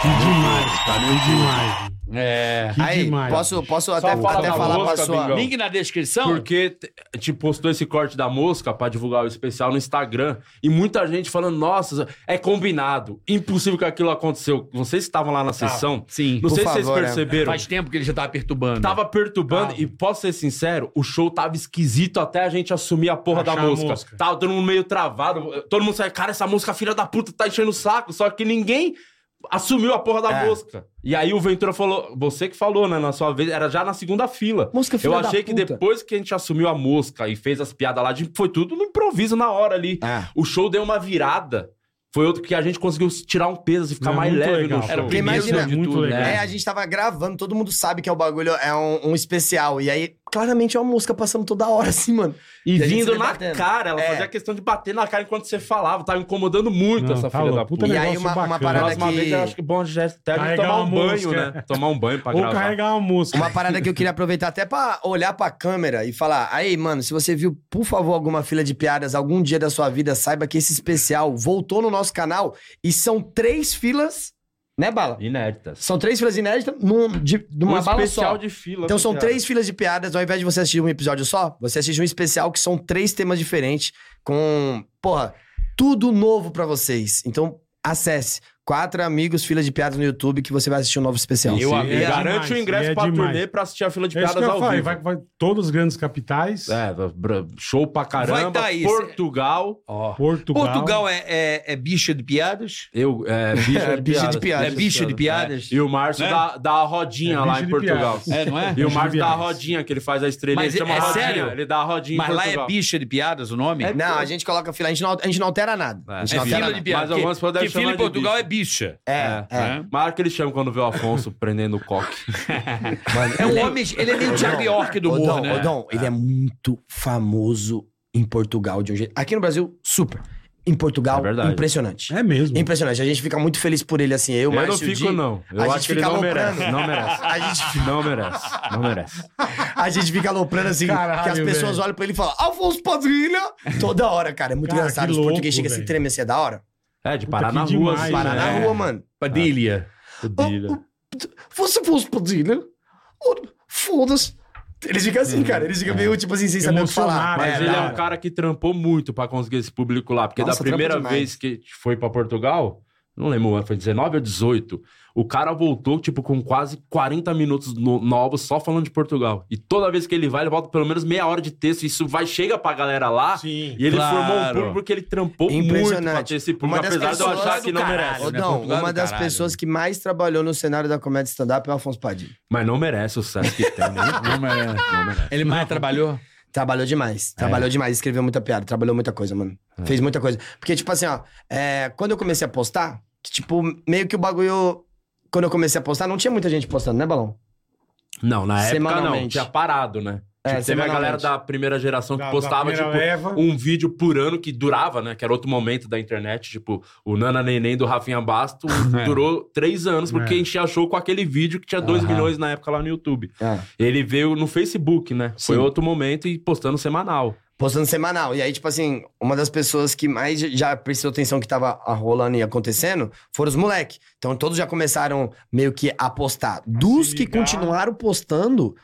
Que demais, cara. Que demais. É. Que Aí, demais. posso, posso até, fala até da falar pra mosca, sua... Bingão. Link na descrição. Então, Porque t- a gente postou esse corte da mosca pra divulgar o especial no Instagram e muita gente falando: nossa, é combinado, impossível que aquilo aconteceu. Vocês estavam lá na sessão, Sim. não Tá. Por sei se vocês favor, é. perceberam. Faz tempo que ele já tava perturbando. Tava perturbando e posso ser sincero, o show tava esquisito até a gente assumir a porra Achar da a música. música. Tava todo mundo meio travado, todo mundo sai, cara, essa música filha da puta tá enchendo o saco, só que ninguém assumiu a porra da É. música. E aí o Ventura falou, você que falou, né, na sua vez, era já na segunda fila. Música filha Eu da achei que puta. depois que a gente assumiu a mosca e fez as piadas lá, a gente- foi tudo no improviso na hora ali. Ah, O show deu uma virada Foi outro que a gente conseguiu tirar um peso e ficar Não, mais muito leve legal, no show. Era o Porque imagina- de Muito tudo, legal. né? É, a gente tava gravando, todo mundo sabe que é o bagulho, é um, um especial. E aí, claramente é uma música passando toda hora, assim, mano. E E a gente vindo se na debatendo. cara, ela É. fazia questão de bater na cara enquanto você falava. Tava incomodando muito Não, essa tá filha louco, da puta. puta E negócio aí, uma- uma bacana. parada Próxima que- vez eu acho que bom gesto até de Carregar tomar um uma banho, música. né? Tomar um banho pra Ou gravar. carregar uma música. Uma parada que eu queria aproveitar até pra olhar pra câmera e falar: aí, mano, se você viu, por favor, alguma fila de piadas algum dia da sua vida, saiba que esse especial voltou no nosso canal e são três filas, né, Bala? Inéditas. São três filas inéditas num, de, de uma um bala especial só. de fila. né, Então com são piada. três filas de piadas, ao invés de você assistir um episódio só, você assiste um especial que são três temas diferentes, com, porra, tudo novo pra vocês. Então, acesse. Quatro amigos, filas de piadas no YouTube, que você vai assistir um novo especial. Eu Sim, é garante demais, o ingresso é pra demais. turnê pra assistir a fila de É isso que piadas eu ao falei, vivo. vai, vai todos os grandes capitais, É, br- show pra Vai caramba. tá aí, Portugal. Ó. Portugal. Portugal é, é, é bicho de piadas? Eu, é, bicha de bicha piadas. de piadas. É bicho de piadas? E o Márcio Né? dá, dá a rodinha É, lá bicho em de Portugal. piadas. É, não é? E o Bicho de Márcio dá a piadas. rodinha, que ele faz a estrelinha. Mas ele chama é rodinha, sério? Ele dá a rodinha em Mas lá é Portugal. bicha de piadas o nome? É, Não, a gente coloca fila, a gente não, a gente não altera nada. A gente não altera fila nada. de piadas. Mas algumas Porque, podem porque chamar fila em de Portugal é bicha. É, é. né? Mas a hora que ele chama quando vê o Afonso prendendo o coque. É um homem, ele é meio Thiago York do Ô, humor, Dom, né? ô, Dom, ele é muito famoso em Portugal de um jeito. Aqui no Brasil, super. Em Portugal, É verdade. impressionante. É mesmo. Impressionante. A gente fica muito feliz por ele, assim. Eu, Eu Márcio, não fico, Di, não. Eu a acho gente que ele fica não aloprando. merece. Não merece. A gente, Não merece. Não merece. a gente fica aloprando assim, Caralho, que as pessoas velho. olham pra ele e falam, Alfonso Padrilha! Toda hora, cara. É muito Cara, engraçado. que Os louco, portugueses chegam assim, velho. tremem assim, é da hora. É, de Puta, parar que na rua. demais, assim, Parar né? É, na rua, mano. Padilha. Fudilha. Você Alfonso Padrilha? Ô, Foda-se. Eles ficam Hum. assim, cara. Eles ficam meio, tipo assim, sem saber o que falar. Emocionado, É. Mas É, ele da é um hora. cara que trampou muito pra conseguir esse público lá. Porque Nossa, da primeira trampa vez demais. que foi pra Portugal, não lembro, o ano, foi 19 ou 18, o cara voltou, tipo, com quase 40 minutos no- novos só falando de Portugal. E toda vez que ele vai, ele volta pelo menos meia hora de texto. Isso vai, chega pra galera lá. Sim. E ele Claro. formou um público porque ele trampou muito pra Impressionante. ter esse Uma público, das apesar de eu pessoas achar do que não caralho. merece. Ô, né? Dão, Portugal uma do das caralho. pessoas que mais trabalhou no cenário da comédia stand-up é o Afonso Padilha. Mas não merece o sucesso que tem. né? Não merece. é Não merece. Ele mais trabalhou? Trabalhou demais. É. Trabalhou demais. Escreveu muita piada. Trabalhou muita coisa, mano. Fez muita coisa. Porque, tipo assim, ó. é, quando eu comecei a postar, que, tipo, meio que o bagulho... Quando eu comecei a postar, não tinha muita gente postando, né, Balão? Tipo, Não, na época não. Semanalmente. Tinha parado, né? É, Tipo, teve a semanalmente. galera da primeira geração que Da- da postava, primeira tipo, leva. um vídeo por ano que durava, né? Que era outro momento da internet. Tipo, o Nana Neném do Rafinha Basto É. durou três anos, porque É. enchia show com aquele vídeo que tinha dois Aham. milhões na época lá no YouTube. É. Ele veio no Facebook, né? Foi Sim. outro momento e postando semanal. Postando semanal. E aí, tipo assim, uma das pessoas que mais já prestou atenção que tava ah, rolando e acontecendo foram os moleques. Então todos já começaram meio que a postar. Dos se que ligar. continuaram postando,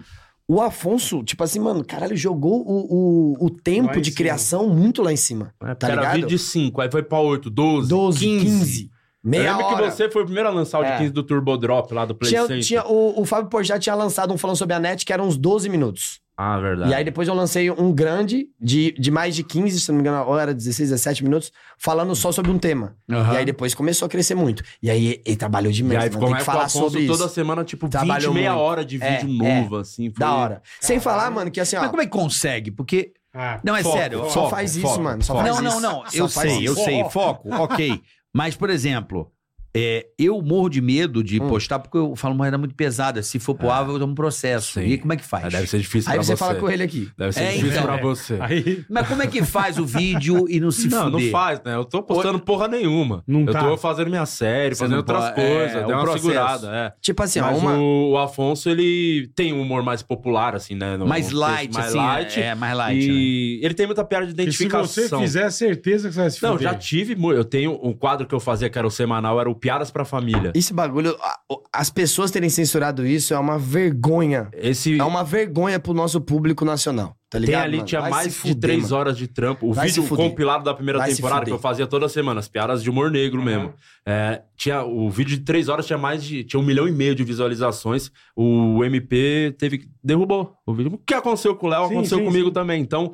o Afonso, tipo assim, mano, caralho, jogou o, o, o Lá tempo em de cima. criação muito lá em cima. É, porque Tá era ligado? vídeo de 5, aí foi pra 8, 12, 12, 15. 15. Meia Eu lembro hora. que você foi o primeiro a lançar o de É. 15 do Turbo Drop lá do Play Tinha, Center. tinha- o, o Fábio Porchat tinha lançado um falando sobre a net que era uns 12 minutos. Ah, verdade. E aí depois eu lancei um grande de, de mais de 15, se não me engano, ou era 16, 17 minutos, falando só sobre um tema. E aí depois começou a crescer muito. E aí ele trabalhou E demais, aí mano. ficou Tem mais que com o falar Afonso sobre isso. toda semana, tipo, 20, Trabalhou meia muito. hora de É, vídeo novo, assim. foi- Da hora. Sem falar, mano, que assim, ó. Mas como é que consegue? Porque. Ah, Não, é Foco, sério. foco, Só faz isso, foco. mano. Só faz Não, não, isso. não. Só Eu faz sei, eu isso. sei. Foco, ok. Mas, por exemplo, é, eu morro de medo de Hum. postar porque eu falo uma maneira muito pesada. Se for pro ar, eu tomo um processo. Ah, Sim. E como é que faz? Aí deve ser difícil Aí pra você você. fala com ele aqui. Deve ser É, difícil então. pra você. Aí, Mas como é que faz o vídeo e não se não, fuder? não faz, né? Eu tô postando porra nenhuma. Não eu tá. tô fazendo minha série, Você fazendo não outras pode- coisas, é, deu o uma processo. segurada, é. Tipo assim, ó, Mas uma. o, o Afonso, ele tem um humor mais popular, assim, né? No- Mais no light, texto, mais assim. light. É, mais light. né? e ele tem muita piada de que se identificação. você fizer, é certeza que você vai se fuder. Não, já tive. mu- Eu tenho um quadro que eu fazia que era o semanal, era o Piadas pra Família. Esse bagulho, a- o- as pessoas terem censurado isso é uma vergonha. Esse É uma vergonha pro nosso público nacional. Tá tem ligado? ali, mano? tinha Vai mais se de fuder, três mano. horas de trampo. O Vai se vídeo fuder. compilado da primeira Vai se temporada, fuder. que eu fazia toda semana, as piadas de humor negro mesmo. É, tinha, o vídeo de três horas tinha mais de. Tinha um milhão e meio de visualizações. O MP teve que. derrubou o vídeo. O que aconteceu com o Léo Sim, aconteceu sim, comigo sim. também. Então.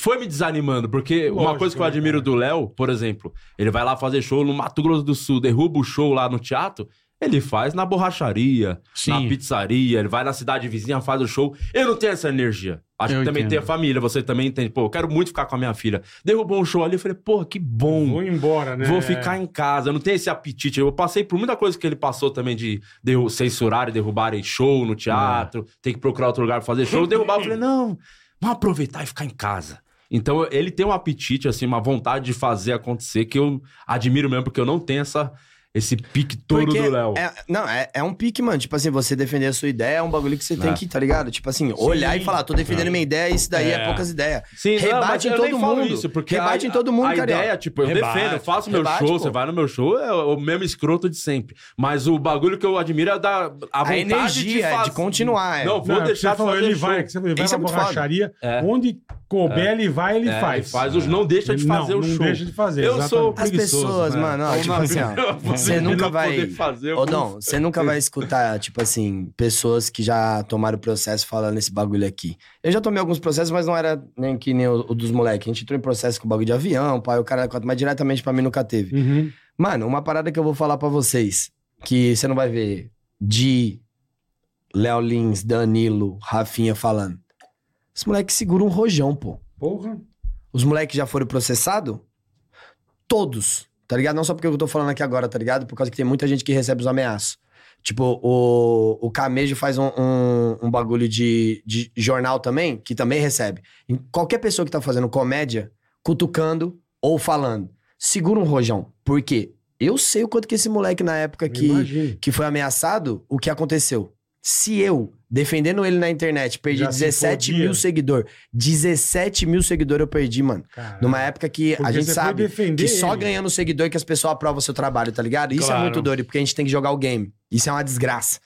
Foi me desanimando, porque uma Lógico, coisa que eu né, admiro cara? do Léo, por exemplo, ele vai lá fazer show no Mato Grosso do Sul, derruba o show lá no teatro, Ele faz na borracharia, Sim. na pizzaria, ele vai na cidade vizinha, faz o show. Eu não tenho essa energia. Acho Eu que também entendo. tem a família, você também tem. Pô, eu quero muito ficar com a minha filha. Derrubou um show ali, eu falei, porra, que bom. Vou embora, né? um. Vou ficar em casa, eu não tenho esse apetite. Eu passei por muita coisa que ele passou também de derru- censurarem, derrubarem show no teatro, tem que procurar outro lugar pra fazer show. Derrubar, eu falei, não, vamos aproveitar e ficar em casa. Então ele tem um apetite, assim, uma vontade de fazer acontecer que eu admiro mesmo, porque eu não tenho essa, esse pique todo Porque do Léo. é- não, é, é um pique, mano. Tipo assim, você defender a sua ideia é um bagulho que você tem É. que, tá ligado? Tipo assim, olhar e falar, tô defendendo minha ideia, isso daí é, É. poucas ideias. Sim, não, mas Rebate em eu nem todo falo mundo. Isso, porque Rebate a- em todo mundo, A carioca. ideia, tipo, eu Rebate. defendo, eu faço meu Rebate, show, pô. você vai no meu show, é o mesmo escroto de sempre. Mas o bagulho que eu admiro é da, a vontade A energia de, de, fazer. continuar. É. Não, vou Não, deixar você de falou, fazer ele show. vai, que você falou, ele vai Isso é pra muito borracharia, É. onde couber ele vai, ele É, faz. ele faz os não deixa de Ele- fazer não, o não show. deixa de fazer, Eu sou As preguiçoso, pessoas, né? mano, ó, Ou tipo na assim, ó, primeira você nunca não vai- poder Fazer, eu Ô, vou- Dom, você nunca vai escutar, tipo assim, pessoas que já tomaram processo falando esse bagulho aqui. Eu já tomei alguns processos, mas não era nem que nem o, o dos moleques. A gente entrou em processo com bagulho de avião, pai, o cara da cota, mas diretamente pra mim nunca teve. Uhum. Mano, uma parada que eu vou falar pra vocês, que você não vai ver de Léo Lins, Danilo, Rafinha falando. Os moleques seguram um rojão, pô. Porra. Os moleques já foram processados? Todos, tá ligado? Não só porque eu tô falando aqui agora, tá ligado? Por causa que tem muita gente que recebe os ameaços. Tipo, o, o Camejo faz um, um, um bagulho de, de jornal também, que também recebe. E qualquer pessoa que tá fazendo comédia, cutucando ou falando, segura um rojão. Por quê? Eu sei o quanto que esse moleque na época eu É que imagino. que foi ameaçado, o que aconteceu? Se eu, defendendo ele na internet, perdi Já se 17 fodia. mil seguidores, 17 mil seguidores eu perdi, mano. Caralho. Numa época que Ah, Porque a gente você foi sabe defender que só ele. ganhando seguidor que as pessoas aprovam o seu trabalho, tá ligado? Isso Claro. é muito doido, porque a gente tem que jogar o game. Isso é uma desgraça.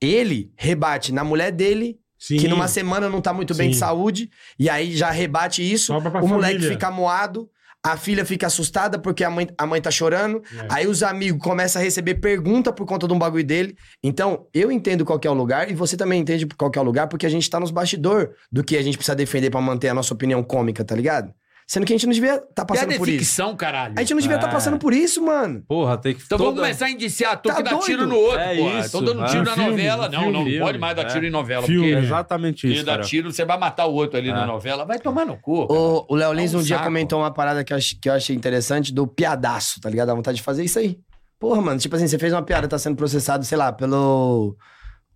Ele rebate na mulher dele, Sim. que numa semana não tá muito bem Sim. de saúde, e aí já rebate isso, Sobra pra o moleque família. fica moado, a filha fica assustada porque a mãe, a mãe tá chorando, É. aí os amigos começam a receber pergunta por conta de um bagulho dele. Então, eu entendo qual que é o lugar e você também entende qual que é o lugar, porque a gente tá nos bastidor do que a gente precisa defender pra manter a nossa opinião cômica, tá ligado? Sendo que a gente não devia tá Piada passando é por isso. ficção, caralho. A gente não devia estar É. tá passando por isso, mano. Porra, tem que... Então vamos toda- começar a indiciar ator Tá que dá doido? tiro no outro, É pô. isso, Estão dando tiro é. na Filme, novela. não, filme, né? não filme, pode mais dar é. tiro em novela. Filme. É porque Exatamente tiro isso, dá cara. tiro, você vai matar o outro ali É. na novela. Vai tomar no cu. cara. O, o Léo Lins É um um, dia saco. comentou uma parada que eu, ach- que eu achei interessante do piadaço, tá ligado? A vontade de fazer isso aí. Porra, mano, tipo assim, você fez uma piada, tá sendo processado, sei lá, pelo.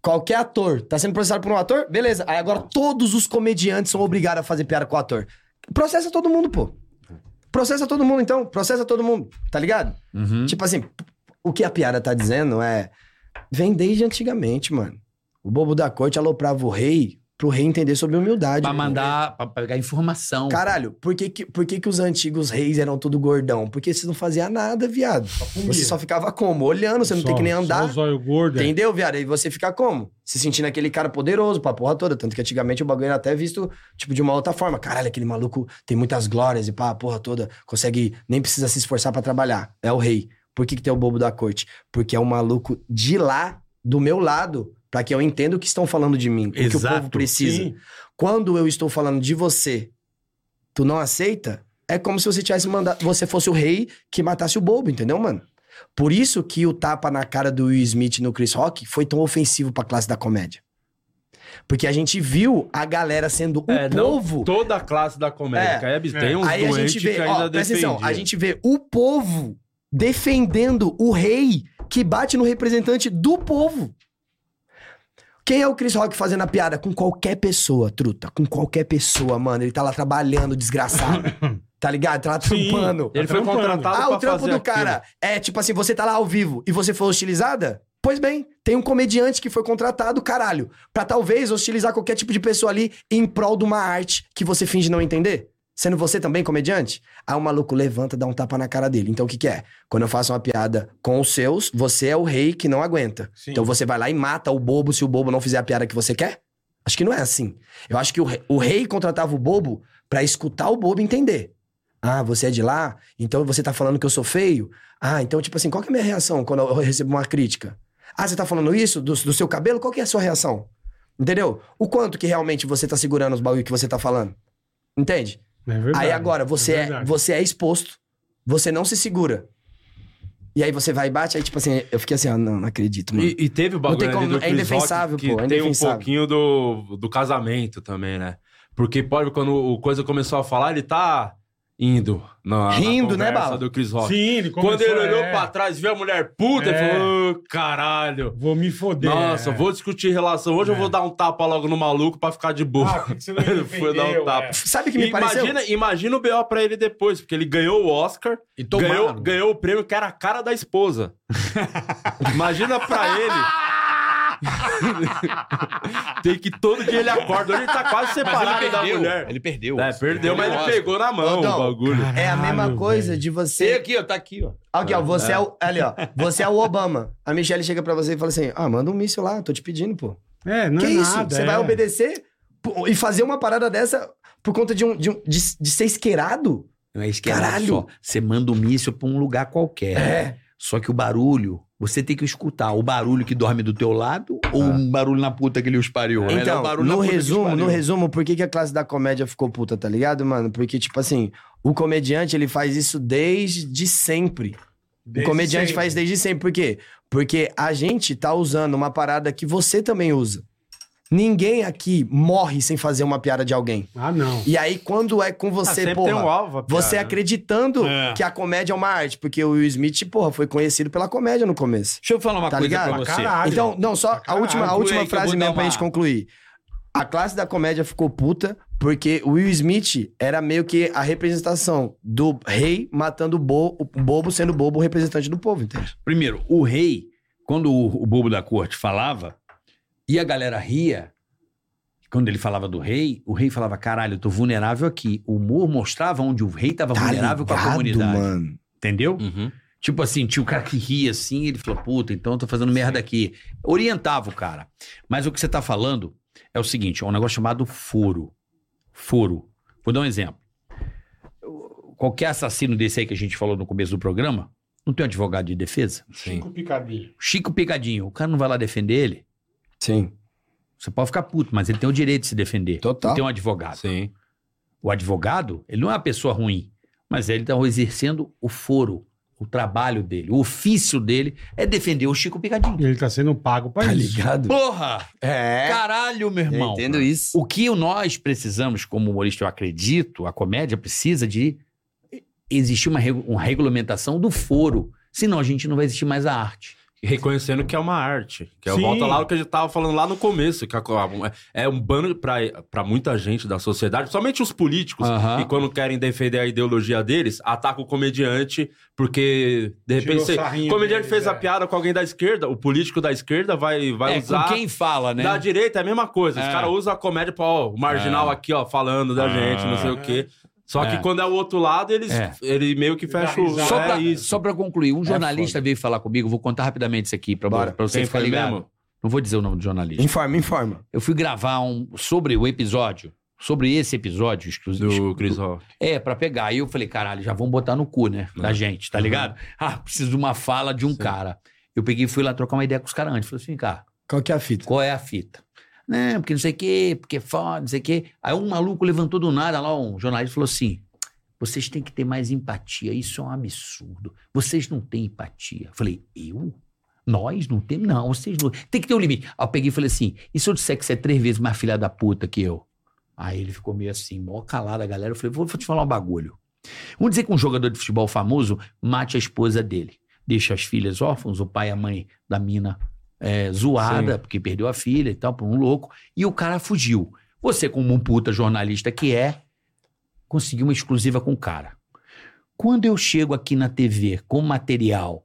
Qualquer ator. Tá sendo processado por um ator? Beleza. Aí agora todos os comediantes são obrigados a fazer piada com o ator. Processa todo mundo, pô. Processa todo mundo, então. Processa todo mundo, tá ligado? Uhum. Hum. Tipo assim, o que a piada tá dizendo é. Vem desde antigamente, mano. O bobo da corte aloprava o rei pro rei entender sobre humildade. Pra pô. mandar, pra pegar informação. Caralho, por que, que, por que, que os antigos reis eram tudo gordão? Porque vocês não faziam nada, viado. comia. Você só ficava como? Olhando, você não tem que nem Só andar. o zóio gordo. é. Entendeu, viado? Aí você fica como? Se sentindo aquele cara poderoso pra porra toda. Tanto que antigamente o bagulho era até visto, tipo, de uma outra forma. Caralho, aquele maluco tem muitas glórias e pá, a porra toda. Consegue, nem precisa se esforçar pra trabalhar. É o rei. Por que, que tem o bobo da corte? Porque é o maluco de lá, do meu lado, pra que eu entenda o que estão falando de mim. O que o povo Exato, precisa. Sim. Quando eu estou falando de você, tu não aceita, é como se você tivesse mandado. Você fosse o rei que matasse o bobo, entendeu, mano? Por isso que o tapa na cara do Will Smith no Chris Rock foi tão ofensivo pra classe da comédia. Porque a gente viu a galera sendo o É, não povo. Toda a classe da comédia. É. que aí, É. Tem uns Aí a gente doentes vê, que ó, ainda presta atenção, defendiam. a gente vê o povo defendendo o rei que bate no representante do povo. Quem é o Chris Rock fazendo a piada? Com qualquer pessoa, truta. Com qualquer pessoa, mano. Ele tá lá trabalhando, desgraçado. tá ligado? Tá lá Sim. trampando. Ele foi Trampando. contratado Ah, Tá pra o trampo fazer do cara é tipo assim, você tá lá ao vivo e você foi hostilizada? Pois bem, tem um comediante que foi contratado, caralho, pra talvez hostilizar qualquer tipo de pessoa ali em prol de uma arte que você finge não entender. Sendo você também comediante? Aí o maluco levanta, dá um tapa na cara dele. Então o que que é? Quando eu faço uma piada com os seus, você é o rei que não aguenta. Sim. Então você vai lá e mata o bobo se o bobo não fizer a piada que você quer? Acho que não é assim. Eu acho que o rei, o rei contratava o bobo pra escutar o bobo entender. Ah, você é de lá? Então você tá falando que eu sou feio? Ah, então, tipo assim, qual que é a minha reação quando eu recebo uma crítica? Ah, você tá falando isso do, do seu cabelo? Qual que é a sua reação? Entendeu? O quanto que realmente você tá segurando os bagulho que você tá falando? Entende? É verdade. Aí agora, você é é, verdade. você é exposto. Você não se segura. E aí você vai e bate, aí tipo assim, eu fiquei assim, ah, não, não acredito, mano. E, e teve o Não tem bagulho como, ali do é Chris indefensável, Rock, que pô, é tem indefensável. um pouquinho do, do casamento também, né? Porque pode, quando o Coisa começou a falar, ele tá indo. Na, na Rindo, né, conversa Bala? do Chris Rock. Sim, ele começou, Quando ele olhou é, pra trás e viu a mulher puta, É. ele falou, "Ô, caralho. Vou me foder. Nossa, é. vou discutir relação. Hoje eu vou dar um tapa logo no maluco pra ficar de boa. Ah, por que que você não me ele foi dar um defendeu, tapa. é? Sabe o que me pareceu? Imagina, imagina o B.O. pra ele depois, porque ele ganhou o Oscar, E tomaram. ganhou, ganhou o prêmio que era a cara da esposa. imagina pra ele. Tem que todo dia ele acorda. Hoje ele tá quase Mas ele separado da perdeu. mulher. Ele perdeu. É, perdeu, mas ele Oscar. pegou na mão Rodão, o bagulho. É a mesma Caralho, coisa Ah, velho. de Tem você. aqui, ó, tá aqui, ó. Aqui, ó, você é. o. Ali, ó. Você é o Obama. A Michelle chega pra você e fala assim: ah, manda um míssil lá, tô te pedindo, pô. É, não que é isso? nada. você é. vai obedecer pô, e fazer uma parada dessa por conta de, um, de, um- de- de ser isqueirado? Não é esquerdo Caralho. só. Você manda um míssil pra um lugar qualquer. É. Só que o barulho, você tem que escutar o barulho que dorme do teu lado ou um barulho na puta que ele os pariu. Ela é o Então, barulho na no puta que os resumo, pariu. no resumo, por que, que a classe da comédia ficou puta, tá ligado, mano? Porque, tipo assim, o comediante, ele faz isso desde sempre. Desde o comediante sempre. faz desde sempre. Por quê? Porque a gente tá usando uma parada que você também usa. Ninguém aqui morre sem fazer uma piada de alguém. Ah, não. E aí, quando é com Ah, você, sempre porra... tem um alvo. a Você piada, né? acreditando É. que a comédia é uma arte, porque o Will Smith, porra, foi conhecido pela comédia no começo. Deixa eu falar uma Tá coisa ligado? pra você. assim. Caralho. então, não, só a Caralho, última, a conclui última aí que eu frase vou mesmo dar pra uma- gente concluir. A classe da comédia ficou puta porque o Will Smith era meio que a representação do rei matando o, bo- o bobo, sendo o bobo o representante do povo, entende? Primeiro, o rei, quando o, o bobo da corte falava, e a galera ria, quando ele falava do rei, o rei falava, caralho, eu tô vulnerável aqui. O humor mostrava onde o rei tava vulnerável com a comunidade. mano. Entendeu? Uhum. Tipo assim, tinha o cara que ria assim, ele falou, puta, então eu tô fazendo merda aqui. Orientava o cara. Mas o que você tá falando é o seguinte, é um negócio chamado foro. Foro. Vou dar um exemplo. Qualquer assassino desse aí que a gente falou no começo do programa, não tem um advogado de defesa? Cinco picadinhos. Chico Picadinho, o cara não vai lá defender ele? Sim, Você pode ficar puto, mas ele tem o direito de se defender. total. Ele tem um advogado. Sim. O advogado, ele não é uma pessoa ruim, mas ele está exercendo o foro, o trabalho dele, o ofício dele é defender o Chico Picadinho. Ele tá sendo pago pra Tá isso. ligado? Porra! É. Caralho, meu irmão! Entendo isso. O que nós precisamos, como humorista, eu acredito, a comédia precisa de existir uma, regu- uma regulamentação do foro. Senão a gente não vai existir mais a arte. Reconhecendo que é uma arte. Que é Sim. volta lá o que a gente tava falando lá no começo. Que a co- a- é um bando pra, pra muita gente da sociedade, somente os políticos, Aham. que quando querem defender a ideologia deles, atacam o comediante, porque de Tirou repente você- sarrinho o comediante deles, fez é. a piada com alguém da esquerda, o político da esquerda vai, vai é, usar. com quem fala, né? Da direita é a mesma coisa. É. Os caras usam a comédia pra, ó, o marginal aqui, ó, falando da Ah. gente, não sei o quê. Só É. que quando é o outro lado, eles, É. ele meio que Dá fecha o. risada. Só é pra, isso. só pra concluir, um jornalista veio falar comigo, vou contar rapidamente isso aqui pra, Bora. pra você Quem ficar foi ligado. mesmo? Não vou dizer o nome do jornalista. Informa, informa. Eu fui gravar um sobre o episódio, sobre esse episódio exclusivo. Do Chris Rock. É, pra pegar. Aí eu falei, caralho, já vão botar no cu, né? Da gente, tá ligado? Ah, preciso de uma fala de um cara. Eu peguei e fui lá trocar uma ideia com os caras antes. Falei assim, cara, Qual que é a fita? qual é a fita? Não, porque não sei o quê, porque é foda, não sei o quê. Aí um maluco levantou do nada lá, um jornalista falou assim: vocês têm que ter mais empatia, isso é um absurdo. Vocês não têm empatia. Eu falei, eu? Nós não temos? Não, vocês não. Tem que ter um limite. Aí eu peguei e falei assim: e se eu disser que você é três vezes mais filha da puta que eu? Aí ele ficou meio assim, mó calado a galera. Eu falei, vou, vou te falar um bagulho. Vamos dizer que um jogador de futebol famoso mate a esposa dele. Deixa as filhas órfãos, o pai e a mãe da mina é, zoada, porque perdeu a filha e tal, por um louco. E o cara fugiu. Você, como um puta jornalista que é, conseguiu uma exclusiva com o cara. Quando eu chego aqui na TV com material,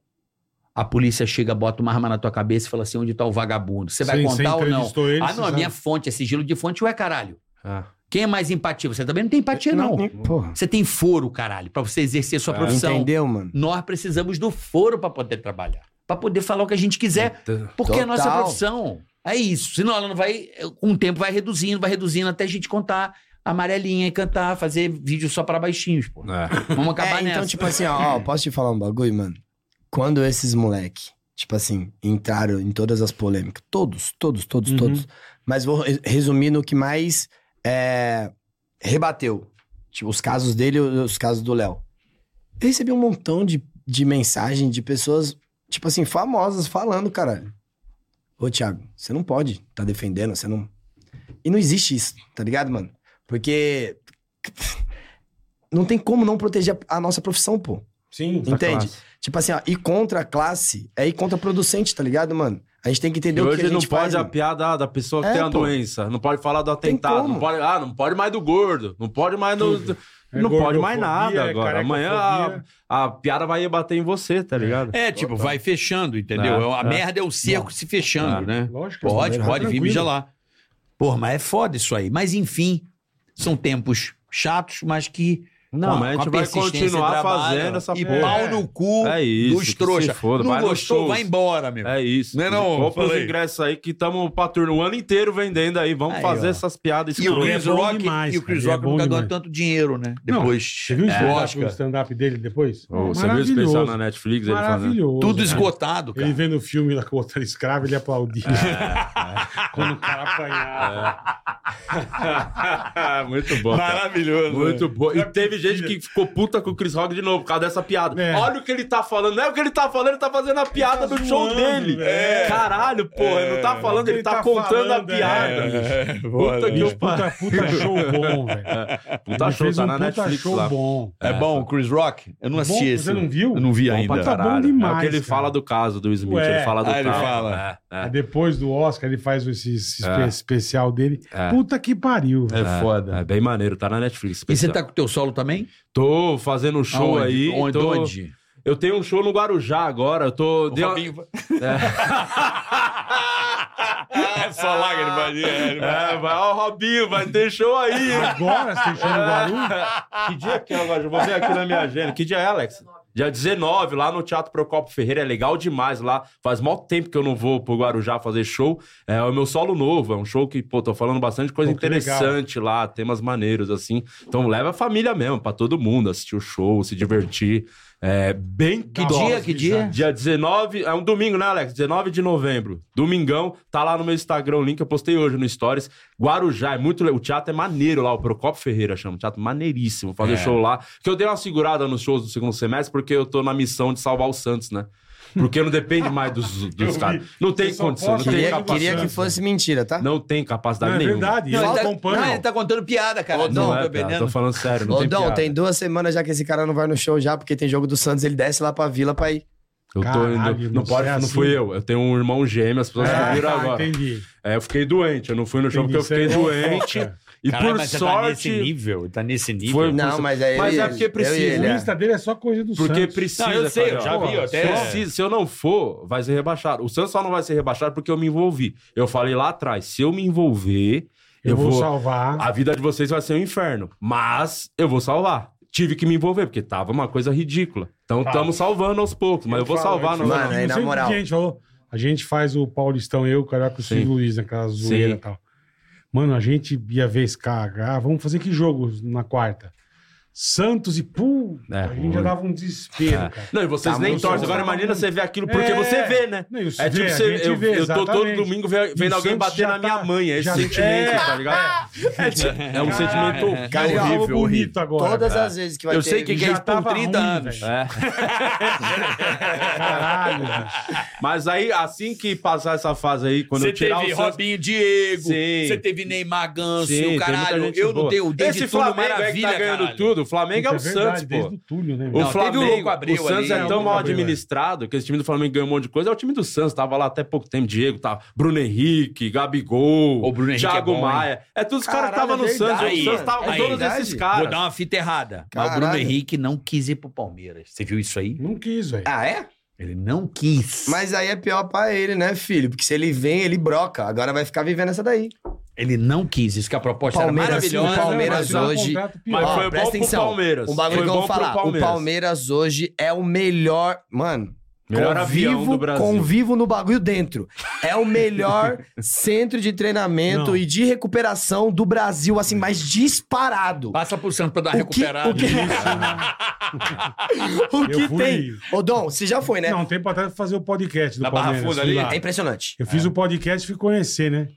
a polícia chega, bota uma arma na tua cabeça e fala assim, onde tá o vagabundo? Você vai Sim, contar ou não? entrevistou ele, ah, você não, a sabe. minha fonte é sigilo de fonte, ué, caralho. Ah. Quem é mais empatia? Você também não tem empatia, não. Porra. Você tem foro, caralho, pra você exercer sua É. profissão. Entendeu, mano? Nós precisamos do foro pra poder trabalhar. Pra poder falar o que a gente quiser, então, porque é a nossa Total. profissão. É isso. Senão ela não vai. Com o tempo vai reduzindo, vai reduzindo até a gente contar amarelinha e cantar, fazer vídeo só pra baixinhos, pô. É. Vamos acabar É, nessa. então, tipo assim, ó, ó, posso te falar um bagulho, mano? Quando esses moleque, tipo assim, entraram em todas as polêmicas, todos, todos, todos, Uhum. todos, mas vou re- resumir no que mais é, rebateu. Tipo, os casos dele e os casos do Léo. Eu recebi um montão de de mensagem de pessoas, tipo assim, famosas falando, caralho. Ô, Thiago, você não pode tá defendendo, você não. E não existe isso, tá ligado, mano? Porque. Não tem como não proteger a nossa profissão, pô. Sim, Entende? Tipo assim, ó, ir contra a classe é ir contra producente, tá ligado, mano? A gente tem que E entender o que a hoje gente não faz. pode a mano. piada ah, da pessoa que É, tem a pô. doença. Não pode falar do Tem atentado. Não como. pode, ah, não pode mais do gordo. Não pode mais do. do- É não pode gordofobia, mais nada é agora. Amanhã a, carecofobia. a piada vai bater em você, tá ligado? É, tipo, vai fechando, entendeu? Ah, a ah. merda é o cerco se fechando, é. né? Lógico. Pode, Tá pode vir tranquilo. mijar lá. Porra, mas é foda isso aí. Mas enfim, são tempos chatos, mas que. Não, com mas a gente com vai persistência continuar trabalha, fazendo essa E porra. pau no cu É isso, que dos se trouxa. foda, não vai nos gostou, shows. vai embora, meu. É isso. Né, não? Compra os Falei. ingressos aí que estamos pra turno o ano inteiro vendendo aí. Vamos Aí, fazer ó. essas piadas E o escrotas. Ele é Chris bom Rock, demais, e o cara, Chris ele é Rock bom nunca ganhou demais. tanto dinheiro, né? Não, Depois. Você viu o é, stand-up Oscar. stand dele depois? Ô, você viu o especial na Netflix? Ele né? fazendo. Maravilhoso. Tudo cara. esgotado, cara. Ele vendo o filme lá com o outro escravo, ele aplaudia. É, Quando o cara apanhava. Ah, Muito bom. cara. Maravilhoso. Muito bom. E teve gente que ficou puta com o Chris Rock de novo por causa dessa piada. É. Olha o que ele tá falando. Não é o que ele tá falando, ele tá fazendo a piada tá do show zoando, dele. é. Caralho, porra. Ele não tá falando, ele, Ele tá, tá contando falando, a é. piada. É, Puta boa, que né? eu Puta, puta show bom, velho. Puta Ele show, fez tá um na puta Netflix show lá. bom. É tá. bom, o Chris Rock? É Eu não assisti Bom, esse. você não viu? Eu não vi Bom ainda. pra Tá bom Caralho. demais, é o que ele cara. fala do caso do Smith. Ué. Ele fala do Ah, ele caso. fala. É, é. Depois do Oscar, ele faz esse, esse espe- É. especial dele. É. Puta que pariu. velho. É, É bem maneiro, tá na Netflix. E você pessoal. tá com o teu solo também? Tô fazendo um show Aonde? aí. então, Onde? tô- Onde? Eu tenho um show no Guarujá agora. Eu tô. O dei uma- Robinho- É só lá que ele vai dizer, ele vai- É, vai, ó, Robinho, vai ter show aí. hein? Agora você chama É. o barulho? Que dia que é agora? Eu vou ver aqui na minha agenda. Que dia é, Alex? Dia 19, lá no Teatro Procopio Ferreira. É legal demais lá. Faz mó tempo que eu não vou pro Guarujá fazer show. É o meu solo novo. É um show que, pô, tô falando bastante coisa Pô, que interessante lá, temas maneiros, assim. Então leva a família mesmo, pra todo mundo assistir o show, se divertir. É bem que Que dia, que dia? Dia 19, é um domingo, né, Alex? 19 de novembro. Domingão, tá lá no meu Instagram o link, eu postei hoje no Stories. Guarujá, é muito le- O teatro é maneiro lá, o Procopio Ferreira chama. Teatro maneiríssimo, fazer É. show lá. Que eu dei uma segurada nos shows do segundo semestre, porque eu tô na missão de salvar o Santos, né? Porque não depende mais dos, Eu dos vi. caras. Não tem Você só condição, não posta tem Queria, Tá capacidade. queria que passando. fosse mentira, tá? Não tem capacidade Não, é nenhuma. verdade. Não, eu ele tá- acompanho. não, ele tá contando piada, cara. Não, Não, é, tô cara, vendendo. tô falando sério, não né? Ô, tem Dão, piada. tem duas semanas já que esse cara não vai no show já, porque tem jogo do Santos, ele desce lá pra vila pra ir. Eu tô Caralho, indo. Não, não pode, sei não assim. fui eu. Eu tenho um irmão gêmeo, as pessoas Ah, viram tá, agora. entendi. É, eu fiquei doente. Eu não fui no show porque eu Entendi, fiquei isso aí é doente. fofoca. E Caralho, por mas você tá nesse sorte. nível, tá nesse nível. Foi- Não, mas é ele. Mas é porque eu e precisa, ele, O é. Insta dele é só coisa do Porque Santos. precisa. Não, eu sei, eu falei, já ó, vi, eu até- Precisa, se eu não for, vai ser rebaixado. O Santos só não vai ser rebaixado porque eu me envolvi. Eu falei lá atrás, se eu me envolver, eu, Eu vou vou. salvar. A vida de vocês vai ser um inferno. Mas eu vou salvar. Tive que me envolver, porque tava uma coisa ridícula. Então estamos salvando aos poucos, mas eu, vou falo, salvar. te Não, é? falo, Mano, não aí, na sei o que moral. A gente, falou, a gente faz o Paulistão, eu, o Carioca e o Silvio Luiz naquela zoeira Sim. e tal. Mano, a gente ia ver esse cara. Ah, vamos fazer que jogo na quarta? Santos e pum! É, a gente já ruim. dava um desespero, cara. não, e vocês Tá, nem mas torcem. eu Agora sou- imagina você ver aquilo porque É. você vê, né? Não, e os É tipo, vê, a você, gente eu, vê, eu tô todo exatamente. domingo ve- E vendo o alguém Santos bater já na minha tá- mãe. É esse já- sentimento, é. tá ligado? É, um sentimento Cara, horrível. eu tava horrível, bonito agora. Todas cara. as vezes que vai Eu ter. sei que Já é isso por tava 30 ruim, anos. velho. É. Caralho, bicho. Mas aí, assim que passar essa fase aí, quando Você eu tirar teve o Santos... Robinho Diego, Sim. você teve Neymar Sim, tem Ganso, muita caralho. gente Eu não boa. tenho o dedo Esse de tudo Flamengo é que maravilha, tá ganhando caralho. tudo. O Flamengo é, o Isso Santos, verdade, pô. Desde o Túlio, né? O meu? Não, teve o Flamengo, o, Louco Abreu Santos ali, é tão né? O mal Louco Abreu, administrado que esse time do Flamengo ganhou um monte de coisa. É o time do Santos, tava lá até pouco tempo, Diego, tá? Bruno Henrique, Gabigol, O Bruno Henrique Thiago é bom, Maia. É todos os caras que Caralho, estavam no é Santos. verdade. O Santos tava com Aí, todos verdade. esses Vou dar caras. uma fita errada. Mas o Caralho. Bruno Henrique não quis ir pro Palmeiras. Você viu isso aí? Não quis, velho. Ah, é? Ele não quis. Mas aí é pior pra ele, né, filho? Porque se ele vem, ele broca. Agora vai ficar vivendo essa daí. Ele não quis. Isso que a proposta Palmeiras, era maravilhosa. né, sim, Assim, Palmeiras Não, mas hoje- dá um contrato pior. Mas Ó, foi bom presta pro atenção. Palmeiras. Um bagulho foi que eu bom vou pro falar. O Palmeiras hoje é o melhor. Mano. Melhor avião do Brasil. Convivo no bagulho dentro. É o melhor centro de treinamento Não. e de recuperação do Brasil, assim, mais disparado. Passa pro Santos pra dar O que- recuperada. o que- né? né? o Eu que fui- tem? Ô, Dom, você já foi, né? Não, um tempo atrás fazer o podcast do Na Barra Palmeiras. Funda fui ali? lá. É impressionante. Eu fiz o podcast e fui conhecer, né?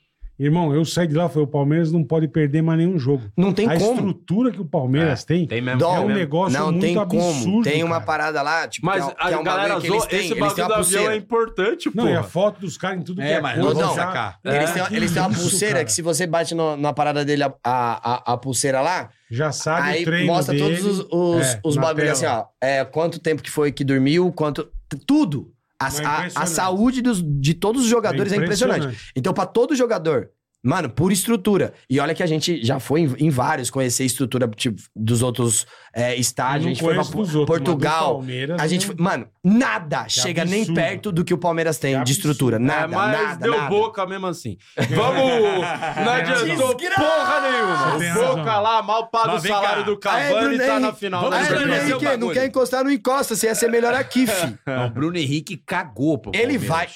Irmão, eu saí de lá e falei, o Palmeiras não pode perder mais nenhum jogo. Não tem a como. estrutura que o Palmeiras tem, Tem mesmo. Dó, tem é um mesmo. negócio não muito tem absurdo. como. Tem uma cara. parada lá, tipo, Mas que é, a que é um galera bagulho que eles zoou, têm. esse eles têm bagulho do uma avião pulseira. é é importante, pô. Não, e a foô dos caras em tudo que É, é mas coisa, não, cara. sacar. Eles têm, que eles têm uma isso, pulseira cara. que se você bate no- na parada dele, a, a, a- a pulseira lá, Já sabe o aí Tá treino mostra dele. todos os, os, É, os na bagulhos assim, tela. ó. É, quanto tempo que foi que dormiu, quanto... t- Tudo. A, Mas é a- a impressionante. saúde dos, de todos os jogadores é impressionante. Então, pra todo jogador, mano, por estrutura. E olha que a gente já foi em, em vários conhecer estrutura tipo, dos outros é, Eu Ah, estádios. não A gente foi pra conheço dos outros, mas do Portugal. Palmeiras, A gente né? foi, mano, nada chega nem absurdo. perto do que o Palmeiras tem Que de estrutura. É, Nada, mas nada, deu nada. boca mesmo assim. Vamos! Não adiantou Desgraça! porra Você tem nenhuma. O Boca razão. lá mal paga Mas o vem salário cá. do Cavani e tá na final. Aí, do Bruno Campeonato. Henrique, não bagulho. quer encostar, não encosta. Você ia ser melhor aqui, fi. Não, o Bruno Henrique cagou pro Ele Palmeiras. vai.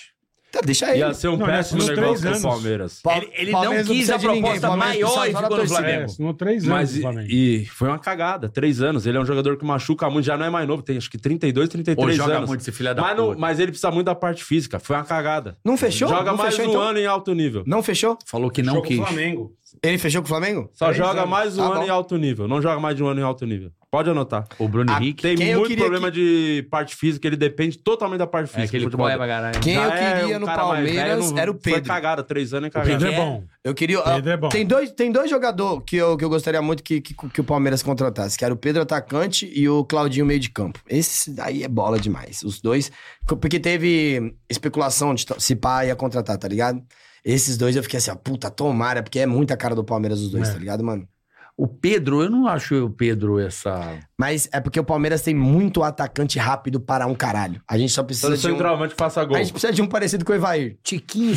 Tá, deixa ele. Ia ser um Não, péssimo nos três negócio pro anos. Palmeiras. Pa- Ele- ele não Palmeiras quis precisa a de ninguém, proposta Palmeiras maior precisa e só da ficou no torcida. Flamengo. É, senão três anos Mas do Flamengo. e, e foi uma cagada. Três anos. Ele é um jogador que machuca muito, já não é mais novo. Tem acho que 32, Pô, 33 joga anos. muito esse filho da Mas, não- puta. mas ele precisa muito da parte física. Foi uma cagada. Não fechou? Joga não mais fechou, um então? ano em alto nível. Não fechou? Falou que não Jogo quis. Flamengo. Ele fechou com o Flamengo? Só Três joga anos. mais um Tá ano bom. em alto nível. Não joga mais de um ano em alto nível. Pode anotar. O Bruno Ah, Henrique é Tem Quem eu muito queria problema de parte física, ele depende totalmente da parte física. é aquele do futebol futebol é dele. pra caralho. Quem Já eu é queria um no cara mais Palmeiras velho, não- era o Foi Pedro. cagada, três anos é O Pedro Tá cagada. é bom. Eu queria. Pedro é bom. Tem dois, tem dois jogadores que eu, que eu gostaria muito que, que, que o Palmeiras contratasse, que era o Pedro atacante e o Claudinho meio de campo. Esse daí é bola demais. Os dois. Porque teve especulação de t- se pá ia contratar, tá ligado? Esses dois eu fiquei assim, ó, puta, tomara, porque é muita cara do Palmeiras os dois, É. tá ligado, mano? O Pedro, eu não acho o Pedro essa. Mas é porque o Palmeiras tem muito atacante rápido para um caralho. A gente só precisa Todo de um. centroavante faça gol. A gente precisa de um parecido com o Evair. Tiquinho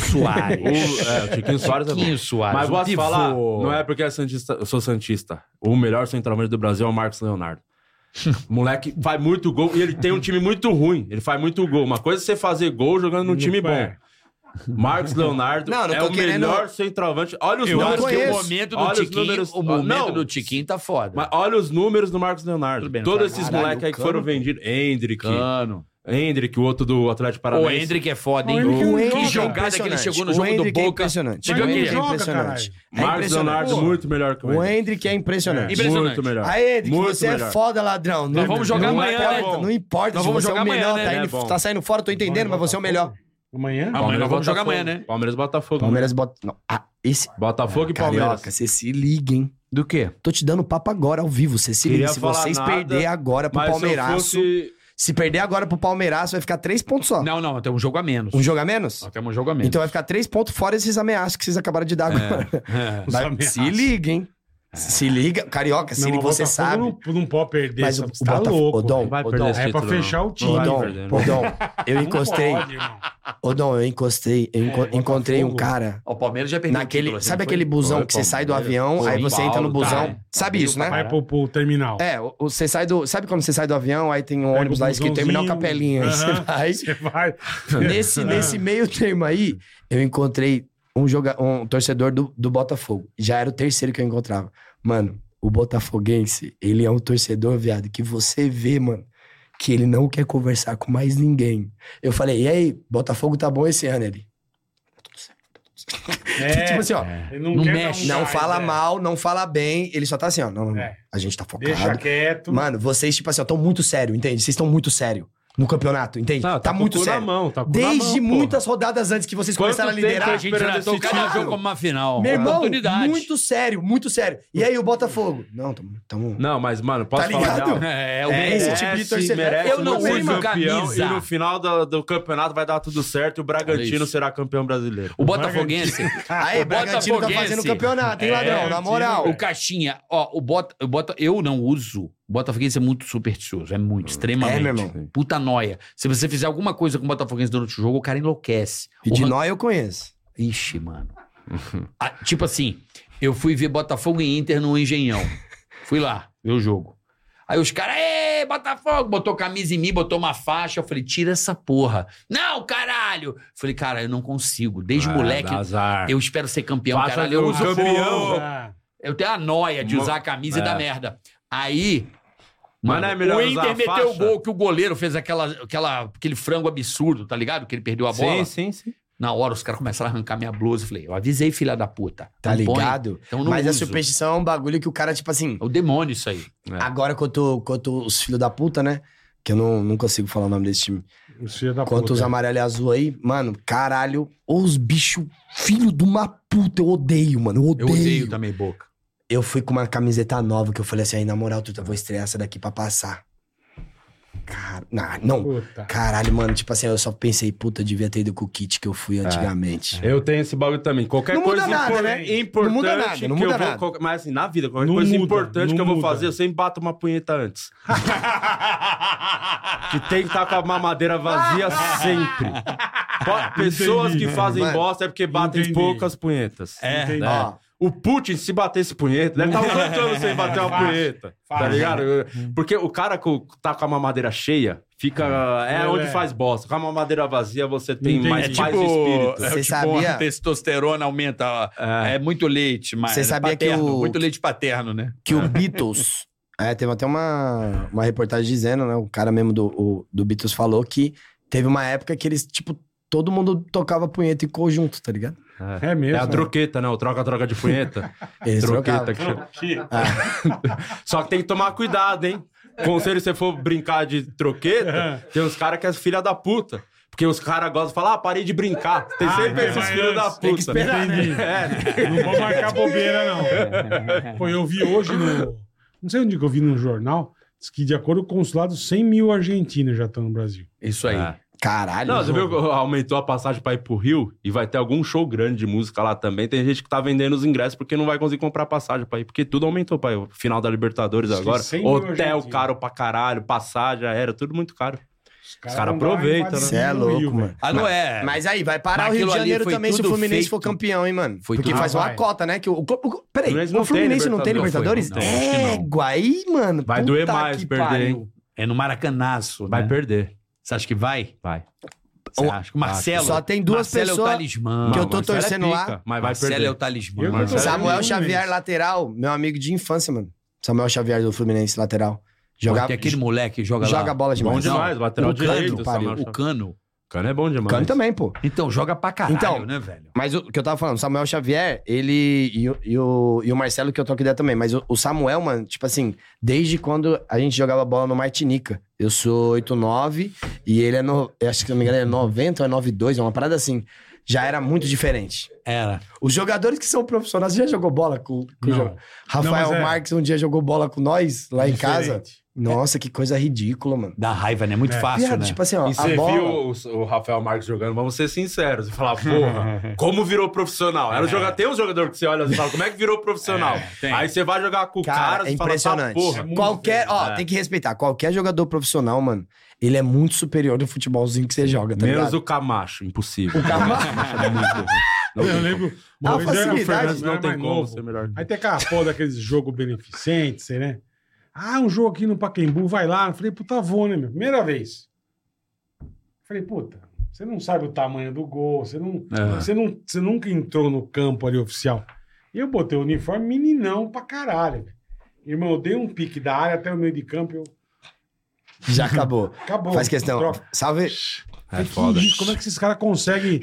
Soares. O- é, o Tiquinho Soares é bom. Tiquinho Soares. Mas um vou te pivô. falar, não é porque é santista, eu sou Santista. O melhor centroavante do Brasil é o Marcos Leonardo. O Moleque faz muito gol e ele tem um time muito ruim. Ele faz muito gol. Uma coisa é você fazer gol jogando num time bom. é. Marcos Leonardo Não, não é tô o querendo- melhor centroavante. Olha os Eu acho números. que O Esse. momento do Olha os Tiquinho. números. O momento Não. do Tiquinho tá foda. Mas olha os números do Marcos Leonardo. Tudo bem, não Todos tá- esses caralho, moleques aí que o Cano, foram pô. vendidos. Hendrick, Cano. Hendrick, o outro do Atlético O Paranaense. Hendrick é foda, hein? O Hendrick O não que joga. jogada que ele chegou no O jogo do Hendrick é Boca. impressionante. Chegou O aqui. Hendrick é Joga, impressionante. É Marcos impressionante. Leonardo, Pô, muito melhor que o O Hendrick. Hendrick é impressionante. Muito Impressionante. melhor. Aí, Edric, Muito você melhor. é foda, ladrão. Não, Nós vamos jogar não amanhã, importa, né? Não importa Nós se vamos você é jogar o melhor, amanhã, tá, né? indo- É bom. tá saindo fora, tô entendendo, mas você é o melhor. Amanhã? Amanhã nós Palmeiras, vamos jogar Botafogo. amanhã, né? Palmeiras e Botafogo. Palmeiras bota. Não, ah, esse. Botafogo e Palmeiras. Carioca, você se liga, hein? Do quê? Tô te dando papo agora ao vivo, você se liga. Queria Se falar vocês nada, perder agora pro Mas tá Palmeiraço. se eu fosse... Se perder agora pro Palmeiraço, vai ficar três pontos só. Não, não, tem um jogo a menos. Um jogo a menos? Nós temos um jogo a menos. Então vai ficar três pontos fora esses ameaças que vocês acabaram de dar agora. É. Os Vai- ameaças. se liga, hein? Se liga, carioca, se Não, liga, o você tá Botafogo sabe. Não, não pode perder. Mas o, sabe? o Você tá Botafogo. louco. ô, Dom, Não vai ô, perder Dom, esse É pra título, não. fechar o time. Ô, vai Dom, perder, né? ô, Dom, eu Não encontrei. pode, Tá irmão. Ô, Dom, eu encostei. Eu É, enco- Botafogo. encontrei um cara O Palmeiras já perdeu. o naquele. título, assim, sabe não foi? aquele busão Foi, que você sai do Palmeiras. avião, Foi, aí você entra Paulo, no busão. tá, Sabe isso, né? Vai pro, pro terminal. É, o- o- você sai do. Sabe quando você sai do avião, aí tem um Pega ônibus o lá escrito Terminal busãozinho. Capelinha. Aí você Aham. vai. Você vai. Nesse, nesse meio termo aí, eu encontrei um, joga, um torcedor do, do Botafogo. Já era o terceiro que eu encontrava. Mano, o Botafoguense, ele é um torcedor, viado, que você vê, mano, que ele não quer conversar com mais ninguém. Eu falei, e aí, Botafogo tá bom esse ano, ele? É, tipo assim, ó. ele não, Não quer mexe. dar um Não gás, fala né? mal, não fala bem. Ele só tá assim, ó. Não, não, não. É. A gente tá focado. Deixa quieto. Mano, vocês, tipo assim, ó, tão muito sério, entende? Vocês estão muito sério no campeonato, entende? Tá, tá, tá com o muito cu na sério. mão, tá com o cu na Desde mão, porra. muitas rodadas antes que vocês Quanto começaram a tempo liderar. Então A gente tratou cada jogo como uma final. Meu irmão, Oportunidade. muito sério, muito sério. E aí, o Botafogo? Não, tamo. tamo... Não, mas, mano, posso Tá falar ligado? real? É, o É, Messi. esse tipo de Merece, torcedor. merece Eu não muito uso camisa. E no final do, do campeonato vai dar tudo certo e o Olha Bragantino isso. será campeão brasileiro. O Botafoguense. Aí, Bragantino Ah, tá fazendo é Botafoguense. É, campeonato, hein, ladrão? Na moral. O Caixinha, ó, o bota, o bota, eu não uso. O Botafoguense é muito supersticioso, é muito, extremamente. É, meu irmão. Puta noia. Se você fizer alguma coisa com o Botafoguense durante o jogo, o cara enlouquece. E O de Ran- nós eu conheço. Ixi, mano. Ah, tipo assim, eu fui ver Botafogo e Inter no Engenhão. Fui lá ver o jogo. Aí os caras, ê, Botafogo, botou camisa em mim, botou uma faixa. Eu falei, tira essa porra. Não, caralho! Falei, cara, eu não consigo. Ah, Desde moleque, azar. eu espero ser campeão, Faixa cara. de Eu um uso campeão. Ah, eu tenho a noia de Mo- usar a camisa É. e dar merda. Aí. Mas mano, não é melhor o usar a Inter meteu faixa? o gol que o goleiro fez aquela, aquela, aquele frango absurdo, tá ligado? Que ele perdeu a bola. Sim, sim, sim. Na hora, os caras começaram a arrancar minha blusa. Eu falei, eu avisei, filha da puta. Tá Não põe. ligado? então não Mas a uso. superstição é um bagulho que o cara, tipo assim, É o demônio isso aí. agora quanto, quanto os filhos da puta, né? Que eu não, não consigo falar o nome desse time. Os filhos da Quanto puta. os amarelo e azul aí, mano, caralho, os bichos, filho de uma puta, eu odeio, mano, eu Eu odeio. Eu, odeio também boca. fui com uma camiseta nova que eu falei assim, aí na moral, tu eu vou estrear essa daqui pra passar. Cara, não, não. Puta. Caralho, mano, tipo assim, eu só pensei, puta, devia ter ido com o kit que eu fui antigamente. Eu tenho esse bagulho também. Qualquer Não muda coisa nada, impor- né? importante Não muda nada, não que muda eu vou... nada. qualquer- Mas assim, na vida, qualquer Não coisa muda, importante que eu não vou muda. fazer, eu sempre bato uma punheta antes. que tem que estar com a mamadeira vazia sempre. Po- Pessoas Entendi. que fazem Mano, bosta é porque batem entendi. poucas punhetas. Entendi. Ó, O Putin, se batesse punheta, deve estar uns oito anos sem bater uma Fácil, punheta. Tá fácil. ligado? Porque o cara que tá com a mamadeira cheia, fica. É, É. onde faz bosta. Com a mamadeira vazia, você tem Entendi. mais É paz de espírito. é Você Você sabia? sabia- tipo, A testosterona aumenta. É. É, muito leite, mas. Você sabia que paterno, o- Muito leite paterno, né? que o Beatles. É, teve até uma, uma reportagem dizendo, né? O cara mesmo do, o- do Beatles falou que teve uma época que eles, tipo, todo mundo tocava punheta em conjunto, tá ligado? É mesmo. É a troqueta, né? O troca-troca de punheta. Eles troqueta. trocavam. Que chama. Só que tem que tomar cuidado, hein? Conselho, se você for brincar de troqueta, tem uns caras que é filha da puta. Porque os caras gostam de falar, ah, parei de brincar. Tem Ah, sempre é, esses mas filhos da puta. tem que esperar, né? Entendi. É. Não vou marcar bobeira, não. Pô, eu vi hoje no. Não sei onde que eu vi num jornal. Diz que, de acordo com o consulado, 100 mil argentinos já estão no Brasil. Isso aí. É. Caralho. Não, você viu que aumentou a passagem pra ir pro Rio e vai ter algum show grande de música lá também. Tem gente que tá vendendo os ingressos porque não vai conseguir comprar passagem pra ir, porque tudo aumentou pra ir. O final da Libertadores Acho que agora. cem mil Hotel argentinos. caro pra caralho, passagem aérea, tudo muito caro. Os caras aproveitam, né? Você é louco, mano. Ah, não é. Mas aí, vai parar Mas o Rio aquilo de ali Janeiro foi também se o tudo Fluminense feito. for campeão, hein, mano? Foi Porque tudo- faz Ah, uma vai. cota, né? Que o, o, o- peraí, Mas o não tem Fluminense não tem Libertadores? Libertadores? Não foi, não tem, acho que não. Égua aí, mano. Vai Puta doer mais que perder, pariu. hein? É no Maracanaço. Vai né? perder. Você acha que vai? Vai. Você acha? O Marcelo. Só tem duas Marcelo é o pessoas talismã. que eu tô Não, Marcelo é torcendo pica, lá. Mas vai Marcelo perder. é o talismã. Eu- Marcelo- Samuel Samuel Xavier, Fluminense. lateral, meu amigo de infância, mano. Samuel Xavier do Fluminense, lateral. Jogava, Porque aquele moleque joga, lá. joga bola Bom demais. demais, lateral O direito. cano, Samuel o Xavier. cano. Cano é bom demais. Cano também, pô. Então, joga pra caralho, Então, né, velho? Mas o que eu tava falando, Samuel Xavier, ele e o, e o, e o Marcelo, que eu troco ideia também. Mas o, o Samuel, mano, tipo assim, desde quando a gente jogava bola no Martinica. Eu sou 8'9 e ele é, no, eu acho que se não me engano, é 90 ou é 9'2, é uma parada assim. Já era muito diferente. Era. Os jogadores que são profissionais, você já jogou bola com, com o Não. jo- Rafael Não, mas é- Marques um dia jogou bola com nós lá em casa. Diferente. Nossa, que coisa ridícula, mano. Dá raiva, né? Muito É. fácil, Viado, né? tipo assim, ó, E a você bola... viu o, o Rafael Marques jogando, vamos ser sinceros, e falar, porra, como virou profissional? Era um joga- tem um jogador que você olha e fala, como é que virou profissional? tem. Aí você vai jogar com o cara, Cara, é você fala, tá, impressionante. porra. qualquer, ó, É. tem que respeitar. Qualquer jogador profissional, mano, ele é muito superior do futebolzinho que você joga, tá Menos ligado? o Camacho, impossível. O Camacho. é muito ruim. Não Eu tem lembro. A uma vez eu era como. facilidade, Fernandes, Não é era tem é mais como novo. ser melhor. Aí tem aquela porra daqueles jogo beneficente, sei, né? Ah, um jogo aqui no Pacaembu, vai lá. Eu falei, puta, vou, né, meu? Primeira vez. Falei, puta, você não sabe o tamanho do gol, você, não, É. você, não, você nunca entrou no campo ali oficial. E eu botei o uniforme meninão pra caralho, velho. Irmão, eu dei um pique da área até o meio de campo, eu... Já acabou. acabou. Faz questão. Troca. Salve. É Falei, que foda. É. isso, como é que esses caras conseguem...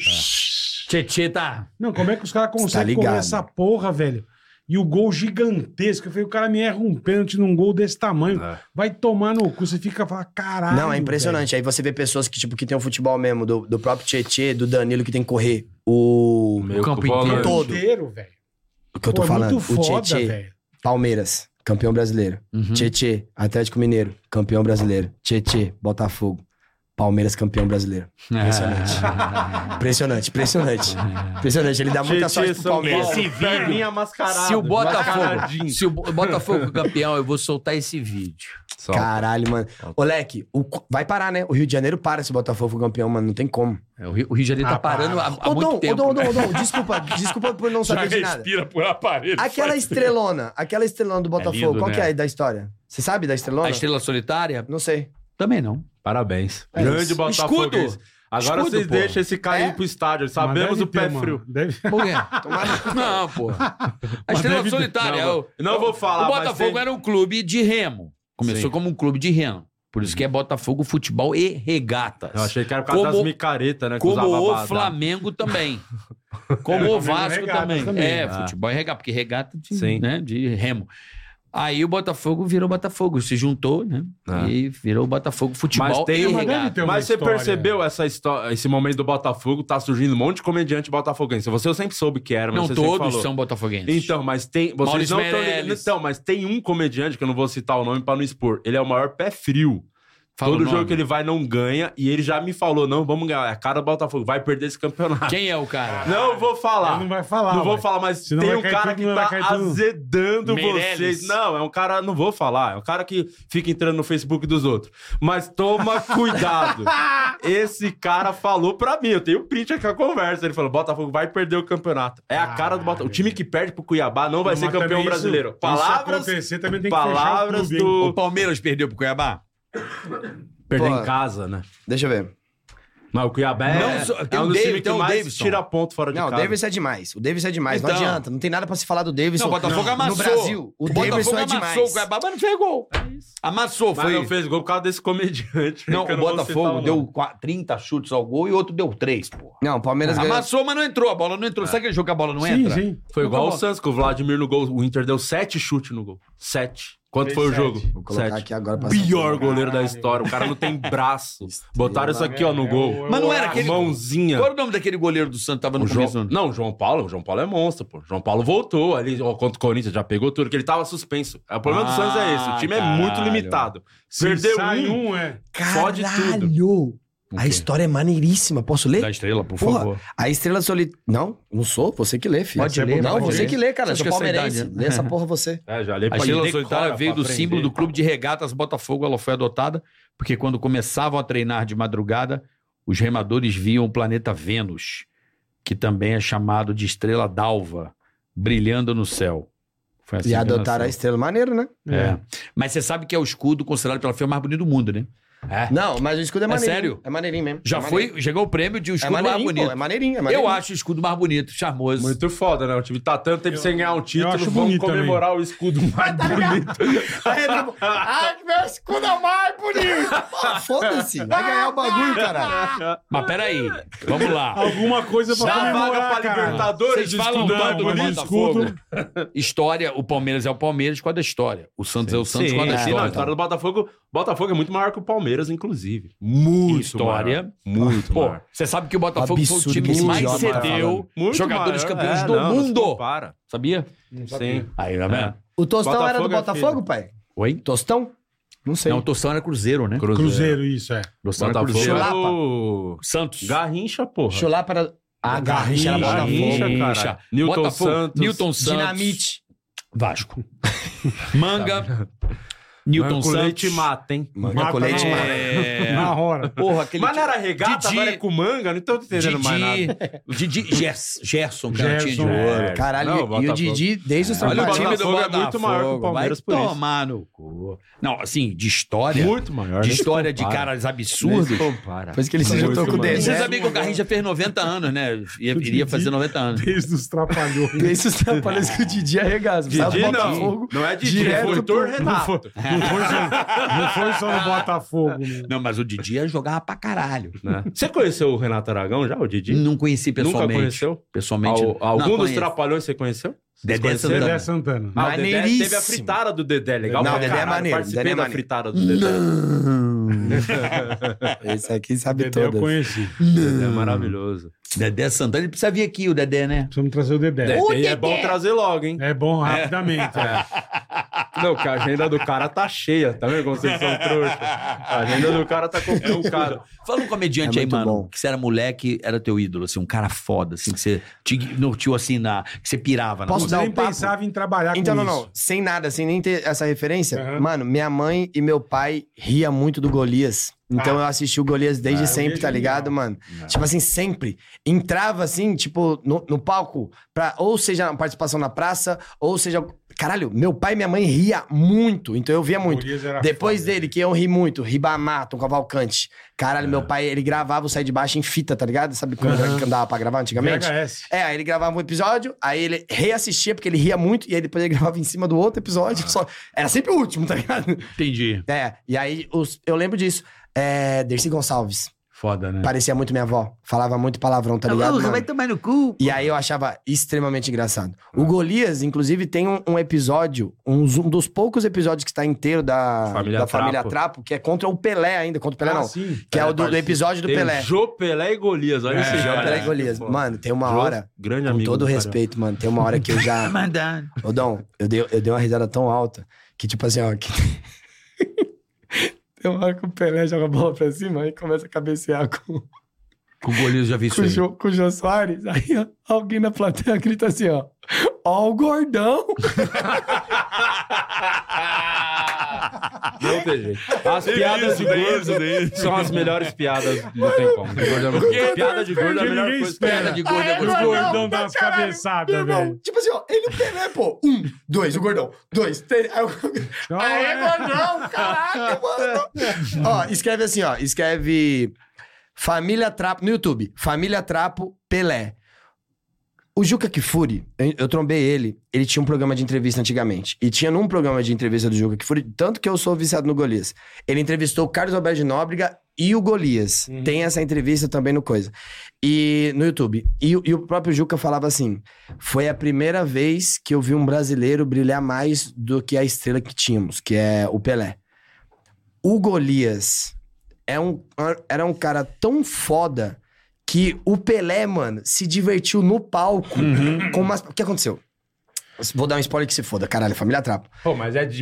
Tietê tá. Não, como é que os caras conseguem ligado. correr essa porra, velho? E o gol gigantesco. Eu falei, o cara me erra um pênalti num gol desse tamanho. É. Vai tomar no cu. Você fica falando, caralho. Não, é impressionante. Aí você vê pessoas que, tipo, que tem o futebol mesmo, do, do próprio Tietê, do Danilo, que tem que correr. O. Meu é campo que bola- inteiro. Velho. Todo. Inteiro, velho. O que eu Pô, tô é falando? muito o foda, Tietê, velho. Palmeiras, campeão brasileiro. Uhum. Tietê, Atlético Mineiro, campeão brasileiro. Tietê, Botafogo. Palmeiras, campeão brasileiro. Impressionante. Impressionante, impressionante. Impressionante. Ele dá muita Tietê, sorte tá pro São Palmeiras. Paulo. Perninha mascarada. Se o Botafogo, mascaradinho. se o Bo- Botafogo é campeão, eu vou soltar esse vídeo. Só. Caralho, mano. Ô, Leque, o, vai parar, né? O Rio de Janeiro para se o Botafogo for campeão, mano. Não tem como. É, O Rio, o Rio de Janeiro tá Ah, parando há, há Ô, muito Dom, ô, tempo. Dom, ô, né? Dom, Dom, desculpa, desculpa por não Já saber de nada. respira por aparelho. Aquela estrelona, aquela estrelona do Botafogo, lindo, qual né? que é aí da história? Você sabe da estrelona? A Estrela Solitária? Não sei. Também não. Parabéns. É Grande isso. Botafogo. Escudo. Agora Escudo, vocês pô. deixam esse cara É? ir pro estádio. Mas Sabemos deve o ter, pé mano. frio. Deve... Por quê? não, pô. A Estrela Solitária. Não, é o- não vou falar, O mas Botafogo tem- era um clube de remo. Começou Sim. como um clube de remo. Por isso que é Botafogo futebol e regatas. Eu achei que era por causa Como- das micaretas, né? que Como usava o badá. Flamengo também. É, Como o Flamengo o Vasco regatas também. também. É, Ah. futebol é regata, porque regata de, Sim. né, de remo. Aí o Botafogo virou Botafogo, se juntou, né? Ah. E virou Botafogo futebol Mas tem e uma- regata. deve ter uma Mas você história. percebeu essa histó- esse momento do Botafogo? Tá surgindo um monte de comediante botafoguense. Você eu sempre soube que era, mas Não você sempre todos falou. são botafoguenses. Então, mas tem. Vocês Maurício não tão ligando- Meirelles. Então, mas tem um comediante que eu não vou citar o nome pra não expor. Ele é o maior pé frio. Fala o Todo nome. jogo que ele vai não ganha. E ele já me falou: não, vamos ganhar. É a cara do Botafogo. Vai perder esse campeonato. Quem é o cara? Não vou falar. Ele não vai falar, Não vou ué. falar, mas Senão tem vai um cair cara tudo, que não vai tá cair tudo. azedando Meirelles. vocês. Não, é um cara. Não vou falar. É um cara que fica entrando no Facebook dos outros. Mas toma cuidado. Esse cara falou pra mim. Eu tenho um print aqui a conversa. Ele falou: Botafogo vai perder o campeonato. É a cara do Botafogo. O time que perde pro Cuiabá não vai Não, ser mas campeão também isso- brasileiro. isso Palavras. acontecer, também tem que fechar o palavras clube, hein? do. O Palmeiras perdeu pro Cuiabá? Perder Pô. em casa, né? Deixa eu ver. Mas o Cuiabá é, Não, só- tem é o um dos David- times que tem o mais Davidson. tira ponto fora de Não, o casa. Davis é demais. O Davis é demais. Não Então. adianta. Não tem nada pra se falar do Davis. Não, o Botafogo amassou. No Brasil, o, Davis Botafogo é amassou o demais. Cuiabá, mas não fez gol. Amassou, Mas foi. não fez gol por causa desse comediante. Não, que eu o vou citar Botafogo nome. deu qua- 30 chutes ao gol e o outro deu 3, porra. Não, o Palmeiras ganhou. Amassou, mas não entrou. A bola não entrou. Sabe aquele jogo que a bola não sim, entra? sim. Foi igual o Acabou. Santos, que o Vladimir no gol. O Inter deu sete chutes no gol. Sete. Quanto Fez foi sete. o jogo? Vou colocar sete. aqui agora pra um Pior saber. goleiro da história. O cara não tem braço. Botaram isso aqui, ó, no gol. Mas não era aquele. Aquele- É. Mãozinha. Qual era o nome daquele goleiro do Santos que tava no O João- começo? Não, o João Paulo. O João Paulo é monstro, pô. O João Paulo voltou ali ó, contra o Corinthians, já pegou tudo, que ele tava suspenso. O problema do Santos é esse. O time é muito caralho. limitado. Se Perdeu sai um, um, é. fode tudo. Caralho! A história é maneiríssima. Posso ler? Da estrela, por Porra, favor. A estrela solitária. Não, não sou. Você que lê, filho. Pode Você é ler, bom, Não, pode você ler. que lê, cara. Você Eu acha sou que essa palmeirense. idade, né? Lê essa porra você. É, já li A pra- estrela decora solitária pra então, veio do aprender. símbolo do clube de regatas Botafogo. Ela foi adotada porque quando começavam a treinar de madrugada, os remadores viam o planeta Vênus, que também é chamado de estrela d'alva, brilhando no céu. Foi assim E que adotaram a nasceu. estrela. Maneiro, né? É. Mas você sabe que é o escudo considerado pela FIFA mais bonito do mundo, né? Não, mas o escudo é É maneiro. sério? É maneirinho mesmo. Já É foi, chegou o prêmio de o maneirinho. É escudo mais maneirinho, bonito. pô, é maneirinho, é Eu maneirinho. acho o escudo mais bonito, charmoso. Muito foda, né? O time tá tanto tempo sem ganhar um título, acho vamos bonito tá comemorar o escudo mais bonito. Ah, que meu escudo é mais bonito! Pô, Ah, Foda-se. Vai ganhar o bagulho, caralho. Mas peraí, vamos lá. Alguma coisa pra Dá vaga comemorar, pra cara. Libertadores, Vocês falam escudão, tanto do bonito. Botafogo. escudo. História, o Palmeiras é o Palmeiras, qual é a história? O Santos é o Santos, Sim, qual é a sim, não, então, a história? história do Botafogo. Botafogo é muito maior que o Palmeiras, inclusive. Muito História. maior. Muito Pô, maior. você sabe que o Botafogo foi o Absurdo, time que muito mais idiota, cedeu Muito jogadores maior, campeões é, do não, não É. se mundo. compara. Sabia? Sim. Aí, tá vendo? O Tostão era do Botafogo é Botafogo, pai? Oi? Tostão? Não sei. Não, o Torção era Cruzeiro, né? Cruzeiro, isso, é. Torção era Botafogo Cruzeiro. é o Santos. Garrincha, porra. Chular para. Ah, Garrincha era Garrincha, Botafogo. caralho. Newton Botafogo, Santos. Newton Santos. Dinamite. Vasco. Manga. Newton Mas com leite Santos. mata, hein? Manga com leite, na mano. hora. É... Na hora. Porra, aquele Mas não era regata, Didi. agora é com manga? Não tô entendendo mais nada. Didi, Didi Gers, Gerson, cantinho de Gerson. ouro. É, Caralho, não, e o Botafogo. Didi, desde os Olha o trabalhos. time do Botafogo é Botafogo. muito maior que o Palmeiras vai por isso. tomar no cu. Não, assim, de história, Muito maior. né? de nem se história de compara. caras absurdos. Nem se compara. Depois que ele se juntou com o E Você é. Dedé. sabia que o Garrincha fez 90 anos, né? Ia, Didi. iria fazer 90 anos. Desde os trapalhões. Desde os trabalhos que o Didi arregaça. Didi não. Não é Didi, é Direto Heitor pro- Renato. Não foi, não foi só, não foi só no Botafogo, né? Não, mas o Didi ia jogar pra caralho. né? Você conheceu o Renato Aragão já, o Didi? Não conheci Nunca pessoalmente. conheceu? Pessoalmente. Al, algum não, dos conheço. trapalhões você conheceu? Vocês Dedé conheceram? Santana. Dedé é Santana. Ah, o Dedé teve Maneiríssimo. a fritada do Dedé, legal Não, pra Dedé é caralho. maneiro, Participei Dedé é da maneiro. fritada do Dedé. Hum. Esse aqui sabe Dedé eu todas. conheci. Dedé é maravilhoso. Dedé Santana, ele precisa vir aqui, o Dedé, né? Precisamos trazer o Dedé. Dedé, é bom trazer logo, hein? É bom rapidamente. é. Não, que a agenda do cara tá cheia, tá vendo como vocês são trouxa? A agenda do cara tá complicada. Fala um comediante É aí, muito mano, bom. que você era moleque, era teu ídolo, assim, um cara foda, assim, que você te norteou assim na. que você pirava na Posso Você dar um nem papo? pensava em trabalhar Então, com não, não. isso. Sem nada, sem nem ter essa referência. Aham. Mano, minha mãe e meu pai ria muito do Golias. Então Ah. eu assisti o Golias desde Ah, eu sempre, vejo tá ligado, legal. mano? Tipo assim, sempre. Entrava assim, tipo, no, no palco, pra, ou seja, participação na praça, ou seja. Caralho, meu pai e minha mãe ria muito, então eu via muito. Gurias era Depois Tá foda, dele, que eu ri muito, Ribamar, Tom Cavalcante. Caralho, meu pai, ele gravava o Sai de Baixo em fita, tá ligado? Sabe quando Aham. que andava pra gravar antigamente? VHS. É, aí ele gravava um episódio, aí ele reassistia, porque ele ria muito, e aí depois ele gravava em cima do outro episódio. Só... Era sempre o último, tá ligado? Entendi. É, e aí os- eu lembro disso. É, Dercy Gonçalves. Foda, É. né? Parecia muito minha avó. Falava muito palavrão, tá ligado? mano? tomar no cu. E aí eu achava extremamente engraçado. O Golias, inclusive, tem um, um episódio, um, um dos poucos episódios que está inteiro da, Família da família Trapo. Trapo, que é contra o Pelé ainda, contra o Pelé Ah, não. sim. Que é o do, do parceiro. episódio do Tem Pelé. Jô, Pelé e Golias. Olha esse É, jogo. Pelé e Golias. Mano, tem uma hora, Grande com amigo. todo do Pelé. respeito, mano, tem uma hora que eu já... Mandando. Ô, Dom, eu dei, eu dei uma risada tão alta que, tipo assim, ó. que- Tem uma hora que o Pelé joga a bola pra cima e começa a cabecear com, Com o goleiro já vi isso com, o, aí. Jô, com o Jô Soares. Aí ó, alguém na plateia grita assim, ó. Ó o gordão! Não tem jeito. As piadas de gordo né? são as melhores piadas. Não tem como. Piada de gordo é a Que melhor ninguém coisa. espera. de gordo é O gostoso. gordão dá umas cabeçadas, velho. Tipo assim, ó, ele o Pelé, pô. Um, dois, o gordão. Dois, três. Aí, o- Não, Aí é é. gordão, caraca, mano. ó, escreve assim, ó. Escreve Família Trapo no YouTube. Família Trapo Pelé. O Juca Kifuri, eu, eu trombei ele, ele tinha um programa de entrevista antigamente. E tinha num programa de entrevista do Juca Kifuri, tanto que eu sou viciado no Golias. Ele entrevistou o Carlos Alberto de Nóbrega e o Golias. Tem essa entrevista também no Coisa. E no YouTube. E, o- e o próprio Juca falava assim: foi a primeira vez que eu vi um brasileiro brilhar mais do que a estrela que tínhamos, que é o Pelé. O Golias é um, era um cara tão foda que o Pelé, mano, se divertiu no palco com umas. O que aconteceu? Vou dar um spoiler que se foda, caralho, família trapo. Pô, mas é de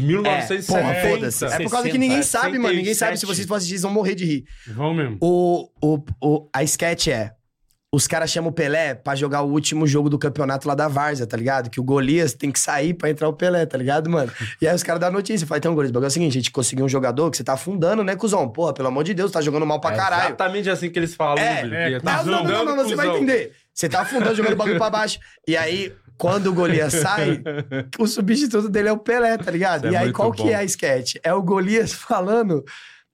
porra, foda-se. É por causa que ninguém sabe, mano. Ninguém sabe se 67. vocês vão assistir, vocês vão morrer de rir. Vão mesmo. O, o, o, a sketch é. Os caras chamam o Pelé pra jogar o último jogo do campeonato lá da Várzea, tá ligado? Que o Golias tem que sair pra entrar o Pelé, tá ligado, mano? E aí os caras dão a notícia. Falam, então, Golias, o bagulho é o seguinte, a gente conseguiu um jogador que você tá afundando, né, cuzão? Porra, pelo amor de Deus, tá jogando mal pra É caralho. Exatamente assim que eles falam. É, Billy, é, que Não, não, não, não, não, você vai tá cuzão. entender. Você tá afundando, jogando o bagulho pra baixo. E aí, quando o Golias sai, o substituto dele é o Pelé, tá ligado? Isso é e aí, muito qual bom. que é a sketch? É o Golias falando,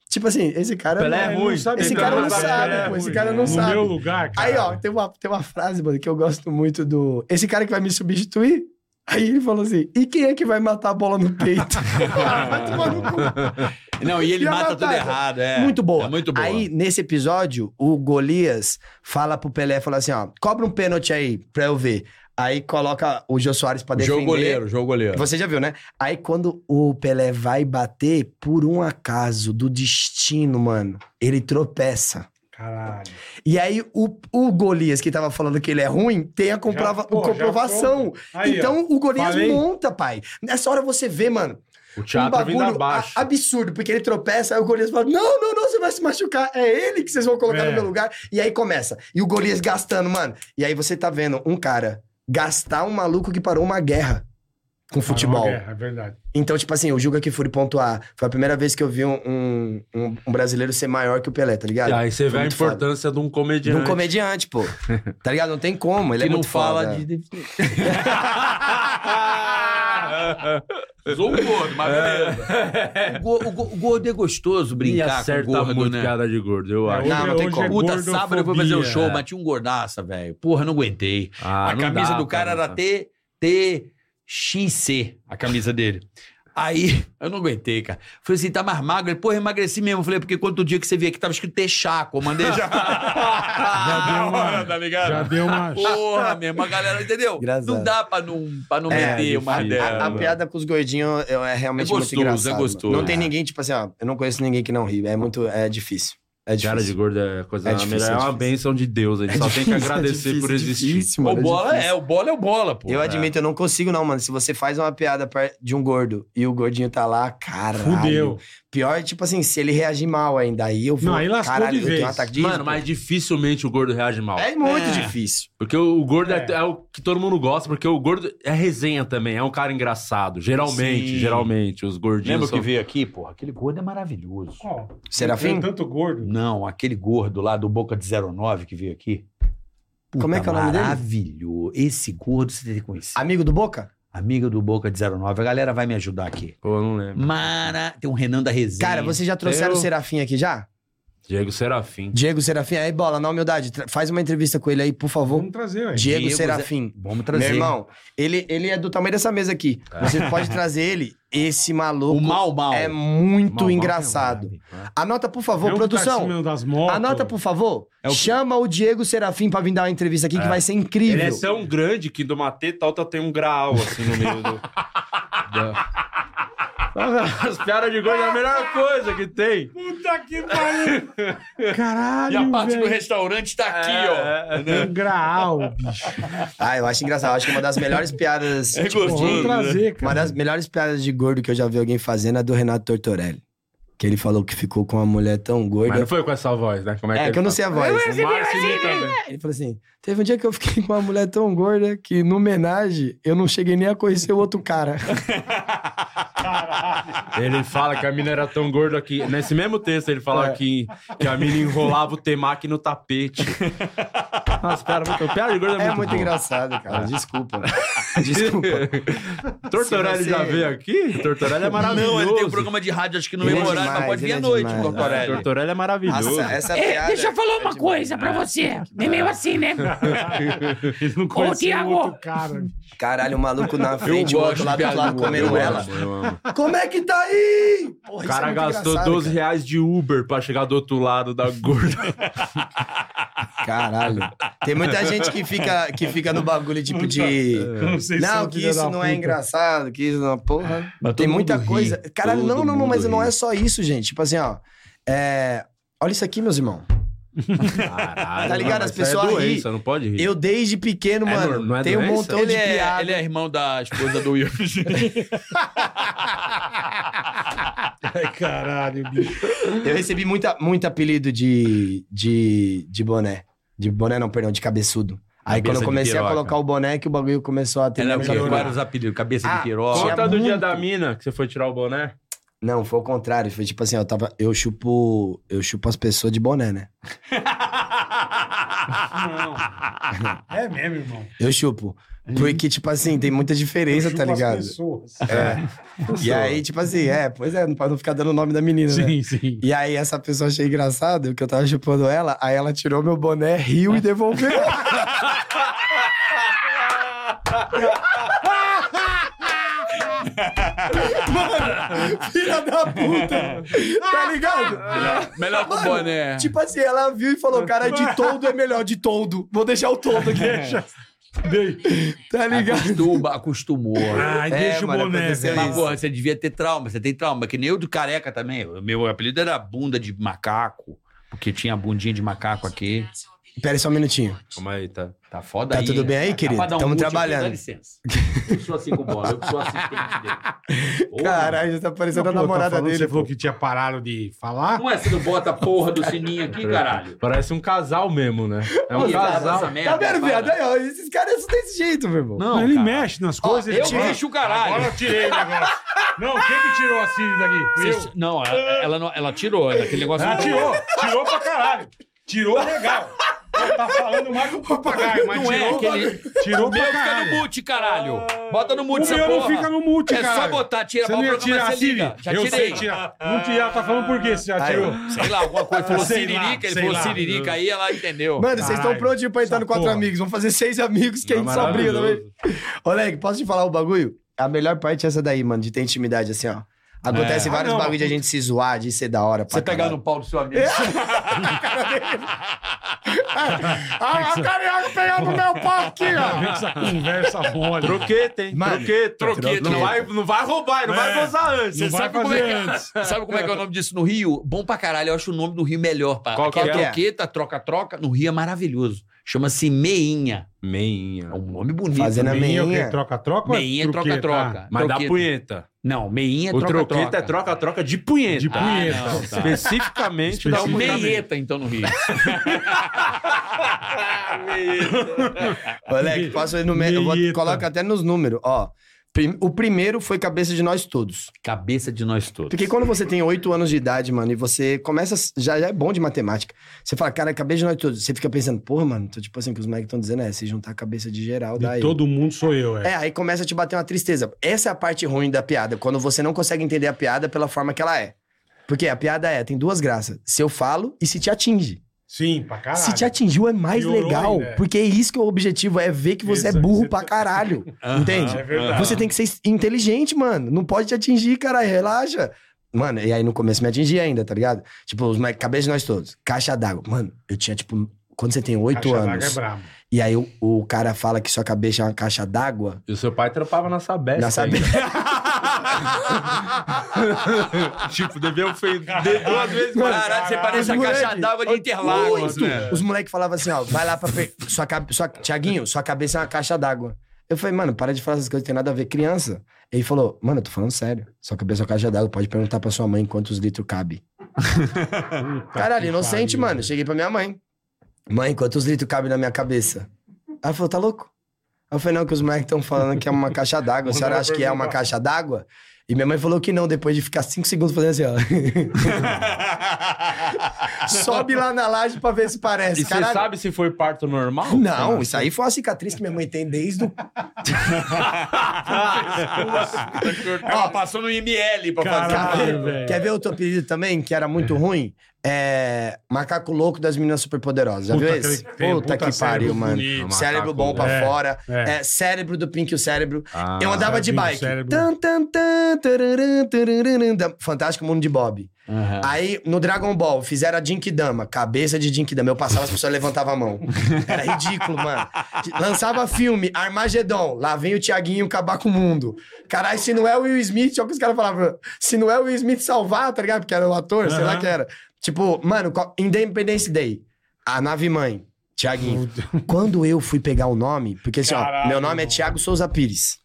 tipo assim, esse cara... Pelé não- é Ele ruim. sabe, Esse ele cara não sabe, sabe, ele é pô, esse ruim. cara não no sabe. meu lugar, cara. Aí, ó, tem uma, tem uma frase, mano, que eu gosto muito do. Esse cara que vai me substituir. Aí ele falou assim: e quem é que vai matar a bola no peito? vai tomar no cu. Não, e ele E a mata tudo vantagem? errado, é. Muito boa. É muito boa. Aí, nesse episódio, o Golias fala pro Pelé, fala assim, ó, cobra um pênalti aí pra eu ver. Aí coloca o Jô Soares pra defender. jogo goleiro, jogo goleiro. Você já viu, né? Aí quando o Pelé vai bater, por um acaso do destino, mano, ele tropeça. Caralho. E aí, o, o Golias, que tava falando que ele é ruim, tem a comprova, pô, já comprovação. foi. Aí, então, o Golias falei. monta, pai. Nessa hora você vê, mano, O um teatro vindo bagulho abaixo. a- absurdo, porque ele tropeça, aí o Golias fala, não, não, não, você vai se machucar. É ele que vocês vão colocar É. no meu lugar. E aí começa. E o Golias gastando, mano. E aí você tá vendo um cara gastar um maluco que parou uma guerra com futebol. É, é verdade. Então, tipo assim, o Juga que fui pontuar. Foi a primeira vez que eu vi um, um- um- um brasileiro ser maior que o Pelé, tá ligado? E aí você Foi vê a muito foda. importância de um De comediante. um comediante, pô. Tá ligado? Não tem como. Ele que é não muito fala foda. de. Sou um gordo, mas beleza. O, go- o go- o gordo é gostoso E brincar com o acerta gordo, muito né? piada de gordo, eu É, acho. hoje Não, não é- tem hoje como. é Puta, sábado eu fui fazer um gordofobia. show, bati um gordaça, velho. Porra, não aguentei. Ah, a não camisa dá, do cara era não dá. T, TXC, a camisa dele. Aí, eu não aguentei, cara. Falei assim, tá mais magro? Ele, porra, emagreci mesmo. Falei, "É porque quanto dia que você veio aqui tava escrito Texaco, eu mandei deu já. Na uma- hora, tá ligado? Já deu uma. Porra, mesmo, a galera, entendeu? Engraçado. Não dá pra não, pra não É, meter uma difícil. dela. A, a piada com os gordinhos eu- é realmente É gostoso, muito engraçado. é mano. gostoso. Não tem ninguém, tipo assim, ó. Eu não conheço ninguém que não ri. É muito. É difícil. É difícil. Piada de gordo é coisa É é difícil, melhor. é É, uma difícil. benção de Deus. A gente É só difícil, tem que agradecer é difícil, por existir. É difícil, O mano, é bola difícil. é, o bola é o bola, pô. Eu admito, eu não consigo, não, mano. Se você faz uma piada pra- de um gordo e o gordinho tá lá, caralho. Fudeu. Pior, tipo assim, se ele reagir mal ainda, aí eu vou. Não, aí lascou caralho, de eu tenho um vez. ataque de. Mano, mas dificilmente o gordo reage mal. É muito É. difícil. Porque o gordo é. É. é o que todo mundo gosta, porque o gordo é resenha também, é um cara engraçado. Geralmente, Sim. geralmente, os gordinhos. Lembra que são... veio aqui, porra? Aquele gordo é maravilhoso. Ó, Serafim? tem Tanto gordo. Não, aquele gordo lá do Boca de 09 que veio aqui. Como é que é o nome dele? maravilhoso. dele? Maravilhoso. Esse gordo você tem que conhecer. Amigo do Boca? Amigo do Boca de 09. A galera vai me ajudar aqui. Pô, eu não lembro. Mara. Tem um Renan da Resenha. Cara, vocês já trouxeram Eu- o Serafim aqui já? Diego Serafim. Diego Serafim, aí bola, na humildade, tra- faz uma entrevista com ele aí, por favor. Vamos trazer, ué. Hum, Diego, Diego Serafim. Vamos trazer. Meu irmão, ele, ele é do tamanho dessa mesa aqui. Você pode trazer ele. Esse maluco O Mal Mal. é né? muito Mal, mal, engraçado. Anota, por favor, É um produção. taximão das motos. Anota, por favor. É o- Chama o Diego Serafim pra vir dar uma entrevista aqui, que vai ser incrível. Ele é tão grande que de uma teta alta tem um grau, assim, no meio do... da- As piadas de gordo é a melhor coisa que tem. Puta que pariu. Caralho, E a parte do velho. restaurante tá aqui, ó. É, é, Um graal, bicho. Ah, eu acho engraçado. Eu acho que uma das melhores piadas. É tipo, gostoso, Vamos né? trazer, uma cara. das melhores piadas de gordo que eu já vi alguém fazendo é a do Renato Tortorelli. Que ele falou que ficou com uma mulher tão Mas gorda. não foi com essa voz, né? Como é, É, ele que eu não fala? sei a voz. O Márcio imita É. bem. Ele falou assim: teve um dia que eu fiquei com uma mulher tão gorda que, no homenagem, eu não cheguei nem a conhecer o outro cara. Ele fala que a mina era tão gorda que. Nesse mesmo texto, ele fala que, que a mina enrolava o temaki no tapete. Nossa, pera, muito, pera de gorda é, É muito bom. engraçado, cara. Desculpa. Desculpa. Tortorelli Se você- já veio aqui? Tortorelli é maravilhoso. Não, ele tem um programa de rádio, acho que no Ele é mesmo horário, mas demais, pode vir ele à é noite, demais. É, Tortorelli. Tortorelli é maravilhoso. Nossa, essa É, piada. deixa eu falar é uma demais. coisa pra você. É meio assim, né? Ele não conheceu o Thiago. outro cara. bicho. Caralho, o maluco na frente, o gosto outro de lado do piada lado do gordo, comendo eu ela. gosto. Como é que tá aí? Porra, O isso é cara muito gastou engraçado, 12 cara. reais de Uber pra chegar do outro lado da gorda. Caralho. Tem muita gente que fica, que fica no bagulho, tipo, de. É. Vocês Não, são que filha isso da não é puta. engraçado, que isso não. é-" Porra. Mas Tem todo muita mundo ri. coisa. Caralho, Todo não, não, não, mundo mas não ri. é só isso, gente. Tipo assim, ó. É, Olha isso aqui, meus irmãos. Caralho, Tá ligado? mas As isso pessoas É ri. doença, não pode rir. Eu desde pequeno, É mano, nor- não é tem um doença? montão Ele de é, piada. ele é irmão da esposa do Will. Ai, caralho, bicho. Eu recebi muita, muito apelido de, de, de boné. De boné, não, perdão, de cabeçudo. Aí Cabeça quando eu de comecei a piroca. colocar o boné, que o bagulho começou a ter Era menos o quê? apelido. é vários apelidos. Cabeça Ah, de piroca. tinha Conta do dia muito. da mina que você foi tirar o boné. Não, foi o contrário. Foi tipo assim, eu tava. Eu chupo. Eu chupo as pessoas de boné, né? É mesmo, irmão. Eu chupo. Uhum. Porque, tipo assim, tem muita diferença, tá Chupa as ligado? pessoas. É. E aí, tipo assim, é, pois é, não pode não ficar dando o nome da menina, né? Sim, sim. E aí essa pessoa achei engraçado que eu tava chupando ela, aí ela tirou meu boné, riu e devolveu. Mano, filha da puta. Tá ligado? Melhor que o Mano, boné. Tipo assim, ela viu e falou, cara, de todo é melhor, de todo. Vou deixar o todo aqui. Tá ligado? Acostuma, acostumou. Ai, deixa o É, mano, boné, aconteceu velho. Mas, porra, você devia ter trauma. Você tem trauma. Que nem eu do careca também. O Meu apelido era bunda de macaco. Porque tinha a bundinha de macaco aqui. Pera aí só um minutinho. Calma aí, tá. Tá foda Tá aí. tudo bem aí, querido? Pra dar Tamo mute aqui, trabalhando. Dá licença. Eu sou assim com bola. Eu sou assistente dele. Porra, Caralho, já tá Não, parecendo pô, a tá namorada falando, dele. Você falou que tinha parado de falar? Como é que você não bota a porra do sininho aqui, caralho? Parece um casal mesmo, né? É um Ih, casal. essa Tá merda, vendo, para. viado? Aí, ó, esses caras são desse jeito, meu irmão. Não, ele mexe nas coisas. ele Eu tira. mexo o caralho. Agora eu tirei o negócio. Não, quem que tirou a Siri daqui? Vocês- Eu. Não, ela, ela não- ela tirou. Aquele negócio Ela não- Tá, tirou. Tirou pra caralho. Tirou legal. Ela Tá falando mais que o papagaio, mas Não é tirou, aquele- tirou O meu pra fica no caralho. mute, caralho. Bota no mute O essa meu não porra. fica no mute, É cara. só botar, tira Você pra não ia o programa, tirar a você Siri? liga. Já eu tirei. sei tirar. Não tirar, ela tá falando por quê? Você já tirou? Sei lá, alguma coisa. Falou Sei lá, siririca, ele sei falou lá. siririca, aí ela entendeu. Tá. Mano, vocês estão Caralho, prontinhos pra entrar essa no Quatro porra. Amigos. Vamos fazer seis amigos que a gente só briga também. Ô, Leg, posso te falar o bagulho? A melhor parte é essa daí, mano, de ter intimidade, assim, ó. Acontece É. vários Ah, não, bagulhos de a gente se zoar, de ser da hora. pra Você pegar no caralho. pau do seu É, amigo. Ah, o carioca pegando meu pau aqui, ó. Vem essa conversa mole. Troqueta, hein? Mano, troqueta. troqueta. Não vai, não vai roubar, não vai gozar antes. Não vai sabe como é fazer que- antes. Sabe como é que é o nome disso no Rio? Bom pra caralho, eu acho o nome do Rio melhor. Pá. Qual Qual que é? é? Troqueta, troca-troca, no Rio é maravilhoso. Chama-se Meinha. Meinha. É um nome bonito. Fazendo a né? Meinha, o meinha. quê? Troca-troca? ou é Meinha, truqueta? troca-troca. Ah, Mas dá Troqueta. punheta. Não, meinha, o troca-troca. troqueta é troca-troca de punheta. De punheta. não, tá. Especificamente Dá da um meieta, então, no Rio. Ô, Leg, posso ir no meio. Meieta. Coloca até nos números, ó. Prim- O primeiro foi Cabeça de Nós Todos. Cabeça de nós todos. Porque quando você tem oito anos de idade, mano, e você começa. a s- Já, já é bom de matemática. Você fala, cara, cabeça de nós todos. Você fica pensando, porra, mano, então, tipo assim, o que os moleques estão dizendo é, se juntar a cabeça de geral, dá De eu. todo mundo sou eu, é. É, aí começa a te bater uma tristeza. Essa é a parte ruim da piada, quando você não consegue entender a piada pela forma que ela é. Porque a piada é, tem duas graças. Se eu falo e se te atinge. Sim, pra caralho. Se te atingiu é mais Piorou legal, ainda, é. porque é isso que é o objetivo é ver que você Isso, é burro você pra caralho. Ah. entende? É verdade. Você tem que ser inteligente, mano. Não pode te atingir, caralho. Relaxa. Mano, e aí no começo me atingia ainda, tá ligado? Tipo, os mais cabeça de nós todos. Caixa d'água. Mano, eu tinha, tipo, quando você tem oito Caixa d'água anos. É brabo. E aí o, o cara fala que sua cabeça é uma caixa d'água. E o seu pai trampava na Sabesp. Na ainda. sabe... tipo, devia ofender duas vezes mais. Caralho, você parece a Os caixa moleque- d'água de Interlagos, Muito. É. né? Os moleques falavam assim, ó, vai lá pra... pe- Sua cabe... sua... Tiaguinho, sua cabeça é uma caixa d'água. Eu falei, mano, para de falar essas coisas, tem nada a ver, criança. Ele falou, mano, eu tô falando sério. Sua cabeça é uma caixa d'água, pode perguntar pra sua mãe quantos litros cabe. Puta Caralho, que inocente, pariu. mano. Cheguei pra minha mãe. Mãe, quantos litros cabe na minha cabeça? Ela falou, tá louco? Eu falei, não, que os moleques estão falando que é uma caixa d'água. A senhora acha que é uma caixa d'água? E minha mãe falou que não, depois de ficar cinco segundos fazendo assim, ó. Sobe lá na laje pra ver se parece. E você Caralho. sabe se foi parto normal? Não, isso aí foi uma cicatriz que minha mãe tem desde o. Ela passou no IML pra Caralho, Quer ver- velho. Quer ver outro apelido também, que era muito ruim? É. Macaco Louco das Meninas Superpoderosas. Já Puta, viu aquele esse? que tem, puta, puta que cérebro pariu, mano. bonito. Cérebro Macaco bom pra louco. fora. É. É, cérebro do Pink o Cérebro. tá Ah, Eu andava de cérebro, bike. cérebro. Tan, tan, tan, tararam, tararam, da- Fantástico Mundo de Bob. Aí, no Dragon Ball, fizeram a Jinkidama, cabeça de Jinkidama. Eu passava, as pessoas levantavam a mão. Era ridículo, mano. Lançava filme, Armagedon. Lá vem o Tiaguinho acabar com o mundo. Caralho, se não é o Will Smith, olha o que os caras falavam. Se não é o Will Smith salvar, tá ligado? Porque era o ator, sei lá Aham. que era. Tipo, mano, co- Independence Day. A nave mãe, Tiaguinho. Quando eu fui pegar o nome, porque assim, ó, Caralho, meu nome é mano. Tiago Souza Pires.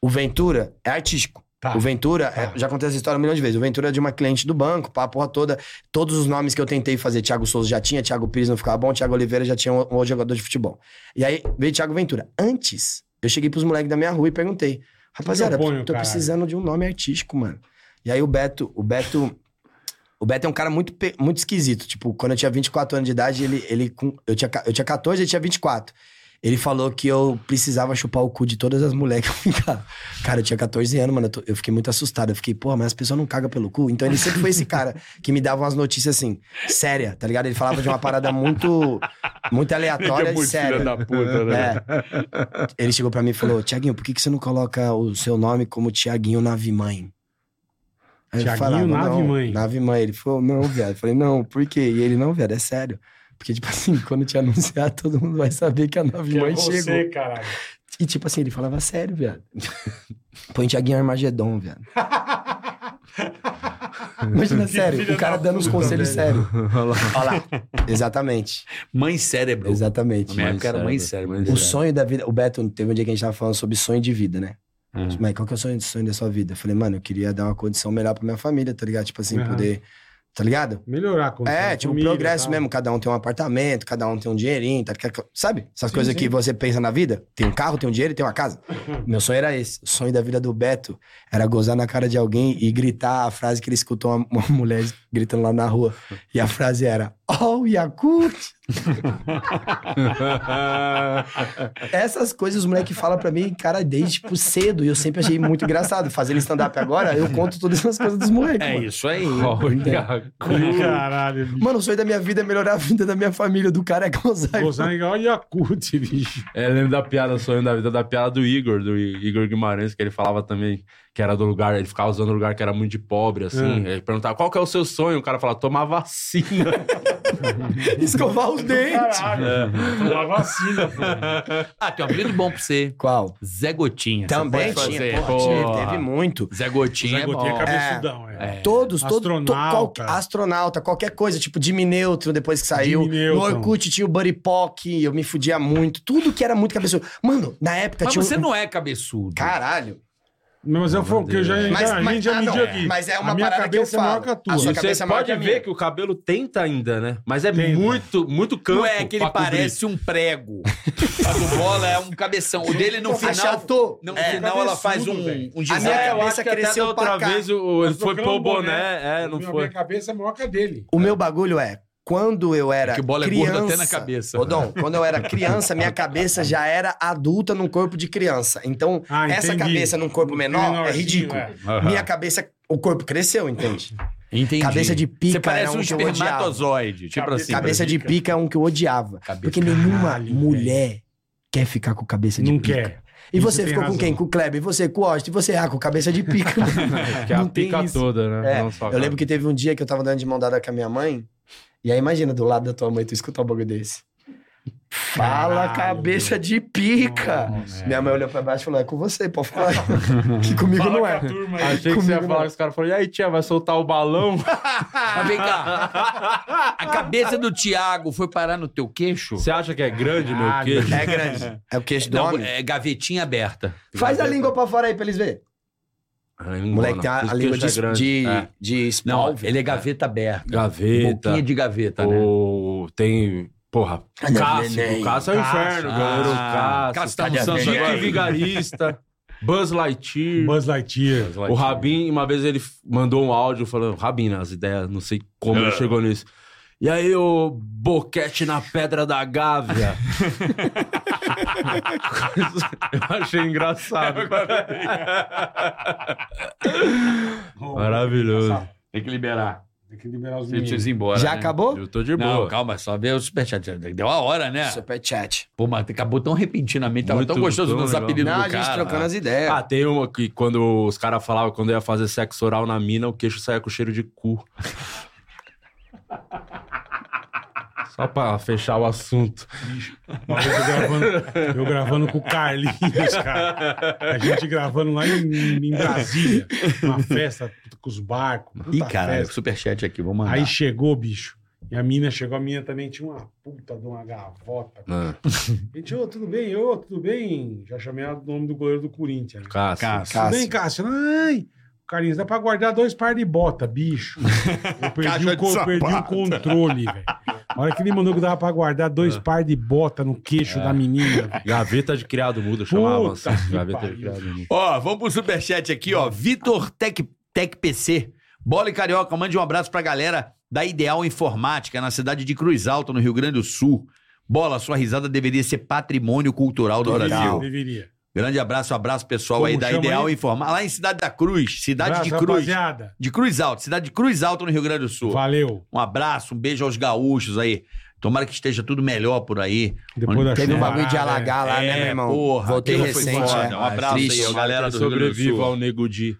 O Ventura é artístico. Tá. O Ventura, é- já contei essa história um milhão de vezes. O Ventura é de uma cliente do banco, pá, a porra toda. Todos os nomes que eu tentei fazer, Thiago Souza já tinha, Thiago Pires não ficava bom, Thiago Oliveira já tinha um, um outro jogador de futebol. E aí veio Thiago Ventura. Antes, eu cheguei pros moleques da minha rua e perguntei: Rapaziada, Eu ponho, tô caralho. precisando de um nome artístico, mano. E aí o Beto, o Beto. O Beto é um cara muito, pe- muito esquisito. Tipo, quando eu tinha 24 anos de idade, ele. ele com- eu, tinha, ca- eu tinha 14, ele tinha 24. Ele falou que eu precisava chupar o cu de todas as mulheres que eu ficava. Cara, eu tinha 14 anos, mano. Eu, tô- eu fiquei muito assustado. Eu fiquei, porra, mas as pessoas não cagam pelo cu. Então ele sempre foi esse cara que me dava umas notícias assim, séria, tá ligado? Ele falava de uma parada muito, muito é aleatória e séria. puta, né? É. Ele chegou pra mim e falou: Tiaguinho, por que, que você não coloca o seu nome como Tiaguinho Nave Mãe? Aí eu Tiaguinho falava, Nave "Não, Mãe." Nave Mãe. Ele falou: Não, viado. Eu falei: Não, por quê? E ele: Não, viado, é sério. Porque, tipo assim, quando te anunciar, todo mundo vai saber que a Nave Que é Mãe você, chegou. caralho. E, tipo assim, ele falava sério, viado. Põe Tiaguinho Armagedon, viado. Imagina, sério, o cara dando uns conselhos sérios. Olha lá. Exatamente, Mãe cérebro. exatamente. Minha época era mãe cérebro. O sonho da vida. O Beto, teve um dia que a gente tava falando sobre sonho de vida, né? Mas qual que é o sonho, sonho da sua vida? Eu falei, mano, eu queria dar uma condição melhor pra minha família, tá ligado? Tipo assim, Aham. poder. Tá ligado? Melhorar com É, tipo, tá? progresso mesmo. Cada um tem um apartamento, cada um tem um dinheirinho, tá, ligado? sabe? Essas coisas que você pensa na vida. Tem um carro, tem um dinheiro e tem uma casa. Meu sonho era esse. O sonho da vida do Beto era gozar na cara de alguém e gritar a frase que ele escutou uma, uma mulher gritando lá na rua. E a frase era, oh, Yakut! Essas coisas os moleques falam pra mim, cara, desde, tipo, cedo. E eu sempre achei muito engraçado. Fazendo stand-up agora, eu conto todas essas coisas dos moleques, É mano. isso aí. Caralho, bicho. Mano, o sonho da minha vida é melhorar a vida da minha família, do cara é gozar. Gozar igual a Yakut, bicho. É, lembro da piada, sonho da vida, da piada do Igor, do I- Igor Guimarães, que ele falava também que era do lugar, ele ficava usando um lugar que era muito de pobre, assim. Ele perguntava, qual que é o seu sonho? O cara falava, tomar vacina. Escovar os dentes. Caralho. É. Então, Uma vacina, pô. Ah, tem um apelido bom pra você. Qual? Zé Gotinha. Você Também pode fazer. tinha, porra, Pô, tinha, teve muito. Zé Gotinha é Zé Gotinha bom. cabeçudão, é. Todos, todos. Astronauta. astronauta, qualquer coisa, tipo Jimmy Neutron, depois que saiu. Jimmy Neutron. No Orkut tinha o Buddy Pock, eu me fudia muito. Tudo que era muito cabeçudo. Mano, na época Mas tinha. você um... não é cabeçudo. Caralho. Mas eu falo que eu já, Mas- já- a gente já ah, não, mediu aqui. Mas é uma a minha parada que eu cabeça é maior falo. que a tua. A sua E cabeça você é maior pode que a minha. ver que o cabelo tenta ainda, né? Mas é Tenta. muito, muito campo. Não é que ele pra cobrir. parece um prego. A do bola é um cabeção. O dele no final. Achatou. No É, final ela faz um, velho. Ah, um A minha É, design. eu cabeça acho que até cresceu da outra pra cá. vez o, ele Mas foi trocando pôr o o boné. É, não Minha- foi. Minha cabeça é maior que a dele. O meu bagulho é, quando eu era que o bola é gordo criança... até na cabeça. Ô, Dom, quando eu era criança, minha cabeça já era adulta num corpo de criança. Então, Ah, essa entendi. cabeça num corpo menor é Menorzinho, ridículo. é. Minha cabeça... O corpo cresceu, entende? Entendi. Cabeça de pica Você parece era um um que eu odiava. espermatozoide. Tipo Cabeça- assim. cabeça de pica é um que eu odiava. Porque nenhuma Caralho, mulher quer ficar com cabeça de Não pica. quer. E Isso você tem ficou razão. com quem? Com o Kleber? E você com o Austin? E você, ah, com cabeça de pica. Que é a Não tem pica isso. toda, né? É, Não só a Eu lembro que teve um dia que eu tava dando de mão dada com a minha mãe. E aí, imagina, do lado da tua mãe, tu escutar um bagulho desse. Fala, Caralho. cabeça de pica! Nossa. minha mãe olhou pra baixo e falou: é com você, pode falar. que comigo não é. Achei que você ia Comigo falar não. que os caras falaram, e aí, tia, vai soltar o balão? Mas vem cá. A cabeça do Tiago foi parar no teu queixo? Você acha que é grande, meu Caralho. queijo? É grande. É o queixo do Não, homem. é gavetinha aberta. Faz a Gaveta. língua pra fora aí pra eles verem. Ai, O não moleque dá, tem não. a, a Esse língua queixo é de, grande. de, É. de Não, espalvo. ele é gaveta aberta. Gaveta. Boquinha de gaveta, né? Ou tem, porra, não, Cássio. neném. O Cássio é o inferno, Ah, galera. O Cássio Cássio. tá no Cadê a Santos velha? Dick agora. Vigarista. Buzz Lightyear. Buzz Lightyear. O Rabin, uma vez ele f- mandou um áudio falando, Rabin, né, as ideias, não sei como ele chegou nisso. E aí, o boquete na pedra da Gávea. Eu achei engraçado. Maravilhoso. Tem que liberar. Tem que liberar os Você meninos. precisa ir embora. Já né? acabou? Eu tô de Não, boa. calma, só ver o superchat. Deu a hora, né? é Superchat. Pô, mas acabou tão repentinamente. Tava Muito, tão gostoso tão nos legal. apelidos Não, do a gente cara. é. trocando as ideias. Ah, tem uma que quando os caras falavam, quando eu ia fazer sexo oral na mina, o queixo saía com cheiro de cu. Só pra fechar o assunto. Uma vez eu gravando, eu gravando com o Carlinhos, cara. A gente gravando lá em, em Brasília. Uma festa puta, com os barcos. puta Ih, caralho, festa. superchat aqui, vamos mandar. Aí chegou, bicho. E a mina chegou, a mina também tinha uma puta de uma gavota. A gente, ô, tudo bem? Ô, tudo bem? Já chamei ela do nome do goleiro do Corinthians. né? Cássio. Tudo bem, Cássio? Ai, Carlinhos, dá pra guardar dois par de bota, bicho. Eu perdi, o, Caixa de co- eu perdi o sapato. controle, velho. A hora que ele mandou que dava pra guardar dois par de bota no queixo da menina, velho. Gaveta de criado mudo, chamava Puta assim. que Gaveta de pariu. criado mudo. Ó, vamos pro superchat aqui, ó. Vitor Tec, Tec PC. Bola e Carioca, mande um abraço pra galera da Ideal Informática, na cidade de Cruz Alta, no Rio Grande do Sul. Bola, sua risada deveria ser patrimônio cultural do Brasil. Deveria. Grande abraço, abraço pessoal Como aí da chama Ideal aí? Informática. Lá em Cidade da Cruz, Cidade Abraço, de Cruz. Rapaziada. De Cruz Alta, cidade de Cruz Alta, no Rio Grande do Sul. Valeu. Um abraço, um beijo aos gaúchos aí. Tomara que esteja tudo melhor por aí. Depois da é. Teve um chuva. bagulho de alagar lá, né, meu irmão? né? Ah, é, porra, Voltei aquilo foi recente, foda. né? é Um abraço aí, Triste. ó, galera do Rio Grande do Sobreviva Sul. ao Nego Di.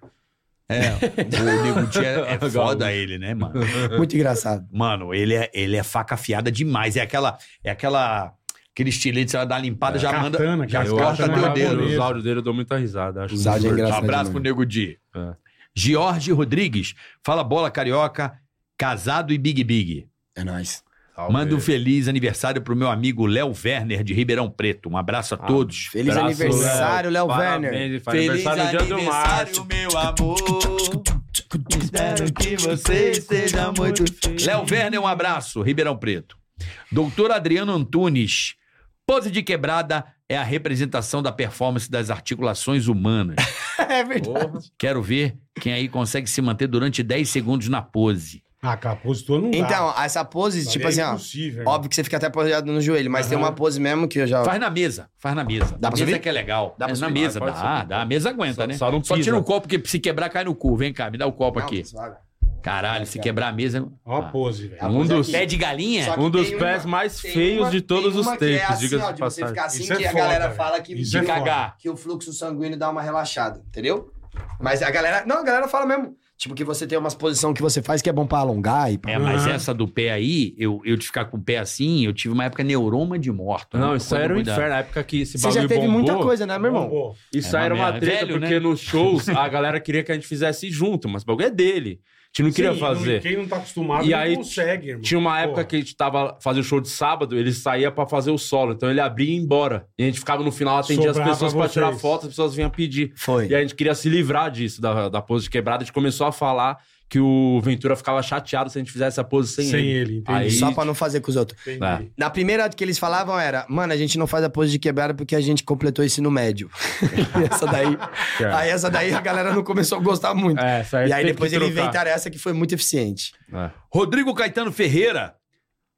É, o Nego Di é, é foda ele, né, mano? Muito engraçado. Mano, ele é, ele é faca afiada demais. É aquela, é aquela, aquele estilete, você vai dar uma É. limpada, já manda, Katana, já cara. corta é Katana teu japonesa. dedo. Os áudios dele eu dou muita risada. Acho Os áudios é divertido. Um engraçado. abraço pro demais. Nego Di. É. Jorge Rodrigues, fala bola carioca, casado e Big Big. É nóis. Salve. Manda um feliz aniversário pro meu amigo Léo Werner, de Ribeirão Preto. Um abraço a Ah, todos. Feliz Abraço, aniversário, Léo Parabéns, Werner. ele faz aniversário no dia do mar. meu amor. Espero que você esteja muito feliz. Léo Werner, um abraço. Ribeirão Preto. Doutor Adriano Antunes. Pose de quebrada é a representação da performance das articulações humanas. É verdade. Porra. Quero ver quem aí consegue se manter durante 10 segundos na pose. Ah, cara, positor não dá. é Então, essa pose, tipo assim, ó. impossível, Óbvio que você fica até apoiado no joelho, mas tem Aham. uma pose mesmo que eu já. Faz na mesa, faz na mesa. na Dá pra mesa subir? que é legal. Dá pra É, na subir? mesa, Ah, pode dá, subir. dá. A mesa aguenta, Só- né? só não Só pisa. tira o copo, que se quebrar, cai no cu. Vem cá, me dá o copo Não, aqui. suave. Caralho, se quebrar a mesa. Ó a Ah. É pose, velho. Um dos, Pé de galinha? Só que um dos tem pés uma- mais tem feios uma- de todos tem os uma que tempos, é assim, diga-se ó, de de você passagem. ficar assim, Isso é que a foda, galera velho. fala que, Isso que é foda. cagar. que o fluxo sanguíneo dá uma relaxada, entendeu? Mas a galera. Não, a galera fala mesmo. Tipo, que você tem umas posições que você faz que é bom pra alongar e pra. É, mas Aham. essa do pé aí, eu, eu de ficar com o pé assim, eu tive uma época neuroma de morto. né? Não, Muita isso coisa era um cuidada. inferno. Na época que esse Você bagulho já teve bombou, muita coisa, né, meu irmão? Pô, Isso É uma era uma merda. treta, Velho, porque né? nos shows a galera queria que a gente fizesse junto, mas o bagulho é dele. gente não queria Sim, fazer. Quem não tá acostumado E não aí, consegue, irmão. Tinha uma época Porra. que a gente tava fazendo show de sábado, ele saía pra fazer o solo. Então ele abria e ia embora. E a gente ficava no final, atendia Sobrava as pessoas pra tirar vocês. foto, as pessoas vinham pedir. Foi. E a gente queria se livrar disso, da, da pose de quebrada. A gente começou a falar que o Ventura ficava chateado se a gente fizesse a pose sem, Sem ele. ele, entendi. Aí- Só pra não fazer com os outros. Entendi. É. Na primeira que eles falavam era, mano, a gente não faz a pose de quebrada porque a gente completou o ensino médio. E essa daí. Aí essa daí a galera não começou a gostar muito. É, essa e aí tem depois que eles trocar. inventaram essa que foi muito eficiente. Rodrigo Caetano Ferreira.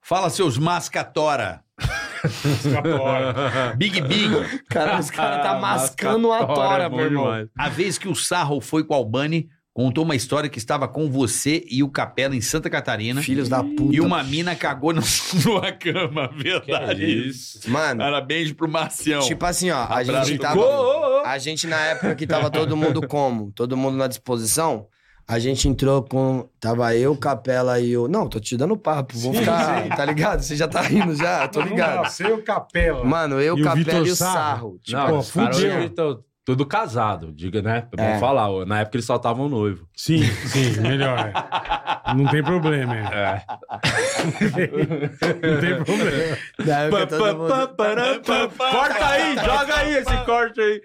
Fala seus mascatora. Escapatório. Big Big. Cara, os caras Ah, tá mascando a é tora, meu irmão. A vez que o Sarro foi com a Albani, contou uma história que estava com você e o Capela em Santa Catarina. Filhos da puta. E uma mina cagou na sua cama. Verdade. Isso. Mano, Parabéns pro Marcião. é tipo assim, ó, a Abraço. gente Ô, tava. ô, ô. A gente, na época que tava todo mundo como? Todo mundo na disposição. A gente entrou com. Tava eu, Capela e o. Não, tô te dando papo. Vou Sim, ficar. sim. Tá ligado? Você já tá rindo já, tô Não dá, ligado. Você e o Capela. Mano, eu, E o Capela Vitor e o Sarro? Sarro. Tipo, Não, pô, os caras fudeu. hoje tão tudo casado, diga, né? É bom É. falar. ó, Na época eles só estavam noivo. Sim, sim, melhor. é. Não tem problema. É. É. não tem problema. da época todo mundo- Corta aí, joga aí esse corte aí.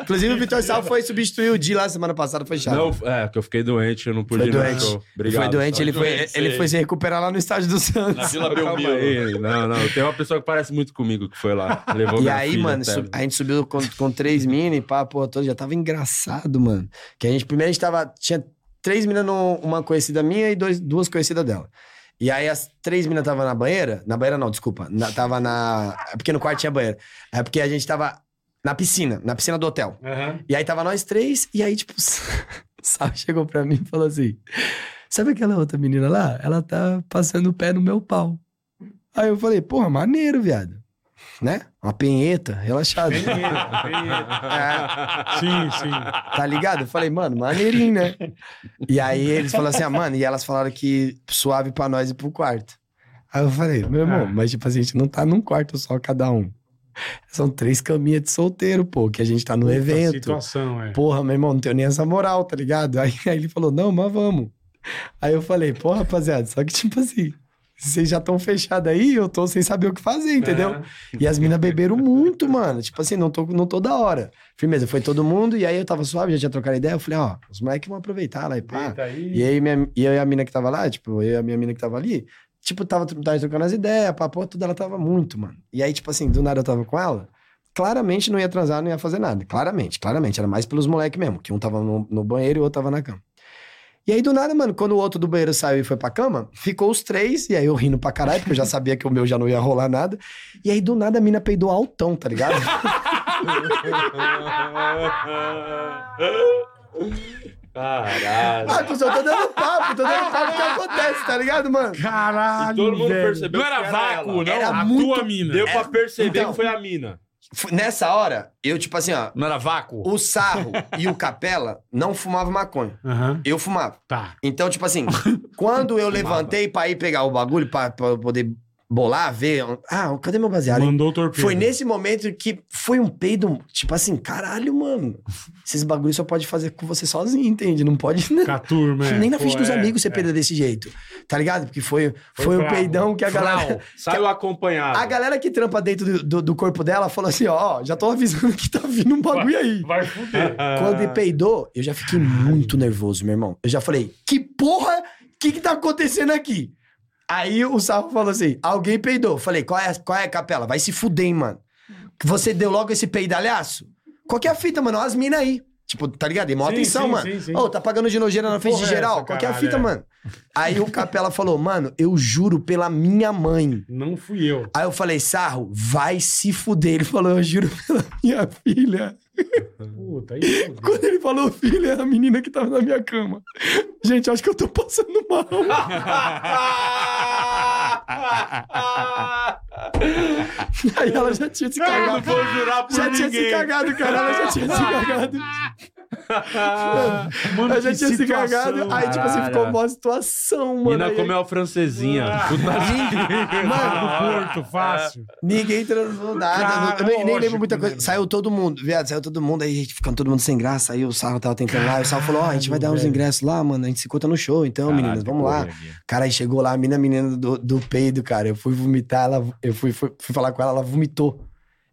Inclusive, o Vitor Sarro foi substituir o Di lá semana passada, foi chato. Não, é, que eu fiquei doente, eu não pude Foi ir no doente. show. Ele Obrigado. foi doente, ele foi, doente, ele sei. foi se recuperar lá no estádio do Santos. Vila Calma aí, Não, não, tem uma pessoa que parece muito comigo que foi lá. Levou E minha aí, filha mano, até. sub- a gente subiu com, com três mini, pá, porra toda, já tava engraçado, mano. Que a gente, primeiro a gente tava, tinha três minas, no- uma conhecida minha e dois, duas conhecidas dela. E aí as três minas tava na banheira, na banheira não, desculpa, na- tava na, é porque no quarto tinha banheira, é porque a gente tava na piscina, na piscina do hotel. Aham. E aí tava nós três, e aí, tipo, Sal chegou pra mim e falou assim: Sabe aquela outra menina lá? Ela tá passando o pé no meu pau. Aí eu falei, porra, maneiro, viado. Né? Uma penheta, relaxado. Tem ele, tem É, ele. Sim, sim. tá ligado? Eu falei, mano, maneirinho, né? E aí eles falaram assim, ah, mano, e elas falaram que suave pra nós ir pro quarto. Aí eu falei, meu irmão, mas tipo assim, a gente não tá num quarto só cada um. São três caminhas de solteiro, pô, que a gente tá no Puta evento. Situação, é. Porra, meu irmão, não tenho nem essa moral, tá ligado? Aí, aí ele falou, não, mas vamos. Aí eu falei, pô, rapaziada, só que tipo assim, vocês já estão fechados aí, eu tô sem saber o que fazer, entendeu? Aham. E as minas beberam muito, mano. Tipo assim, não tô, não tô da hora. Firmeza, foi todo mundo, e aí eu tava suave, já tinha trocado ideia. Eu falei, ó, os moleques vão aproveitar lá e pá. Deita É, tá aí. E aí minha, e eu e a mina que tava lá, tipo, eu e a minha mina que tava ali, tipo, tava, tava trocando as ideias, papo, tudo, ela tava muito, mano. E aí, tipo assim, do nada eu tava com ela, claramente não ia transar, não ia fazer nada. Claramente, claramente. Era mais pelos moleques mesmo, que um tava no, no banheiro e o outro tava na cama. E aí, do nada, mano, quando o outro do banheiro saiu e foi pra cama, ficou os três, e aí eu rindo pra caralho, porque eu já sabia que o meu já não ia rolar nada. E aí, do nada, a mina peidou altão, tá ligado? Caralho. ah, pessoal, tô dando papo, tô dando papo o que acontece, tá ligado, mano? Caralho, Todo mundo velho. percebeu Não era que era vácuo, ela. não. Era a muito- tua mina. Deu pra perceber Então. que foi a mina. Fu- Nessa hora, eu, tipo assim, ó, Não era vácuo? O Sarro e o Capela não fumavam maconha. Aham. Eu fumava. Tá. Então, tipo assim, quando eu levantei pra ir pegar o bagulho, pra, pra eu poder bolar, ver. Ah, cadê meu baseado? hein? Mandou o torpedo. Foi nesse momento que foi um peido, tipo assim, caralho, mano. Esses bagulhos só pode fazer com você sozinho, entende? Não pode. né? Com a turma, é. Nem na frente Pô, dos é, amigos você é. peida desse jeito. Tá ligado? Porque foi, Foi foi, um bravo. peidão que a galera. Saiu acompanhado. A galera que trampa dentro do, do- do corpo dela falou assim: ó, já tô avisando que tá vindo um bagulho aí. Vai fuder. Quando ele peidou, eu já fiquei muito nervoso, meu irmão. Eu já falei, que porra, o que que tá acontecendo aqui? Aí o Sarro falou assim, alguém peidou. Eu Falei, qual é, a- qual é a capela? Vai se fuder, hein, mano. Você deu logo esse peidalhaço? Qual que é a fita, mano? Olha As minas aí. Tipo, tá ligado? E mó Sim, atenção, sim, mano. sim, sim. Ô, tá pagando de nojeira na frente porra de é geral. essa, qual que é a caralho, fita, é? mano? Aí o Capela falou, mano, eu juro pela minha mãe. Não fui eu. Aí eu falei, Sarro, vai se fuder. Ele falou, eu juro pela minha filha. Puta, aí fudeu. Quando ele falou filha, era a menina que tava na minha cama. Gente, acho que eu tô passando mal. Aí ela já tinha se Eu não cagado. vou jurar por Já tinha ninguém. se cagado, cara. Ela já tinha se cagado. Mano, a que gente tinha se situação. cagado. Aí, tipo assim, cara. ficou uma situação, mano. Mina Aí- comeu a francesinha. Tudo na Mano, do Porto, fácil. Ninguém transou nada. Cara, não- eu nem, nem lógico, lembro muita coisa. né? Saiu todo mundo, viado, saiu todo mundo. Aí ficando todo mundo sem graça. Aí o Sarro tava tentando lá. E o Sarro falou: Ó, a gente vai dar uns velho. ingressos lá, mano. A gente se conta no show, então, Caralho, meninas, que vamos lá. correria. Cara, aí chegou lá, a mina, a menina do, do peido, cara. Eu fui vomitar, ela, eu fui, fui, fui falar com ela, ela vomitou.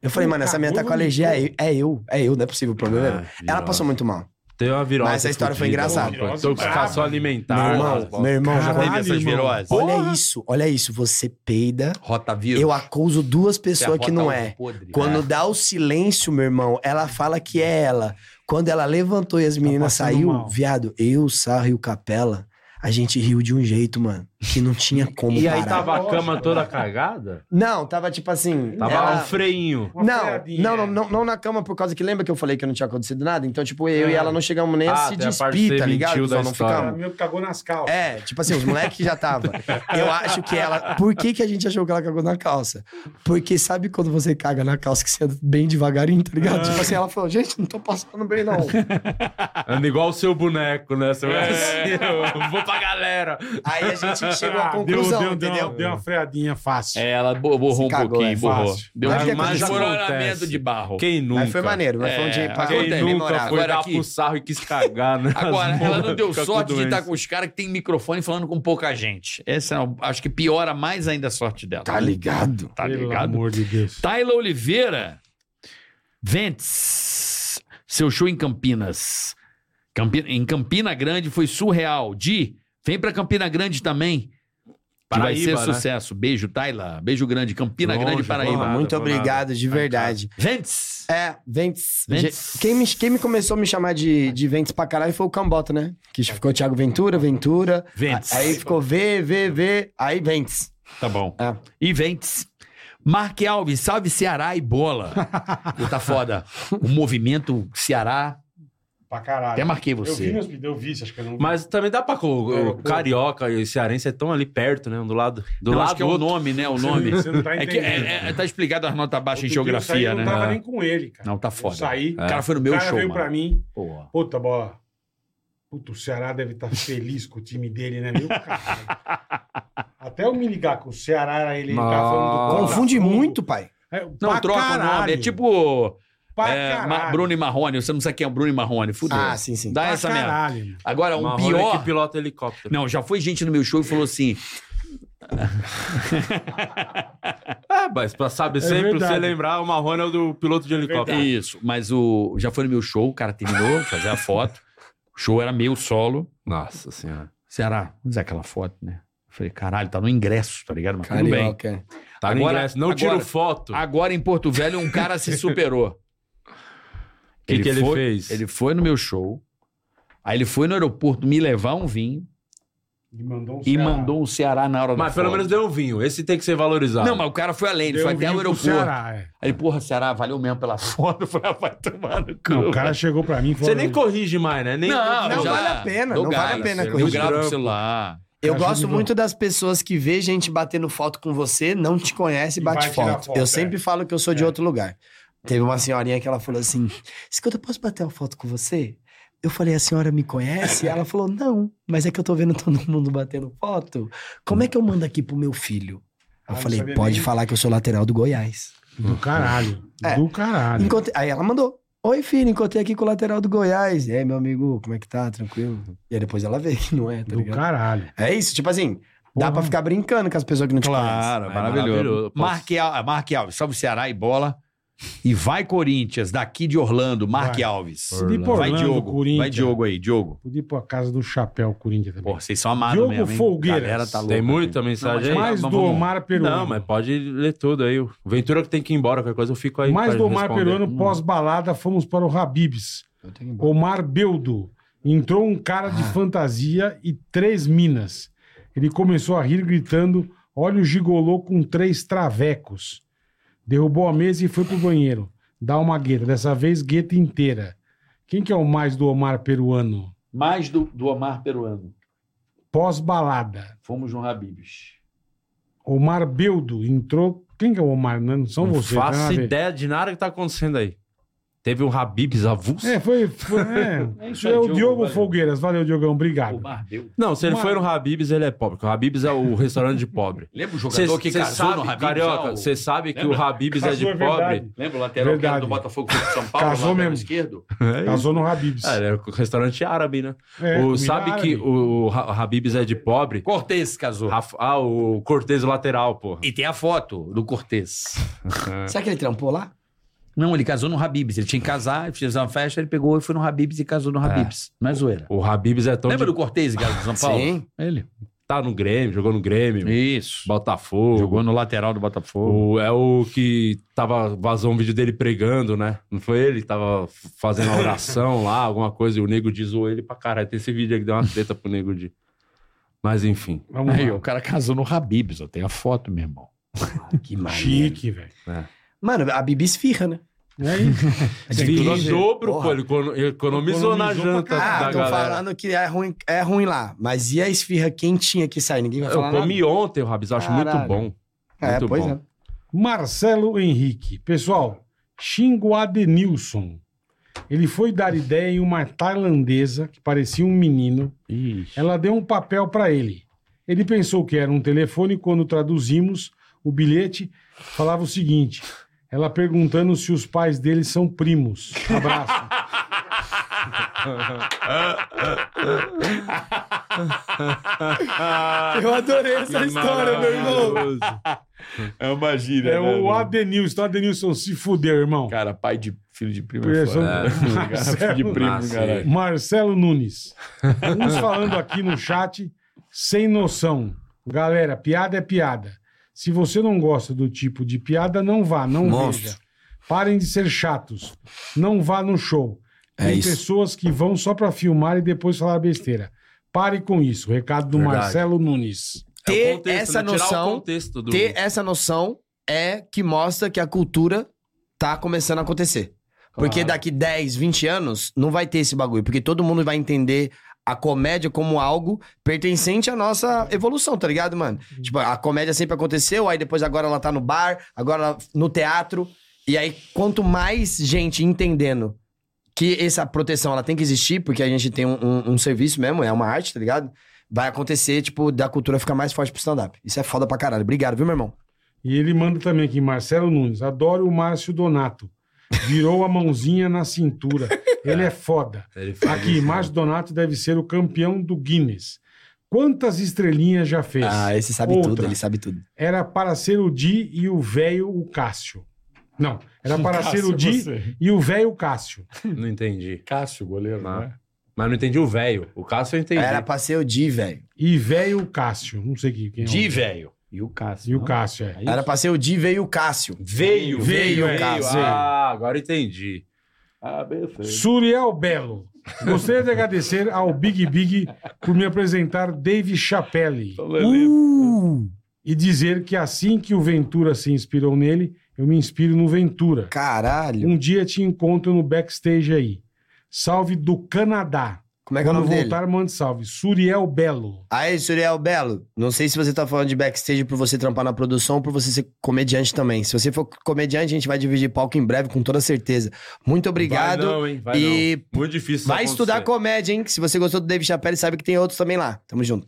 Eu falei, Puta, mano, essa menina tá com vomitou. alergia. É, é eu, é eu, não é possível o problema. é eu." Ah, ela virose. passou muito mal. Teve uma virose. Mas essa história foi fudida, engraçada. mano. Intoxicação alimentar. meu irmão, mano. meu irmão, Já já tá, teve Caralho, essas irmão. viroses? olha isso, olha isso. Você peida, Rotavírus. eu acuso duas pessoas que um. não é. Podre. Quando dá o silêncio, meu irmão, ela fala que é ela. Quando ela levantou e as meninas Tá passando saiu, mal. viado, eu, Sarro e o Capela, a gente riu de um jeito, mano, que não tinha como E parar. aí tava a cama toda cagada? Não, tava tipo assim... Tava ela- lá um freinho. Uma Não, freadinha. não, não, não, não na cama, por causa que lembra que eu falei que não tinha acontecido nada? Então, tipo, eu e ela não chegamos nem Ah, a se tem a parte que você despir, tá ligado? mentiu da Só não história. Ela ficamos. meio que É, cagou nas calças. É, tipo assim, os moleques que já tava. Eu acho que ela. Por que, que a gente achou que ela cagou na calça? Porque sabe quando você caga na calça que você anda bem devagarinho, tá ligado? É. Tipo assim, ela falou, gente, não tô passando bem, não. Anda igual o seu boneco, né? Você vai assim, eu vou pra galera. Aí a gente É, chegou à Ah, deu- conclusão, deu, deu, entendeu? uma- deu uma freadinha fácil. É, ela bo- borrou um Se cagou, pouquinho, é borrou. fácil. Deu Mas o que um mais acontece? desmoronamento de barro. Quem nunca? Mas foi maneiro, mas foi um dia pra Quem contar, Quem nunca memorável. foi Agora dar aqui. pro sarro e quis cagar, né? Agora, As ela bolas não deu ficam sorte com de estar doença. com os caras que tem microfone falando com pouca gente. Essa é uma- acho que piora mais ainda a sorte dela. Tá ligado? Tá Pelo ligado? amor de Deus. Taila Oliveira. Ventes. Seu show em Campinas. Campi- em Campina Grande foi surreal. Di, vem pra Campina Grande também. Que vai Paraíba, ser né? sucesso. Beijo, Taila. Beijo grande. Campina Longe, Grande, Paraíba. porra. Muito Nada, obrigado, de verdade. Ventes. É, Ventes. Ventes. Je- Quem, me, quem me começou a me chamar de, de Ventes pra caralho foi o Cambota, né? É. Que ficou Thiago Ventura, Ventura. Ventes. A- Aí ficou V, V, V. Aí Ventes. Tá bom. É. E Ventes. Mark Alves, salve Ceará e bola. Pô, tá foda. O movimento Ceará. Pra caralho. Até marquei eu vi, você. meus eu vi, acho que eu não vi. Mas também dá pra. O, o carioca e o cearense é tão ali perto, né? Um do lado. Do Não, lado acho que é o outro. nome, né? O Você não- nome. Você não tá É entendendo. que é, é- tá explicado as notas baixas em geografia, eu saí, né? Eu não tava nem com ele, cara. Não, tá Eu foda. É. saí, O cara foi no meu o cara show, veio mano. pra mim, Pô. puta bola. Puta, o Ceará deve estar feliz com o time dele, né? Meu caralho. Até eu me ligar com o Ceará, era ele, ele tava Ah. falando do Confunde Hum. Botafogo. muito, pai. É, Não, pra troca o nome. É caralho, tipo pra é, Ma- caralho. Bruno e Marrone. Você não sabe quem é o Bruno e Marrone. Fudeu. Ah, sim, sim. Dá Pra essa merda. caralho. irmão. Agora, um Marrone é pior... que pilota helicóptero. Não, já foi gente no meu show e falou assim... É, mas pra saber sempre, pra verdade. você lembrar, o Marrone é o do piloto de helicóptero. Isso, mas o... Já foi no meu show, o cara terminou, fazer a foto. O show era meu, solo. Nossa senhora. Ceará, vamos é aquela foto, né? Eu falei, caralho, tá no ingresso, tá ligado? Mas tudo bem. Carioca. Tá no Agora- ingresso. Não agora- Ah, tiro foto. Agora em Porto Velho, um cara se superou. O que, que ele foi, fez? Ele foi no meu show. Aí ele foi no aeroporto me levar um vinho E mandou um e Ceará. mandou um Ceará na hora da Mas pelo foto. menos deu um vinho. Esse tem que ser valorizado. Não, mas o cara foi além, ele Deu foi um até o vinho pro aeroporto. Ceará, é. Aí, ele, porra, Ceará, valeu mesmo pela foto. Eu falei, ah, vai tomar no cu. Não, o cara chegou pra mim e Você falou... nem corrige mais, né? Nem... Não, Não já vale a pena, dou não vale a gás. pena Eu corrigir. gravo no celular. Eu Ajuda gosto o Bruno. muito das pessoas que vê gente batendo foto com você, não te conhece e E bate vai tirar foto. foto, Eu é. sempre falo que eu sou de outro lugar. Teve uma senhorinha que ela falou assim: Escuta, posso bater uma foto com você? Eu falei, a senhora me conhece? Ela falou, não, mas é que eu tô vendo todo mundo batendo foto. Como é que eu mando aqui pro meu filho? Ah, Eu não falei, sabia pode nem. falar que eu sou lateral do Goiás. Do caralho. É. Do caralho. Encontrei- Aí ela mandou. Oi, filho, encontrei aqui com o lateral do Goiás. E aí, meu amigo, como é que tá? Tranquilo? E aí depois ela vê que não é, tá Do ligado? caralho. É isso, tipo assim, Porra. dá pra ficar brincando com as pessoas que não te conhecem. Claro, É maravilhoso. maravilhoso. Posso- Marque, Al- Marque Alves, salve Ceará e bola. E vai Corinthians, daqui de Orlando, Marque Vai. Alves. De Orlando, vai Diogo, vai Corinthians. Diogo aí, Diogo. Podia ir pra casa do chapéu Corinthians também. Pô, vocês são amados Diogo mesmo, hein? Folgueiras. Galera tá louca. Tem muita mas mensagem aí? Mais mas do vamos- Omar Peruano. Não, mas pode ler tudo aí. O Ventura que tem que ir embora, qualquer coisa eu fico aí. Mais pra do Omar responder. Hum. Peruano, pós-balada, fomos para o Habibs. Omar Beldo. Entrou um cara Ah. de fantasia e três minas. Ele começou a rir gritando, olha o gigolô com três travecos. Derrubou a mesa e foi pro banheiro. Dá uma gueta, dessa vez gueta inteira. Quem que é o mais do Omar Peruano? Mais do, do Omar Peruano. Pós-balada. Fomos no Habibs. Omar Beldo entrou... Quem que é o Omar? Não são Não vocês. faço nada a ver. ideia de nada que tá acontecendo aí. Teve um Habibs avulso. É, foi. foi é. É isso aí, é o Diogo, Diogo, valeu. Folgueiras. Valeu, Diogão. Obrigado. Barbeu. Não, se ele Uma- foi no Habibs, ele é pobre. Porque o Habibs é o restaurante de pobre. Lembra o Cê- jogador que cê casou sabe, no Habibs? Carioca, Ah, o- você sabe que Lembra? o Habibs é de Casou, é verdade. pobre? Lembra o lateral que era Verdade. do Botafogo foi pro São Paulo? Casou lateral mesmo. Esquerdo? É isso. Casou no Habibs. Ah, ele é um restaurante árabe, né? É, o, comida sabe árabe. que o, o Ha- Habibs é de pobre? Cortez casou. Rafa- Ah, o Cortez lateral, porra. E tem a foto do Cortez. Será que ele trampou lá? Não, ele casou no Habibs. Ele tinha que casar, ele fez uma festa, ele pegou e foi no Habibs e casou no Habibs. Não é Então zoeira. O Habibs é tão Lembra de... do Cortez, cara, do São Paulo? Sim. Ele. tá no Grêmio, jogou no Grêmio, Isso. Botafogo. Jogou no lateral do Botafogo. O- é o que tava vazou um vídeo dele pregando, né? Não foi ele? Tava f- fazendo a oração lá, alguma coisa, e o Nego Di zoou ele pra caralho. Tem esse vídeo aí que deu uma treta pro Nego Di. Mas enfim. Vamos Aí, lá. o cara casou no Habibs. Eu tenho a foto, meu irmão. Que maneiro. Chique, velho. Mano, a Bibi esfirra, né? E aí? Filho em tudo a ver. dobro, É Porra. pô, ele econo- ele economizou, Economizou na pra janta tá caralho. Ah, da estão galera. falando que é ruim, é ruim lá. Mas e a esfirra quentinha que sai? Ninguém vai Eu falar comi ontem, o Rabis, eu acho muito Caralho. bom. nada. muito é, pois bom. é. Marcelo Henrique. Pessoal, xingo Adenilson. Ele foi dar ideia em uma tailandesa que parecia um menino. Ela deu um papel pra ele. Ele pensou que era um telefone. Quando traduzimos o bilhete, falava o seguinte: ela perguntando se os pais dele são primos. Abraço. Eu adorei essa história, meu irmão. É uma gíria, é né, o mano? Adenilson. Então, Adenilson, se fudeu, irmão. Cara, pai de filho de primo É, é são- foda. né? Cara, filho um de primo, Nossa, caralho. Marcelo Nunes. Uns falando aqui no chat, sem noção. Galera, piada é piada. Se você não gosta do tipo de piada, não vá, não Monstro. veja. Parem de ser chatos. Não vá no show. É Tem isso. pessoas que vão só pra filmar e depois falar besteira. Pare com isso. Recado do Verdade. Marcelo Nunes. É o Ter contexto, essa né? Tirar o noção contexto do... ter essa noção é que mostra que a cultura tá começando a acontecer. Porque daqui 10, 20 anos, não vai ter esse bagulho. Porque todo mundo vai entender a comédia como algo pertencente à nossa evolução, tá ligado, mano? Tipo, a comédia sempre aconteceu, aí depois agora ela tá no bar, agora ela no teatro. E aí, quanto mais gente entendendo que essa proteção ela tem que existir, porque a gente tem um, um- um serviço mesmo, é uma arte, tá ligado? Vai acontecer, tipo, da cultura ficar mais forte pro stand-up. Isso é foda pra caralho. Obrigado, viu, meu irmão? E ele manda também aqui, Marcelo Nunes. Adoro o Márcio Donato. Virou a mãozinha na cintura. Ele é foda. Ele faz Aqui, isso, né? Márcio Donato deve ser o campeão do Guinness. Quantas estrelinhas já fez? Ah, esse sabe Outra. tudo, ele sabe tudo. Era para ser o Di e o velho o Cássio. Não, era para ser o Di e o velho Cássio. Não entendi. Cássio, goleiro, Não. é? né? Mas não entendi o velho. O Cássio eu entendi. Era pra ser o Di, velho. E velho Cássio. Não sei quem- quem é. o- De velho. E o Cássio. E o Cássio, é. Era pra ser o Di, veio o Cássio. Veio, Veio, veio, Cássio. Ah, agora entendi. Ah, beleza. Suriel Belo. Gostaria de agradecer ao Big Big por me apresentar Dave Chapelle. Uh! E dizer que assim que o Ventura se inspirou nele, eu me inspiro no Ventura. Caralho. Um dia te encontro no backstage aí. Salve do Canadá. Como é que é o Quando nome dele? voltar, mande salve. Suriel Belo. Aí, Suriel Belo, não sei se você tá falando de backstage por você trampar na produção ou por você ser comediante também. Se você for comediante, a gente vai dividir palco em breve, com toda certeza. Muito obrigado. Vai não, hein? Vai e não. Muito difícil isso vai acontecer. estudar comédia, hein? Que Se você gostou do David Chapelle, sabe que tem outros também lá. Tamo junto.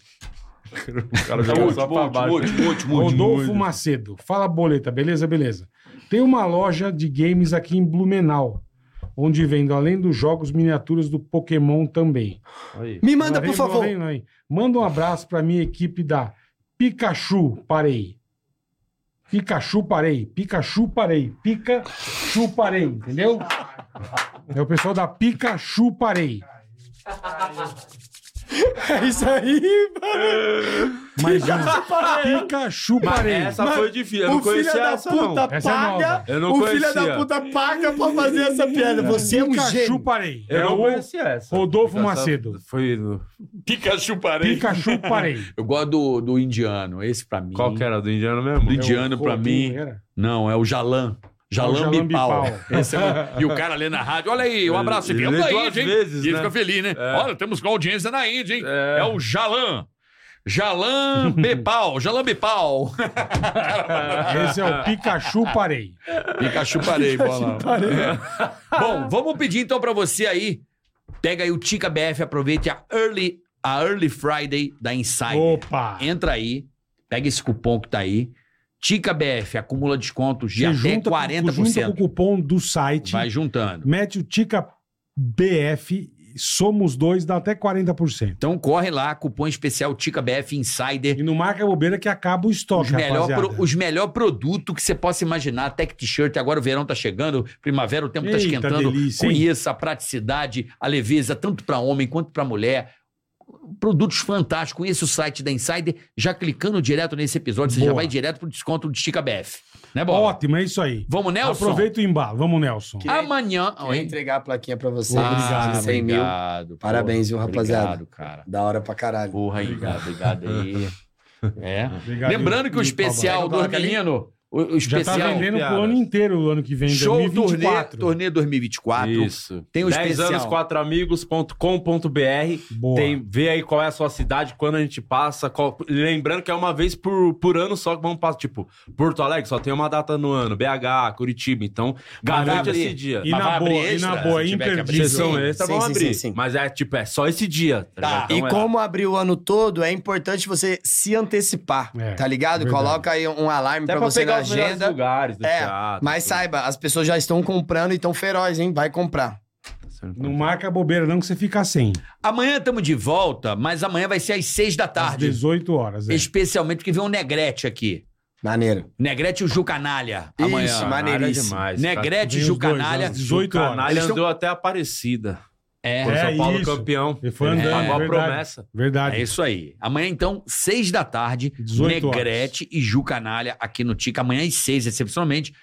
O cara jogou só pra baixo. Rodolfo Macedo. Fala, boleta. Beleza, beleza. Tem uma loja de games aqui em Blumenau, onde vendo, além dos jogos, miniaturas do Pokémon também. Aí. Me manda, Lá vem, por favor. lá vem, lá vem. Manda um abraço pra minha equipe da Pikachu Parei. Pikachu Parei. Pikachu Parei. Pikachu Parei. Entendeu? É o pessoal da Pikachu Parei. É isso aí, mano. Mas o Pikachu Mas Parei. essa foi difícil. Eu não conhecia essa, não. Essa é nova. Eu não conhecia. paga pra fazer essa piada. Você é um Pikachu gênio. Parei. Eu é não o conhecia essa. Rodolfo Essa Macedo. Foi... no- Pikachu parei. Pikachu Parei. Eu gosto do, do indiano. Esse pra mim. Qual que era? Do indiano mesmo? Do indiano pra mim. Era? Não, é o Jalan. É o Jalan Jalan Bipau. Bipau. Esse é o- E o cara lê na rádio. Olha aí, um abraço. Ele Ele, lê da duas Índia, hein? vezes, e ele né? É. fica feliz, né? Olha, temos com audiência na Índia, hein? É, o É Jalan. Jalan Bepal, Jalan Bepal. Esse é o Pikachu Parei. Pikachu parei, bola. É. Bom, vamos pedir então pra você aí. Pega aí o Tica BF, aproveite a Early, a Early Friday da Insider. Opa! Entra aí, pega esse cupom que tá aí. Tica BF acumula descontos de Você até junta, com- junta com 40%. o cupom do site, Vai juntando. mete o Tica BF, somos dois, dá até 40%. Então corre lá, cupom especial Tica BF Insider. E não marca bobeira que acaba o estoque, Os melhor, rapaziada. pro- os melhor produto que você possa imaginar, tech t-shirt, agora o verão tá chegando, primavera, o tempo tá Eita, esquentando. delícia, hein? Conheça a praticidade, a leveza, tanto para homem quanto para mulher. Produtos fantásticos. Conheça o site da Insider, já clicando direto nesse episódio, você já Boa. vai direto pro desconto de Chica BF. Né, Bola? Ótimo, é isso aí. Vamos, Nelson? Aproveita o embalo. Vamos, Nelson. Que- Ah, Amanhã. Vou entregar a plaquinha pra vocês. Ah, 100 mil. obrigado, pô. Parabéns, viu, rapaziada? Obrigado, cara. Da hora pra caralho. Porra, aí, obrigado, obrigado aí. É. Obrigado, Lembrando que o Paulo. especial do Coloca ali. menino, o, o Já especial tá vendendo piadas. pro ano inteiro o ano que vem, show turnê, 2024. turnê 2024. Isso. Tem o 10 especial. anos, 4 amigos.com.br. Boa. Tem, vê aí qual é a sua cidade, quando a gente passa. qual- lembrando que é uma vez por, por ano só que vamos passar. Tipo, Porto Alegre só tem uma data no ano, BH, Curitiba. Então, garante abrir. esse dia. E Mas na vai boa, abrir e na extra, boa, é se tiver que abrir. imperdível. Vocês são extra, sim, vamos sim, abrir. sim, sim. Mas é tipo, é só esse dia. tá ligado? E Então é- como abrir o ano todo, é importante você se antecipar, É, tá ligado? verdade. Coloca aí um alarme Até pra pra você na pegar os melhores agenda. lugares do É, teatro. tá Mas tudo. saiba, as pessoas já estão comprando e estão feroz, hein? Vai comprar. Não marca bobeira, não, que você fica sem. Amanhã estamos de volta, mas amanhã vai ser às seis da Às tarde. 18 horas. É. Especialmente porque vem um Negrete aqui. Maneiro. Negrete e o Ju Canalha. Isso, Amanhã. mas- maneiríssimo. demais. cara. Negrete, Vem os Ju dois, Canalha. às 18 horas. Canalha andou até Aparecida. É. Foi É São Paulo isso. campeão. Ele foi andando, é Pagou a verdade. promessa. Verdade. É isso aí. Amanhã, então, seis da tarde, 18 horas. Negrete e Ju Canalha aqui no Tica. Amanhã às seis, excepcionalmente.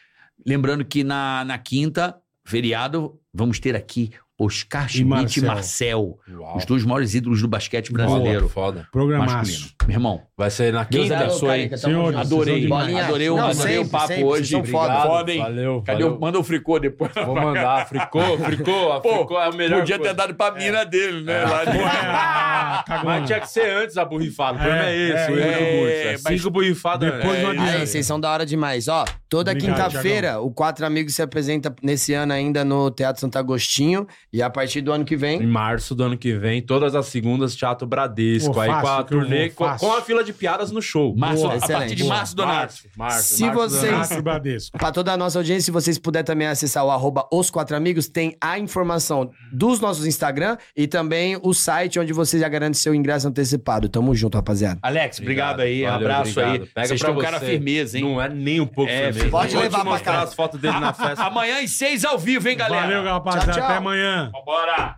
Lembrando que na, na quinta, feriado, vamos ter aqui Oscar Schmidt e Marcel. Marcel. Os dois maiores ídolos do basquete brasileiro. Foda. Masculino. Programaço. Meu irmão, Vai ser na é Deus quinta. abençoe. Senhores, Adorei, vocês são demais. adorei, o- Não, adorei sempre, o papo sempre, hoje. vocês são foda. Foda, hein? Valeu, Cadê valeu. o- Manda o fricô depois. Vou mandar. Fricô, fricô. Pô, fricô é o melhor Podia ter coisa. dado pra mina dele, né? Lá de- Ah, cagou. Mas tinha que ser antes a burrifada. O problema é, É, esse. é, o é, Igor Bursa. mas- Cinco burrifadas. Depois antes. não adianta. Aí, vocês são da hora demais. Ó, toda Obrigado, quinta-feira, o Quatro Amigos se apresenta nesse ano ainda no Teatro Santo Agostinho. E a partir do ano que Em vem, março do ano que vem, todas as segundas, Teatro Bradesco. Pô, aí com a fácil, que eu turnê, vou, com, fácil. com a fila de piadas no show. Março, Boa, a partir excelente. de março, Donato. Março, março, Se março, vocês- Donato. Astro Bradesco. Pra toda a nossa audiência, se vocês puderem também acessar o arroba Os Quatro Amigos, tem a informação dos nossos Instagram e também o site onde você já garante seu ingresso antecipado. Tamo junto, rapaziada. Alex, obrigado, Obrigado, aí. valeu, abraço obrigado. aí. Pega Vocês pra estão um cara você. firmeza, hein? Não é nem um pouco É, firmeza. pode Vou te levar pra mostrar casa. as fotos dele na festa. Amanhã às seis ao vivo, hein, galera? Valeu, rapaziada. Tchau, tchau. Até amanhã. Vambora!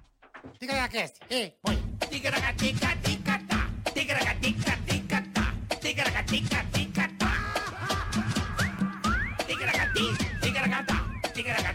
Tica na cast. Ei, põe. Tica na tica tica tá. Tica na tica tica tá. Tica na tica tica tá. Tica na tica tica tá. Tica na